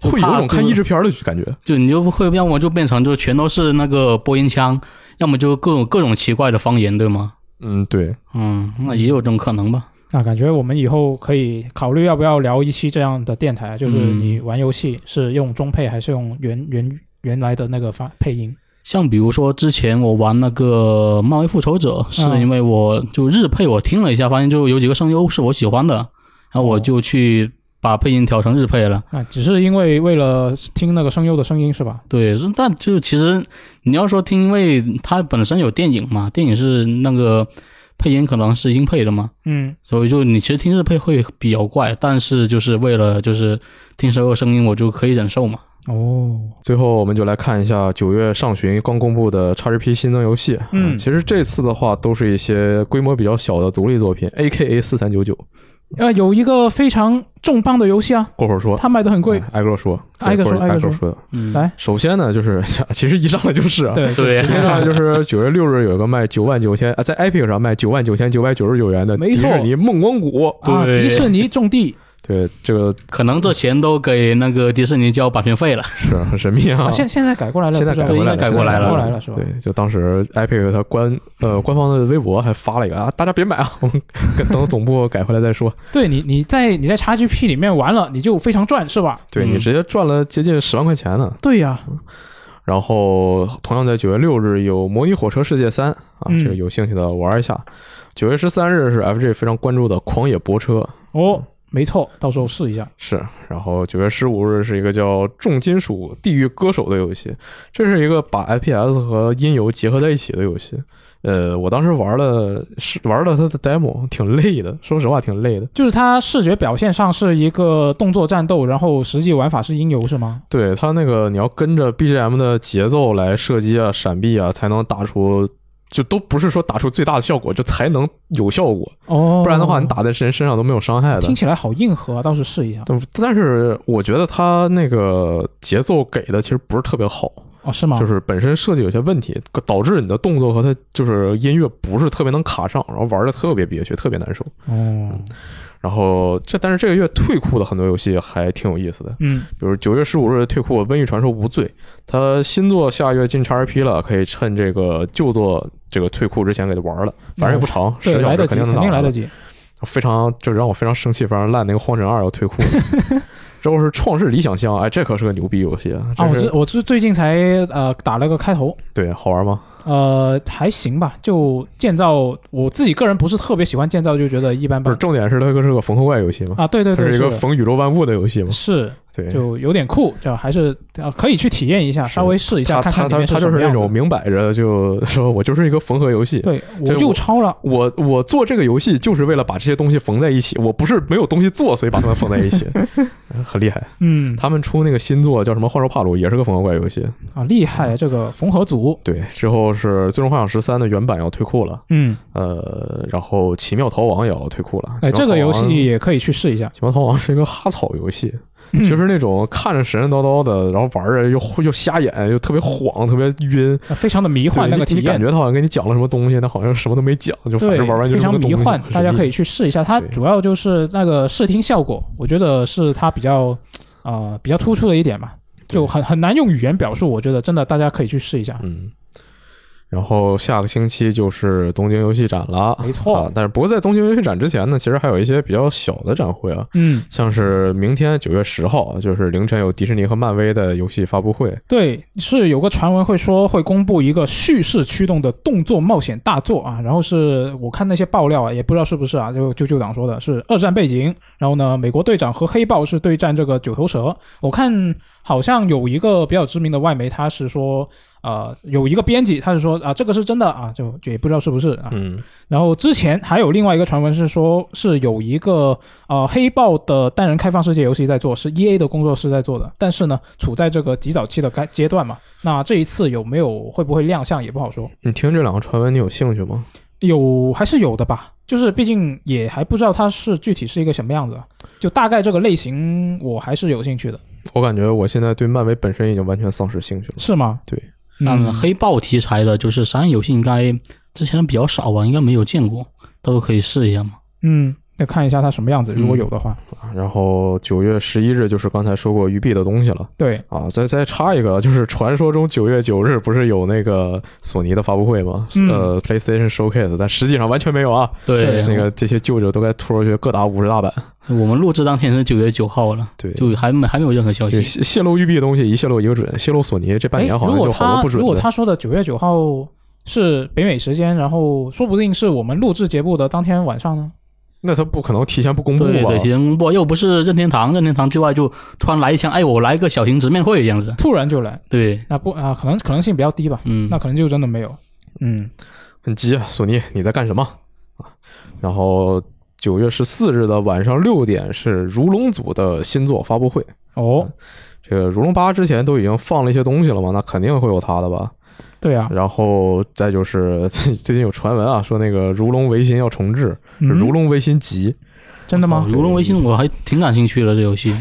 [SPEAKER 3] 就
[SPEAKER 2] 会有
[SPEAKER 3] 怕
[SPEAKER 2] 种看
[SPEAKER 3] 就是
[SPEAKER 2] 译制片的感觉。
[SPEAKER 3] 就你就会要么就变成就全都是那个播音腔，要么就各种各种奇怪的方言，对吗？
[SPEAKER 2] 嗯，对，
[SPEAKER 3] 嗯，那也有这种可能吧。
[SPEAKER 1] 啊，感觉我们以后可以考虑要不要聊一期这样的电台，就是你玩游戏是用中配还是用原原原来的那个发配音？
[SPEAKER 3] 像比如说之前我玩那个《漫威复仇者》，是
[SPEAKER 1] 嗯
[SPEAKER 3] 因为我就日配我听了一下，发现就有几个声优是我喜欢的，然后我就去把配音调成日配了。
[SPEAKER 1] 啊，只是因为为了听那个声优的声音是吧？
[SPEAKER 3] 对，是但就其实你要说听，因为它本身有电影嘛，电影是那个配音可能是英配的嘛，
[SPEAKER 1] 嗯，
[SPEAKER 3] 所以就你其实听日配会比较怪，但是就是为了就是听声优声音，我就可以忍受嘛。
[SPEAKER 1] 哦，
[SPEAKER 2] 最后我们就来看一下九月上旬刚公布的 XGP 新增游戏。
[SPEAKER 1] 嗯
[SPEAKER 2] 其实这次的话都是一些规模比较小的独立作品，A.K.A 四三九九。
[SPEAKER 1] 呃，有一个非常重磅的游戏啊，
[SPEAKER 2] 过会儿说，
[SPEAKER 1] 它卖的很贵
[SPEAKER 2] 哎，挨个说，
[SPEAKER 1] 挨个说
[SPEAKER 2] 这会儿
[SPEAKER 1] 挨
[SPEAKER 2] 挨
[SPEAKER 1] 个说
[SPEAKER 2] 说的。
[SPEAKER 3] 嗯，
[SPEAKER 1] 来
[SPEAKER 2] 首先呢，就是其实一上来就是啊，
[SPEAKER 1] 对
[SPEAKER 3] 对
[SPEAKER 2] <laughs> 一上来就是九月六日有一个卖九万九千啊，在 Epic 上卖九万九千九百九十九元的
[SPEAKER 1] 没
[SPEAKER 2] 迪
[SPEAKER 1] 错
[SPEAKER 2] 士尼梦光谷。
[SPEAKER 1] 啊，
[SPEAKER 3] 对
[SPEAKER 1] 迪士尼种地
[SPEAKER 2] 对，这个
[SPEAKER 3] 可能这钱都给那个迪士尼交版权费了。
[SPEAKER 2] 是很神秘啊
[SPEAKER 1] 啊，。现现在改过来了，
[SPEAKER 2] <laughs> 现在
[SPEAKER 1] 不知道
[SPEAKER 2] 改过来
[SPEAKER 3] 应该改过来
[SPEAKER 1] 改
[SPEAKER 3] 了
[SPEAKER 1] 过来了是吧？
[SPEAKER 2] 对，就当时 Epic 它官呃官方的微博还发了一个啊，大家别买啊，我们等总部改回来再说。
[SPEAKER 1] 对你你在你在 XGP 里面玩了，你就非常赚是吧？
[SPEAKER 2] 对
[SPEAKER 3] 嗯
[SPEAKER 2] 你直接赚了接近十万块钱呢。
[SPEAKER 1] 对呀、
[SPEAKER 2] 然后同样在九月六日有《模拟火车世界三》啊，
[SPEAKER 1] 嗯
[SPEAKER 2] 这个有兴趣的玩一下。九月十三日是 FJ 非常关注的《狂野泊车》，
[SPEAKER 1] 哦，没错，到时候试一下。
[SPEAKER 2] 是。然后九月十五日是一个叫《重金属地狱歌手》的游戏，这是一个把 FPS 和音游结合在一起的游戏。呃，我当时玩了是玩了它的 demo，挺累的，说实话挺累的。
[SPEAKER 1] 就是它视觉表现上是一个动作战斗，然后实际玩法是音游是吗？
[SPEAKER 2] 对它那个你要跟着 BGM 的节奏来射击啊、闪避啊，才能打出，就都不是说打出最大的效果，就才能有效果。
[SPEAKER 1] 哦，
[SPEAKER 2] 不然的话，你打在谁身上都没有伤害的
[SPEAKER 1] 听。起来好硬核啊，到时试一下。
[SPEAKER 2] 但但是我觉得他那个节奏给的其实不是特别好，
[SPEAKER 1] 哦，是吗？
[SPEAKER 2] 就是本身设计有些问题，导致你的动作和他就是音乐不是特别能卡上，然后玩的特别憋屈，特别难受。
[SPEAKER 1] 哦，
[SPEAKER 2] 然后这但是这个月退库的很多游戏还挺有意思的，
[SPEAKER 1] 嗯，
[SPEAKER 2] 比如九月十五日退库《瘟疫传说：无罪》，它新作下月进 XRP 了，可以趁这个旧作这个退库之前给它玩了，反正也不长，十
[SPEAKER 1] 对，
[SPEAKER 2] 小
[SPEAKER 1] 来
[SPEAKER 2] 时
[SPEAKER 1] 得及，
[SPEAKER 2] 定能
[SPEAKER 1] 肯
[SPEAKER 2] 打
[SPEAKER 1] 定来
[SPEAKER 2] 完
[SPEAKER 1] 得及。
[SPEAKER 2] 非常就让我非常生气，非常烂那个《荒神二》要退
[SPEAKER 1] <laughs>
[SPEAKER 2] 库了。之后是《创世理想乡》，哎，这可是个牛逼游戏啊！这
[SPEAKER 1] 啊，我
[SPEAKER 2] 是
[SPEAKER 1] 是我是最近才呃打了个开头，
[SPEAKER 2] 对好玩吗？
[SPEAKER 1] 呃还行吧，就建造我自己个人不是特别喜欢建造，就觉得一般
[SPEAKER 2] 不是，
[SPEAKER 1] 般。
[SPEAKER 2] 重点是它这个是个缝合怪游戏嘛，
[SPEAKER 1] 啊，对对
[SPEAKER 2] 它
[SPEAKER 1] 对，
[SPEAKER 2] 是一
[SPEAKER 1] 是
[SPEAKER 2] 个
[SPEAKER 1] 的
[SPEAKER 2] 缝宇宙万物的游戏嘛，
[SPEAKER 1] 是
[SPEAKER 2] 对，
[SPEAKER 1] 就有点酷，就还是呃可以去体验一下，
[SPEAKER 2] 是
[SPEAKER 1] 稍微试一下，
[SPEAKER 2] 他
[SPEAKER 1] 看看
[SPEAKER 2] 他
[SPEAKER 1] 里
[SPEAKER 2] 他
[SPEAKER 1] 面
[SPEAKER 2] 他
[SPEAKER 1] 什
[SPEAKER 2] 就是
[SPEAKER 1] 么
[SPEAKER 2] 那
[SPEAKER 1] 样
[SPEAKER 2] 种
[SPEAKER 1] 子。
[SPEAKER 2] 明摆着就说我就是一个缝合游戏，
[SPEAKER 1] 对，我
[SPEAKER 2] 这
[SPEAKER 1] 就
[SPEAKER 2] 我
[SPEAKER 1] 抄了，
[SPEAKER 2] 我我做这个游戏就是为了把这些东西缝在一起，我不是没有东西做，所以把它们缝在
[SPEAKER 1] <laughs>
[SPEAKER 2] 一起，嗯很厉害。
[SPEAKER 1] 嗯，
[SPEAKER 2] 他们出那个新作叫什么《幻兽帕鲁》，也是个缝合怪游戏。
[SPEAKER 1] 啊，厉害，这个缝合组，
[SPEAKER 2] 对，之后是《最终幻想十三》的原版要退库了，
[SPEAKER 1] 嗯，
[SPEAKER 2] 呃，然后《奇妙逃亡》也要退库了。
[SPEAKER 1] 哎，
[SPEAKER 2] 奇
[SPEAKER 1] 这
[SPEAKER 2] 妙逃
[SPEAKER 1] 个游
[SPEAKER 2] 亡
[SPEAKER 1] 戏也可以去试一下，
[SPEAKER 2] 《喜欢逃亡》是一个哈草游戏，
[SPEAKER 1] 嗯
[SPEAKER 2] 就是那种看着神神叨叨的，然后玩着又又瞎眼，又特别晃，特别晕。
[SPEAKER 1] 呃非常的迷幻
[SPEAKER 2] 对
[SPEAKER 1] 那个体
[SPEAKER 2] 你你感
[SPEAKER 1] 验，
[SPEAKER 2] 觉他好像跟你讲了什么东西，但好像什么都没讲，就反
[SPEAKER 1] 对，
[SPEAKER 2] 正玩完就
[SPEAKER 1] 非
[SPEAKER 2] 是这
[SPEAKER 1] 常
[SPEAKER 2] 么个
[SPEAKER 1] 迷
[SPEAKER 2] 东西
[SPEAKER 1] 幻，大家可以。
[SPEAKER 2] 是
[SPEAKER 1] 去试一下。它
[SPEAKER 2] 对
[SPEAKER 1] 主要就是那个视听效果，我觉得是它比较呃比较突出的一点吧，
[SPEAKER 2] 对
[SPEAKER 1] 就很很难用语言表述。我觉得真的大家可以去试一下。
[SPEAKER 2] 嗯。然后下个星期就是东京游戏展了，
[SPEAKER 1] 没错
[SPEAKER 2] 啊但是不过在东京游戏展之前呢，其实还有一些比较小的展会啊，
[SPEAKER 1] 嗯，
[SPEAKER 2] 像是明天九月十号，就是凌晨有迪士尼和漫威的游戏发布会。啊
[SPEAKER 1] 对，是有个传闻会说会公布一个叙事驱动的动作冒险大作啊，然后是我看那些爆料啊，也不知道是不是啊，就就就党说的是二战背景，然后呢，美国队长和黑豹是对战这个九头蛇，我看好像有一个比较知名的外媒，他是说。呃，有一个编辑，他是说啊，这个是真的啊，就就也不知道是不是啊。
[SPEAKER 2] 嗯，
[SPEAKER 1] 然后之前还有另外一个传闻是说，是有一个呃黑豹的单人开放世界游戏在做，是 E A 的工作室在做的，但是呢，处在这个极早期的该阶段嘛，那这一次有没有会不会亮相也不好说，
[SPEAKER 2] 你听这两个传闻，你有兴趣吗？
[SPEAKER 1] 有还是有的吧，就是毕竟也还不知道它是具体是一个什么样子，啊就大概这个类型我还是有兴趣的，
[SPEAKER 2] 我感觉我现在对漫威本身已经完全丧失兴趣了。
[SPEAKER 1] 是吗？
[SPEAKER 2] 对，
[SPEAKER 1] 嗯
[SPEAKER 3] 但，黑豹题材的，就是商业游戏应该之前比较少吧，应该没有见过，到时候可以试一下嘛。
[SPEAKER 1] 嗯，那看一下它什么样子，如果有的话，
[SPEAKER 2] 然后九月十一日就是刚才说过育碧的东西了
[SPEAKER 1] 对，
[SPEAKER 2] 啊，再再插一个，就是传说中九月九日不是有那个索尼的发布会吗？
[SPEAKER 1] 嗯
[SPEAKER 2] 呃，PlayStation Showcase，但实际上完全没有啊。
[SPEAKER 1] 对
[SPEAKER 2] 那个这些舅舅都该拖出去各打五十大板。
[SPEAKER 3] 我们录制当天是九月九号了，
[SPEAKER 2] 对，
[SPEAKER 3] 就还没还没有任何消
[SPEAKER 2] 对
[SPEAKER 3] 息。
[SPEAKER 2] 泄泄露育碧的东西一泄露一个准，泄露索尼这半
[SPEAKER 1] 哎
[SPEAKER 2] 年好像
[SPEAKER 1] 如果
[SPEAKER 2] 就好
[SPEAKER 1] 他
[SPEAKER 2] 多不准
[SPEAKER 1] 如果
[SPEAKER 2] 的。
[SPEAKER 1] 他说的九月九号是北美时间，然后说不定是我们录制节目的当天晚上呢。
[SPEAKER 2] 那他不可能提前不公布
[SPEAKER 3] 对
[SPEAKER 2] 吧
[SPEAKER 3] 对，？提前公布，又不是任天堂，任天堂对外就突然来一枪，哎，我来一个小型直面会这样子。
[SPEAKER 1] 突然就来，
[SPEAKER 3] 对，
[SPEAKER 1] 那不啊，可能可能性比较低吧，
[SPEAKER 3] 嗯，
[SPEAKER 1] 那可能就真的没有。嗯，
[SPEAKER 2] 很急啊，索尼你在干什么啊？然后九月十四日的晚上六点是如龙组的新作发布会。嗯
[SPEAKER 1] 哦，
[SPEAKER 2] 这个《如龙八》之前都已经放了一些东西了嘛，那肯定会有它的吧。
[SPEAKER 1] 对啊，
[SPEAKER 2] 然后再就是 <laughs> 最近有传闻啊，说那个《如龙维新》要重置，
[SPEAKER 1] 嗯
[SPEAKER 2] 《如龙维新集》
[SPEAKER 1] 真的吗
[SPEAKER 3] 哦？如龙维新我还挺感兴趣的这游戏，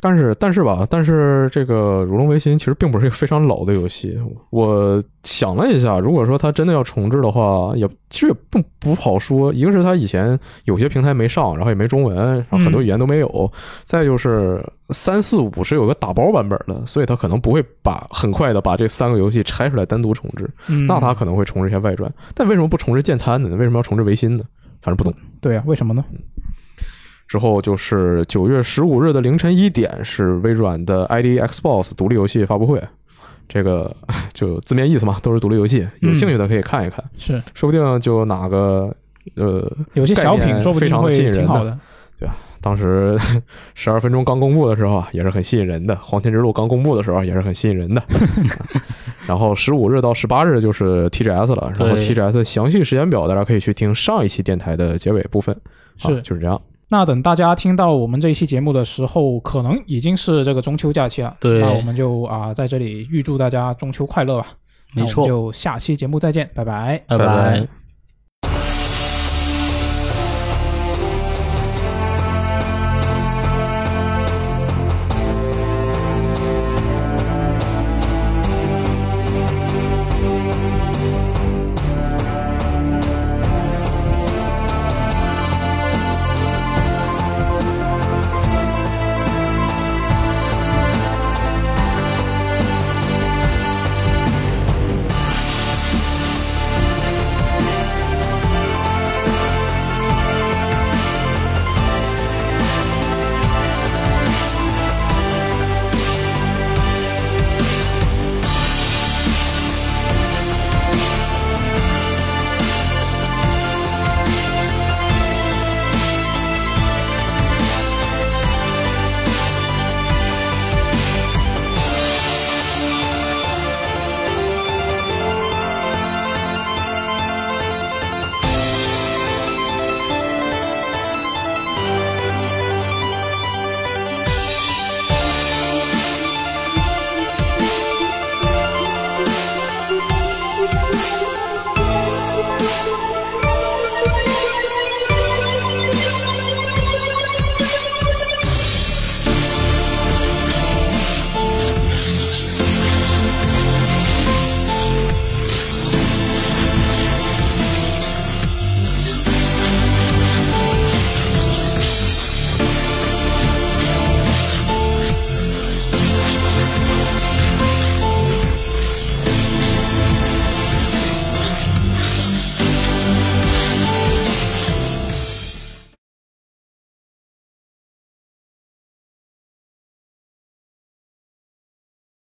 [SPEAKER 2] 但是但是吧，但是这个《如龙维新》其实并不是一个非常老的游戏。我想了一下，如果说它真的要重置的话，也其实也不不好说。一个是它以前有些平台没上，然后也没中文，然后很多
[SPEAKER 1] 嗯
[SPEAKER 2] 语言都没有。再就是三四五是有个打包版本的，所以它可能不会把很快的把这三个游戏拆出来单独重置。
[SPEAKER 1] 嗯
[SPEAKER 2] 那它可能会重置一些外传，但为什么不重置剑参呢？为什么要重置维新呢？反正不懂。
[SPEAKER 1] 对啊，为什么呢？
[SPEAKER 2] 之后就是九月十五日的凌晨一点是微软的 ID Xbox 独立游戏发布会，这个 <laughs> 就字面意思嘛，都是独立游戏，有
[SPEAKER 1] 嗯
[SPEAKER 2] 兴趣的可以看一看，
[SPEAKER 1] 是
[SPEAKER 2] 说不定就哪个呃，
[SPEAKER 1] 有些小
[SPEAKER 2] 概
[SPEAKER 1] 品
[SPEAKER 2] 念
[SPEAKER 1] 说不
[SPEAKER 2] 非
[SPEAKER 1] 定
[SPEAKER 2] 常
[SPEAKER 1] 会
[SPEAKER 2] 吸引人
[SPEAKER 1] 挺好的。
[SPEAKER 2] 当时十二分钟刚公布的时候啊，也是很吸引人的，《黄金之路》刚公布的时候也是很吸引
[SPEAKER 1] <laughs>
[SPEAKER 2] 人的。然后十五日到十八日就是 TGS 了，然后
[SPEAKER 3] 对
[SPEAKER 2] TGS 详细时间表大家可以去听上一期电台的结尾部分，啊
[SPEAKER 1] 是
[SPEAKER 2] 就是这样。
[SPEAKER 1] 那等大家听到我们这一期节目的时候，可能已经是这个中秋假期了。
[SPEAKER 3] 对
[SPEAKER 1] 那我们就啊在这里预祝大家中秋快乐吧。那
[SPEAKER 3] 没
[SPEAKER 1] 我们
[SPEAKER 3] 错，
[SPEAKER 1] 就下期节目再见，拜拜。
[SPEAKER 3] 拜
[SPEAKER 2] 拜拜